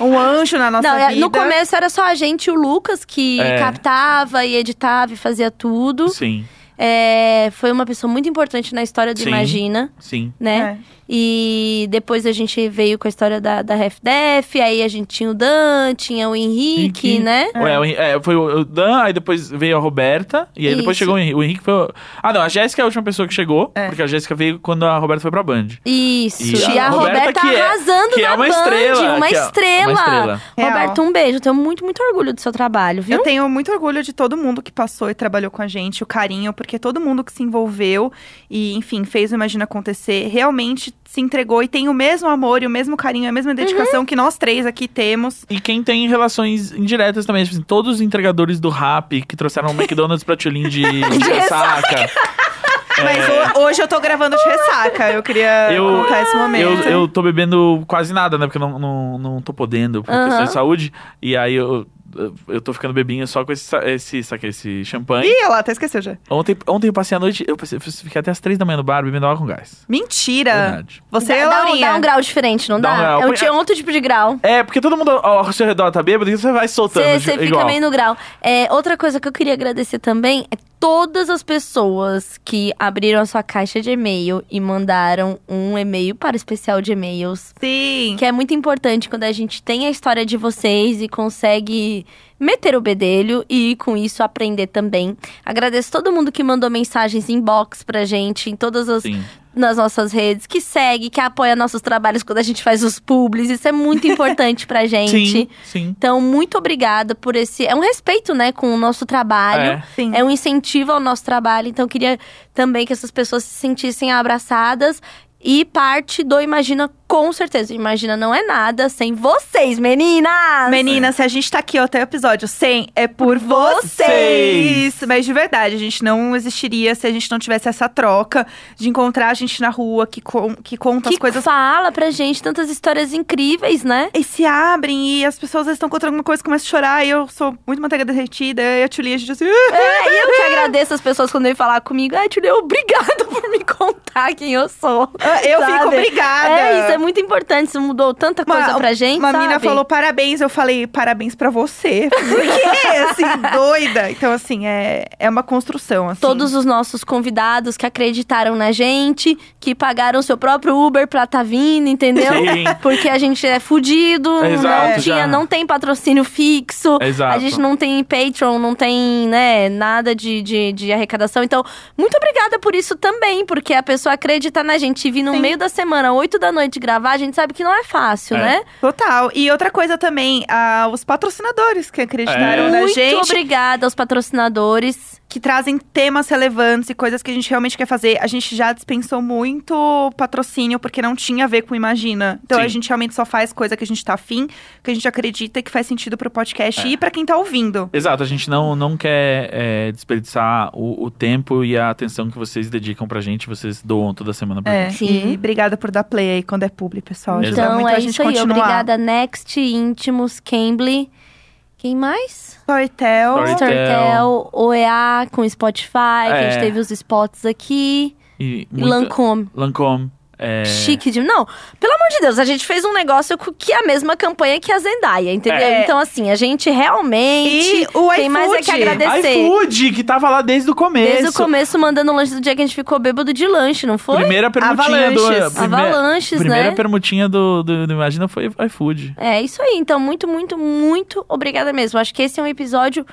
[SPEAKER 2] um anjo na nossa
[SPEAKER 1] Não, é- No
[SPEAKER 2] vida.
[SPEAKER 1] começo era só a gente e o Lucas que
[SPEAKER 3] É.
[SPEAKER 1] captava e editava e fazia tudo.
[SPEAKER 3] Sim.
[SPEAKER 1] É, foi uma pessoa muito importante na história do
[SPEAKER 3] Sim.
[SPEAKER 1] Imagina.
[SPEAKER 3] Sim.
[SPEAKER 2] É.
[SPEAKER 1] né? E depois a gente veio com a história da, da Refdef, aí a gente tinha o Dan, tinha o Henrique, né?
[SPEAKER 3] Ué, o Hen- é, foi o o Dan, aí depois veio a Roberta, e aí depois
[SPEAKER 1] Isso.
[SPEAKER 3] chegou o Henrique. O Henrique foi. o- Ah, não, a Jéssica é a última pessoa que chegou, porque a Jéssica veio quando a Roberta foi pra Band.
[SPEAKER 1] Isso,
[SPEAKER 3] E
[SPEAKER 1] e a,
[SPEAKER 3] a
[SPEAKER 1] Roberta,
[SPEAKER 3] Roberta que é-
[SPEAKER 1] arrasando
[SPEAKER 3] que é
[SPEAKER 1] na
[SPEAKER 3] uma
[SPEAKER 1] Band,
[SPEAKER 3] estrela,
[SPEAKER 1] uma
[SPEAKER 3] que é uma
[SPEAKER 1] estrela.
[SPEAKER 3] estrela.
[SPEAKER 2] Real.
[SPEAKER 1] Roberta, um beijo, tenho muito, muito orgulho do seu trabalho, viu?
[SPEAKER 2] Eu tenho muito orgulho de todo mundo que passou e trabalhou com a gente, o carinho, porque todo mundo que se envolveu e, enfim, fez o Imagina acontecer, realmente se entregou e tem o mesmo amor e o mesmo carinho, a
[SPEAKER 1] Uhum.
[SPEAKER 2] mesma dedicação que nós três aqui temos.
[SPEAKER 3] E quem tem relações indiretas também, tipo assim, todos os entregadores do rap que trouxeram o McDonald's pra Tulin de, de ressaca. É.
[SPEAKER 2] Mas ho- hoje eu tô gravando de ressaca, eu queria É, contar esse momento.
[SPEAKER 3] Eu, eu tô bebendo quase nada, né? Porque eu não, não, não tô podendo por
[SPEAKER 2] Aham.
[SPEAKER 3] questão de saúde. E aí eu, eu tô ficando bebinho só com esse, sa- esse, saca, esse champanhe.
[SPEAKER 2] Ih, olha lá, até esqueceu já.
[SPEAKER 3] Ontem, ontem eu passei a noite, eu passei- fiquei até as três da manhã no bar bebendo água com gás.
[SPEAKER 2] Mentira!
[SPEAKER 1] dá,
[SPEAKER 2] Você
[SPEAKER 1] dá
[SPEAKER 2] é
[SPEAKER 1] um-
[SPEAKER 2] Laurinha.
[SPEAKER 1] Dá um grau diferente, não
[SPEAKER 3] Dá
[SPEAKER 1] dá?
[SPEAKER 3] um grau.
[SPEAKER 1] Eu
[SPEAKER 3] Porque-
[SPEAKER 1] tinha outro tipo de grau.
[SPEAKER 3] É, porque todo mundo ao ao seu redor tá bêbado e você vai soltando. de-
[SPEAKER 1] Você fica
[SPEAKER 3] igual.
[SPEAKER 1] meio no grau. É, outra coisa que eu queria agradecer também é todas as pessoas que abriram a sua caixa de e-mail e mandaram um e-mail para o especial de e-mails.
[SPEAKER 2] Sim.
[SPEAKER 1] Que é muito importante quando a gente tem a história de vocês e consegue meter o bedelho e com isso aprender também. Agradeço todo mundo que mandou mensagens inbox pra gente em todas as nas nossas redes, que segue, que apoia nossos trabalhos quando a gente faz os publis. Isso é muito importante pra gente.
[SPEAKER 3] Sim, sim.
[SPEAKER 1] Então, muito obrigada por esse. É um respeito, né, com o nosso trabalho.
[SPEAKER 3] É.
[SPEAKER 1] É, um incentivo ao nosso trabalho. Então, eu queria também que essas pessoas se sentissem abraçadas. E parte do Imagina, com certeza. O Imagina não é nada sem vocês, meninas!
[SPEAKER 2] Meninas, se a gente tá aqui até o episódio 100, é por vocês! Mas de verdade, a gente não existiria se a gente não tivesse essa troca de encontrar a gente na rua, que, con- que conta as coisas.
[SPEAKER 1] fala pra gente tantas histórias incríveis, né?
[SPEAKER 2] E se abrem, e as pessoas às vezes, estão contando alguma coisa e começam a chorar, e eu sou muito manteiga derretida, e a Tchulinha, a gente assim.
[SPEAKER 1] É, e eu que agradeço as pessoas quando vêm falar comigo. Ai, Julia, obrigado por me contar quem eu sou.
[SPEAKER 2] Ah, eu fico obrigada.
[SPEAKER 1] É, isso é muito importante. Isso mudou tanta coisa pra gente,
[SPEAKER 2] Uma
[SPEAKER 1] sabe?
[SPEAKER 2] menina falou parabéns, eu falei parabéns pra você. Por quê? assim, doida. Então, assim, é, é uma construção, assim.
[SPEAKER 1] Todos os nossos convidados que acreditaram na gente, que pagaram seu próprio Uber pra tá vindo, entendeu?
[SPEAKER 3] Sim.
[SPEAKER 1] Porque a gente é fudido,
[SPEAKER 3] Exato,
[SPEAKER 1] não, tinha,
[SPEAKER 3] já.
[SPEAKER 1] não tem patrocínio fixo,
[SPEAKER 3] Exato.
[SPEAKER 1] a gente não tem Patreon, não tem né, nada de, de, de arrecadação. Então, muito obrigada por isso também, porque a pessoa acredita na gente e vir no meio da semana, 8 da noite, gravar, a gente sabe que não é fácil, né?
[SPEAKER 2] Total. E outra coisa também, ah, os patrocinadores que acreditaram
[SPEAKER 1] É.
[SPEAKER 2] na
[SPEAKER 1] Muito
[SPEAKER 2] gente.
[SPEAKER 1] obrigada aos patrocinadores.
[SPEAKER 2] Que trazem temas relevantes e coisas que a gente realmente quer fazer. A gente já dispensou muito patrocínio porque não tinha a ver com Imagina. Então
[SPEAKER 1] Sim.
[SPEAKER 2] a gente realmente só faz coisa que a gente tá afim, que a gente acredita que faz sentido pro podcast e pra quem tá ouvindo.
[SPEAKER 3] Exato, a gente não, não quer é, desperdiçar o, o tempo e a atenção que vocês dedicam pra gente, vocês doam toda semana pra
[SPEAKER 2] É,
[SPEAKER 3] gente.
[SPEAKER 2] E obrigada por dar play aí quando é publi, pessoal. Ajuda
[SPEAKER 1] Então
[SPEAKER 2] muito
[SPEAKER 1] é
[SPEAKER 2] a gente
[SPEAKER 1] isso aí.
[SPEAKER 2] continuar.
[SPEAKER 1] Obrigada, Next, Íntimos, Cambly. Quem mais?
[SPEAKER 2] Storytel.
[SPEAKER 1] Storytel, OEA com Spotify, que a
[SPEAKER 3] É.
[SPEAKER 1] gente teve os spots aqui.
[SPEAKER 3] E
[SPEAKER 1] E Lancôme.
[SPEAKER 3] Lancôme. É...
[SPEAKER 1] Chique de. Não, pelo amor de Deus, a gente fez um negócio co- que é a mesma campanha que a Zendaya, entendeu?
[SPEAKER 3] É.
[SPEAKER 1] Então, assim, a gente realmente.
[SPEAKER 2] E o
[SPEAKER 1] tem mais é que
[SPEAKER 2] iFood.
[SPEAKER 1] agradecer.
[SPEAKER 3] iFood, que tava lá desde o começo.
[SPEAKER 1] Desde o começo, mandando o lanche do dia que a gente ficou bêbado de lanche, não foi?
[SPEAKER 3] Primeira permutinha do. prime-
[SPEAKER 1] Avalanches,
[SPEAKER 3] primeira
[SPEAKER 1] né?
[SPEAKER 3] permutinha do, do, do Imagina foi iFood.
[SPEAKER 1] É isso aí. Então, muito, muito, muito obrigada mesmo. Acho que esse é um episódio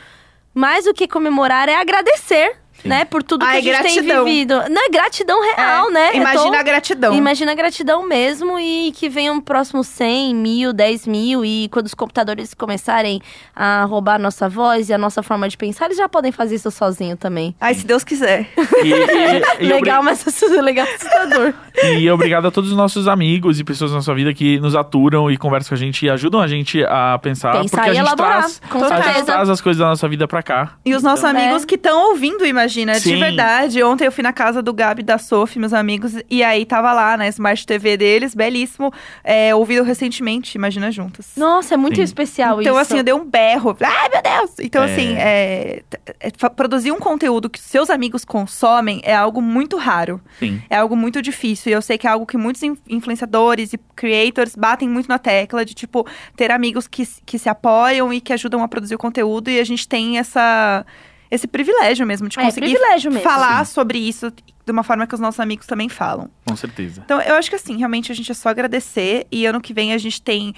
[SPEAKER 1] mais do que comemorar, é agradecer. Né, por tudo que
[SPEAKER 2] Ai,
[SPEAKER 1] a gente
[SPEAKER 2] gratidão.
[SPEAKER 1] tem vivido. Não, é gratidão real,
[SPEAKER 2] É,
[SPEAKER 1] né? É
[SPEAKER 2] imagina
[SPEAKER 1] tão-
[SPEAKER 2] a gratidão.
[SPEAKER 1] Imagina a gratidão mesmo e que venham próximos 100, mil, 10 mil. E quando os computadores começarem a roubar a nossa voz e a nossa forma de pensar, eles já podem fazer isso sozinho também.
[SPEAKER 2] Ai, se Deus quiser.
[SPEAKER 3] E- e- e
[SPEAKER 1] legal,
[SPEAKER 3] obri-
[SPEAKER 1] mas assusta- legal, assustador.
[SPEAKER 3] E obrigado a todos os nossos amigos e pessoas na sua vida que nos aturam e conversam com a gente e ajudam a gente a pensar.
[SPEAKER 2] Pensar
[SPEAKER 3] porque a
[SPEAKER 2] e
[SPEAKER 3] gente
[SPEAKER 2] elaborar,
[SPEAKER 3] traz,
[SPEAKER 2] com
[SPEAKER 3] a gente
[SPEAKER 2] certeza.
[SPEAKER 3] traz as coisas da nossa vida pra cá.
[SPEAKER 1] né?
[SPEAKER 2] E os nossos
[SPEAKER 3] Então-
[SPEAKER 2] amigos que estão ouvindo, Imagina, de
[SPEAKER 5] Sim.
[SPEAKER 2] verdade. Ontem eu fui na casa do Gabi e da Sophie, meus amigos, e aí tava lá na Smart TV deles, belíssimo, é, ouvido recentemente, imagina juntas.
[SPEAKER 1] Nossa, é muito
[SPEAKER 2] Sim.
[SPEAKER 1] especial
[SPEAKER 2] Então,
[SPEAKER 1] isso.
[SPEAKER 2] assim, eu dei um berro. Ai, meu Deus! Então,
[SPEAKER 1] É.
[SPEAKER 2] assim, é, t- é, fa- produzir um conteúdo que seus amigos consomem é algo muito raro.
[SPEAKER 5] Sim.
[SPEAKER 2] É algo muito difícil. E eu sei que é algo que muitos in- influenciadores e creators batem muito na tecla de, tipo, ter amigos que, s- que se apoiam e que ajudam a produzir o conteúdo. E a gente tem essa. Esse privilégio mesmo de
[SPEAKER 1] É,
[SPEAKER 2] conseguir
[SPEAKER 1] privilégio mesmo.
[SPEAKER 2] falar
[SPEAKER 1] Sim.
[SPEAKER 2] sobre isso de uma forma que os nossos amigos também falam.
[SPEAKER 3] Com certeza.
[SPEAKER 2] Então, eu acho que assim, realmente a gente é só agradecer. E ano que vem a gente tem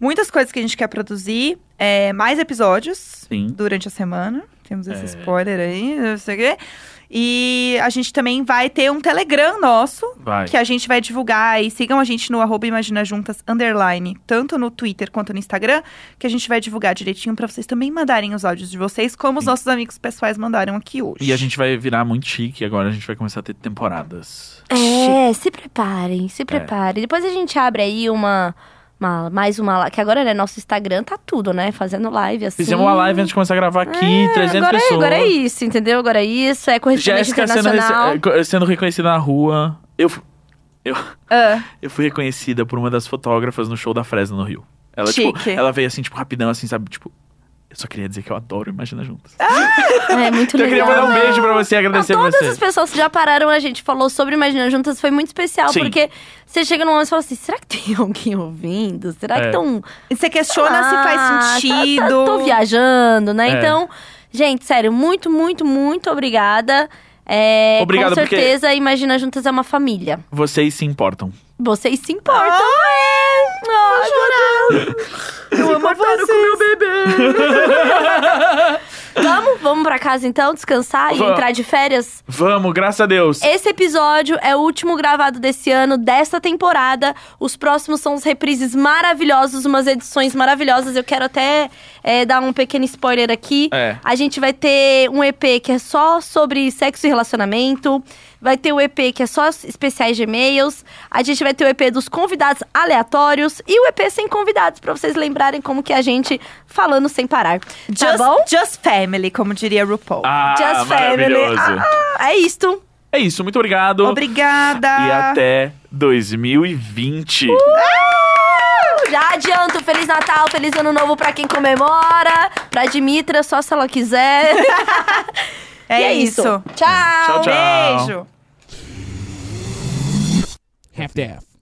[SPEAKER 2] muitas coisas que a gente quer produzir, é, mais episódios
[SPEAKER 3] Sim.
[SPEAKER 2] durante a semana. Temos esse
[SPEAKER 3] É.
[SPEAKER 2] spoiler aí, não sei o quê. E a gente também vai ter um Telegram nosso,
[SPEAKER 5] Vai.
[SPEAKER 2] que a gente vai divulgar. E sigam a gente no arroba Imagina Juntas, underline, tanto no Twitter quanto no Instagram, que a gente vai divulgar direitinho pra vocês também mandarem os áudios de vocês, como os nossos amigos pessoais mandaram aqui hoje.
[SPEAKER 3] E a gente vai virar muito chique, agora a gente vai começar a ter temporadas.
[SPEAKER 1] É, se preparem,
[SPEAKER 3] É.
[SPEAKER 1] se preparem. Depois a gente abre aí uma, uma- mais uma, la- que agora né, nosso Instagram tá tudo, né? Fazendo live assim.
[SPEAKER 3] Fizemos uma live antes de começar a gravar aqui,
[SPEAKER 1] É,
[SPEAKER 3] 300
[SPEAKER 1] agora,
[SPEAKER 3] pessoas.
[SPEAKER 1] É, agora é isso, entendeu? Agora é isso, é correspondente
[SPEAKER 3] Jéssica sendo,
[SPEAKER 1] internacional.
[SPEAKER 3] rece- eh, co- sendo reconhecida na rua. Eu, fu- eu,
[SPEAKER 2] Ah.
[SPEAKER 3] eu fui reconhecida por uma das fotógrafas no show da Fresno no Rio. Ela, tipo,
[SPEAKER 1] Chique.
[SPEAKER 3] ela veio assim, tipo, rapidão, assim, sabe? Tipo, eu só queria dizer que eu adoro Imagina Juntas.
[SPEAKER 1] É muito
[SPEAKER 3] então eu queria
[SPEAKER 1] legal.
[SPEAKER 3] mandar um beijo pra você e agradecer
[SPEAKER 1] Não, todas
[SPEAKER 3] você.
[SPEAKER 1] as pessoas que já pararam, a gente falou sobre Imagina Juntas, foi muito especial,
[SPEAKER 3] Sim.
[SPEAKER 1] porque você chega num momento e fala assim: será que tem alguém ouvindo? Será
[SPEAKER 2] É.
[SPEAKER 1] que estão.
[SPEAKER 2] Você questiona se faz sentido.
[SPEAKER 1] tá, Tô, viajando, né?
[SPEAKER 3] É.
[SPEAKER 1] Então, gente, sério, muito, muito, muito obrigada. É,
[SPEAKER 3] Obrigado,
[SPEAKER 1] com
[SPEAKER 3] porque-
[SPEAKER 1] certeza, Imagina Juntas é uma família.
[SPEAKER 3] Vocês se importam.
[SPEAKER 1] Vocês se importam. é. Ah, chorar. Eu amo vocês. com meu
[SPEAKER 3] bebê.
[SPEAKER 1] vamos, vamos pra casa então, descansar e
[SPEAKER 3] Vamos.
[SPEAKER 1] entrar de férias?
[SPEAKER 3] Vamos, graças a Deus.
[SPEAKER 1] Esse episódio é o último gravado desse ano, desta temporada. Os próximos são os reprises maravilhosos, umas edições maravilhosas. Eu quero até é, dar um pequeno spoiler aqui.
[SPEAKER 5] É.
[SPEAKER 1] A gente vai ter um EP que é só sobre sexo e relacionamento. Vai ter o EP que é só especiais de e-mails. A gente vai ter o EP dos convidados aleatórios e o EP sem convidados, pra vocês lembrarem como que é a gente falando sem parar. tá
[SPEAKER 2] Just-
[SPEAKER 1] bom?
[SPEAKER 2] Just family, como diria RuPaul.
[SPEAKER 3] Ah,
[SPEAKER 1] Just family.
[SPEAKER 3] maravilhoso.
[SPEAKER 1] Ah, é isto.
[SPEAKER 3] É isso, muito obrigado.
[SPEAKER 2] Obrigada.
[SPEAKER 3] E até 2020.
[SPEAKER 1] Uh! Já adianto, Feliz Natal, Feliz Ano Novo pra quem comemora, pra Dimitra, só se ela quiser.
[SPEAKER 2] É
[SPEAKER 1] E
[SPEAKER 2] isso.
[SPEAKER 1] Tchau.
[SPEAKER 3] Tchau, tchau.
[SPEAKER 1] Beijo.
[SPEAKER 6] Half-daff.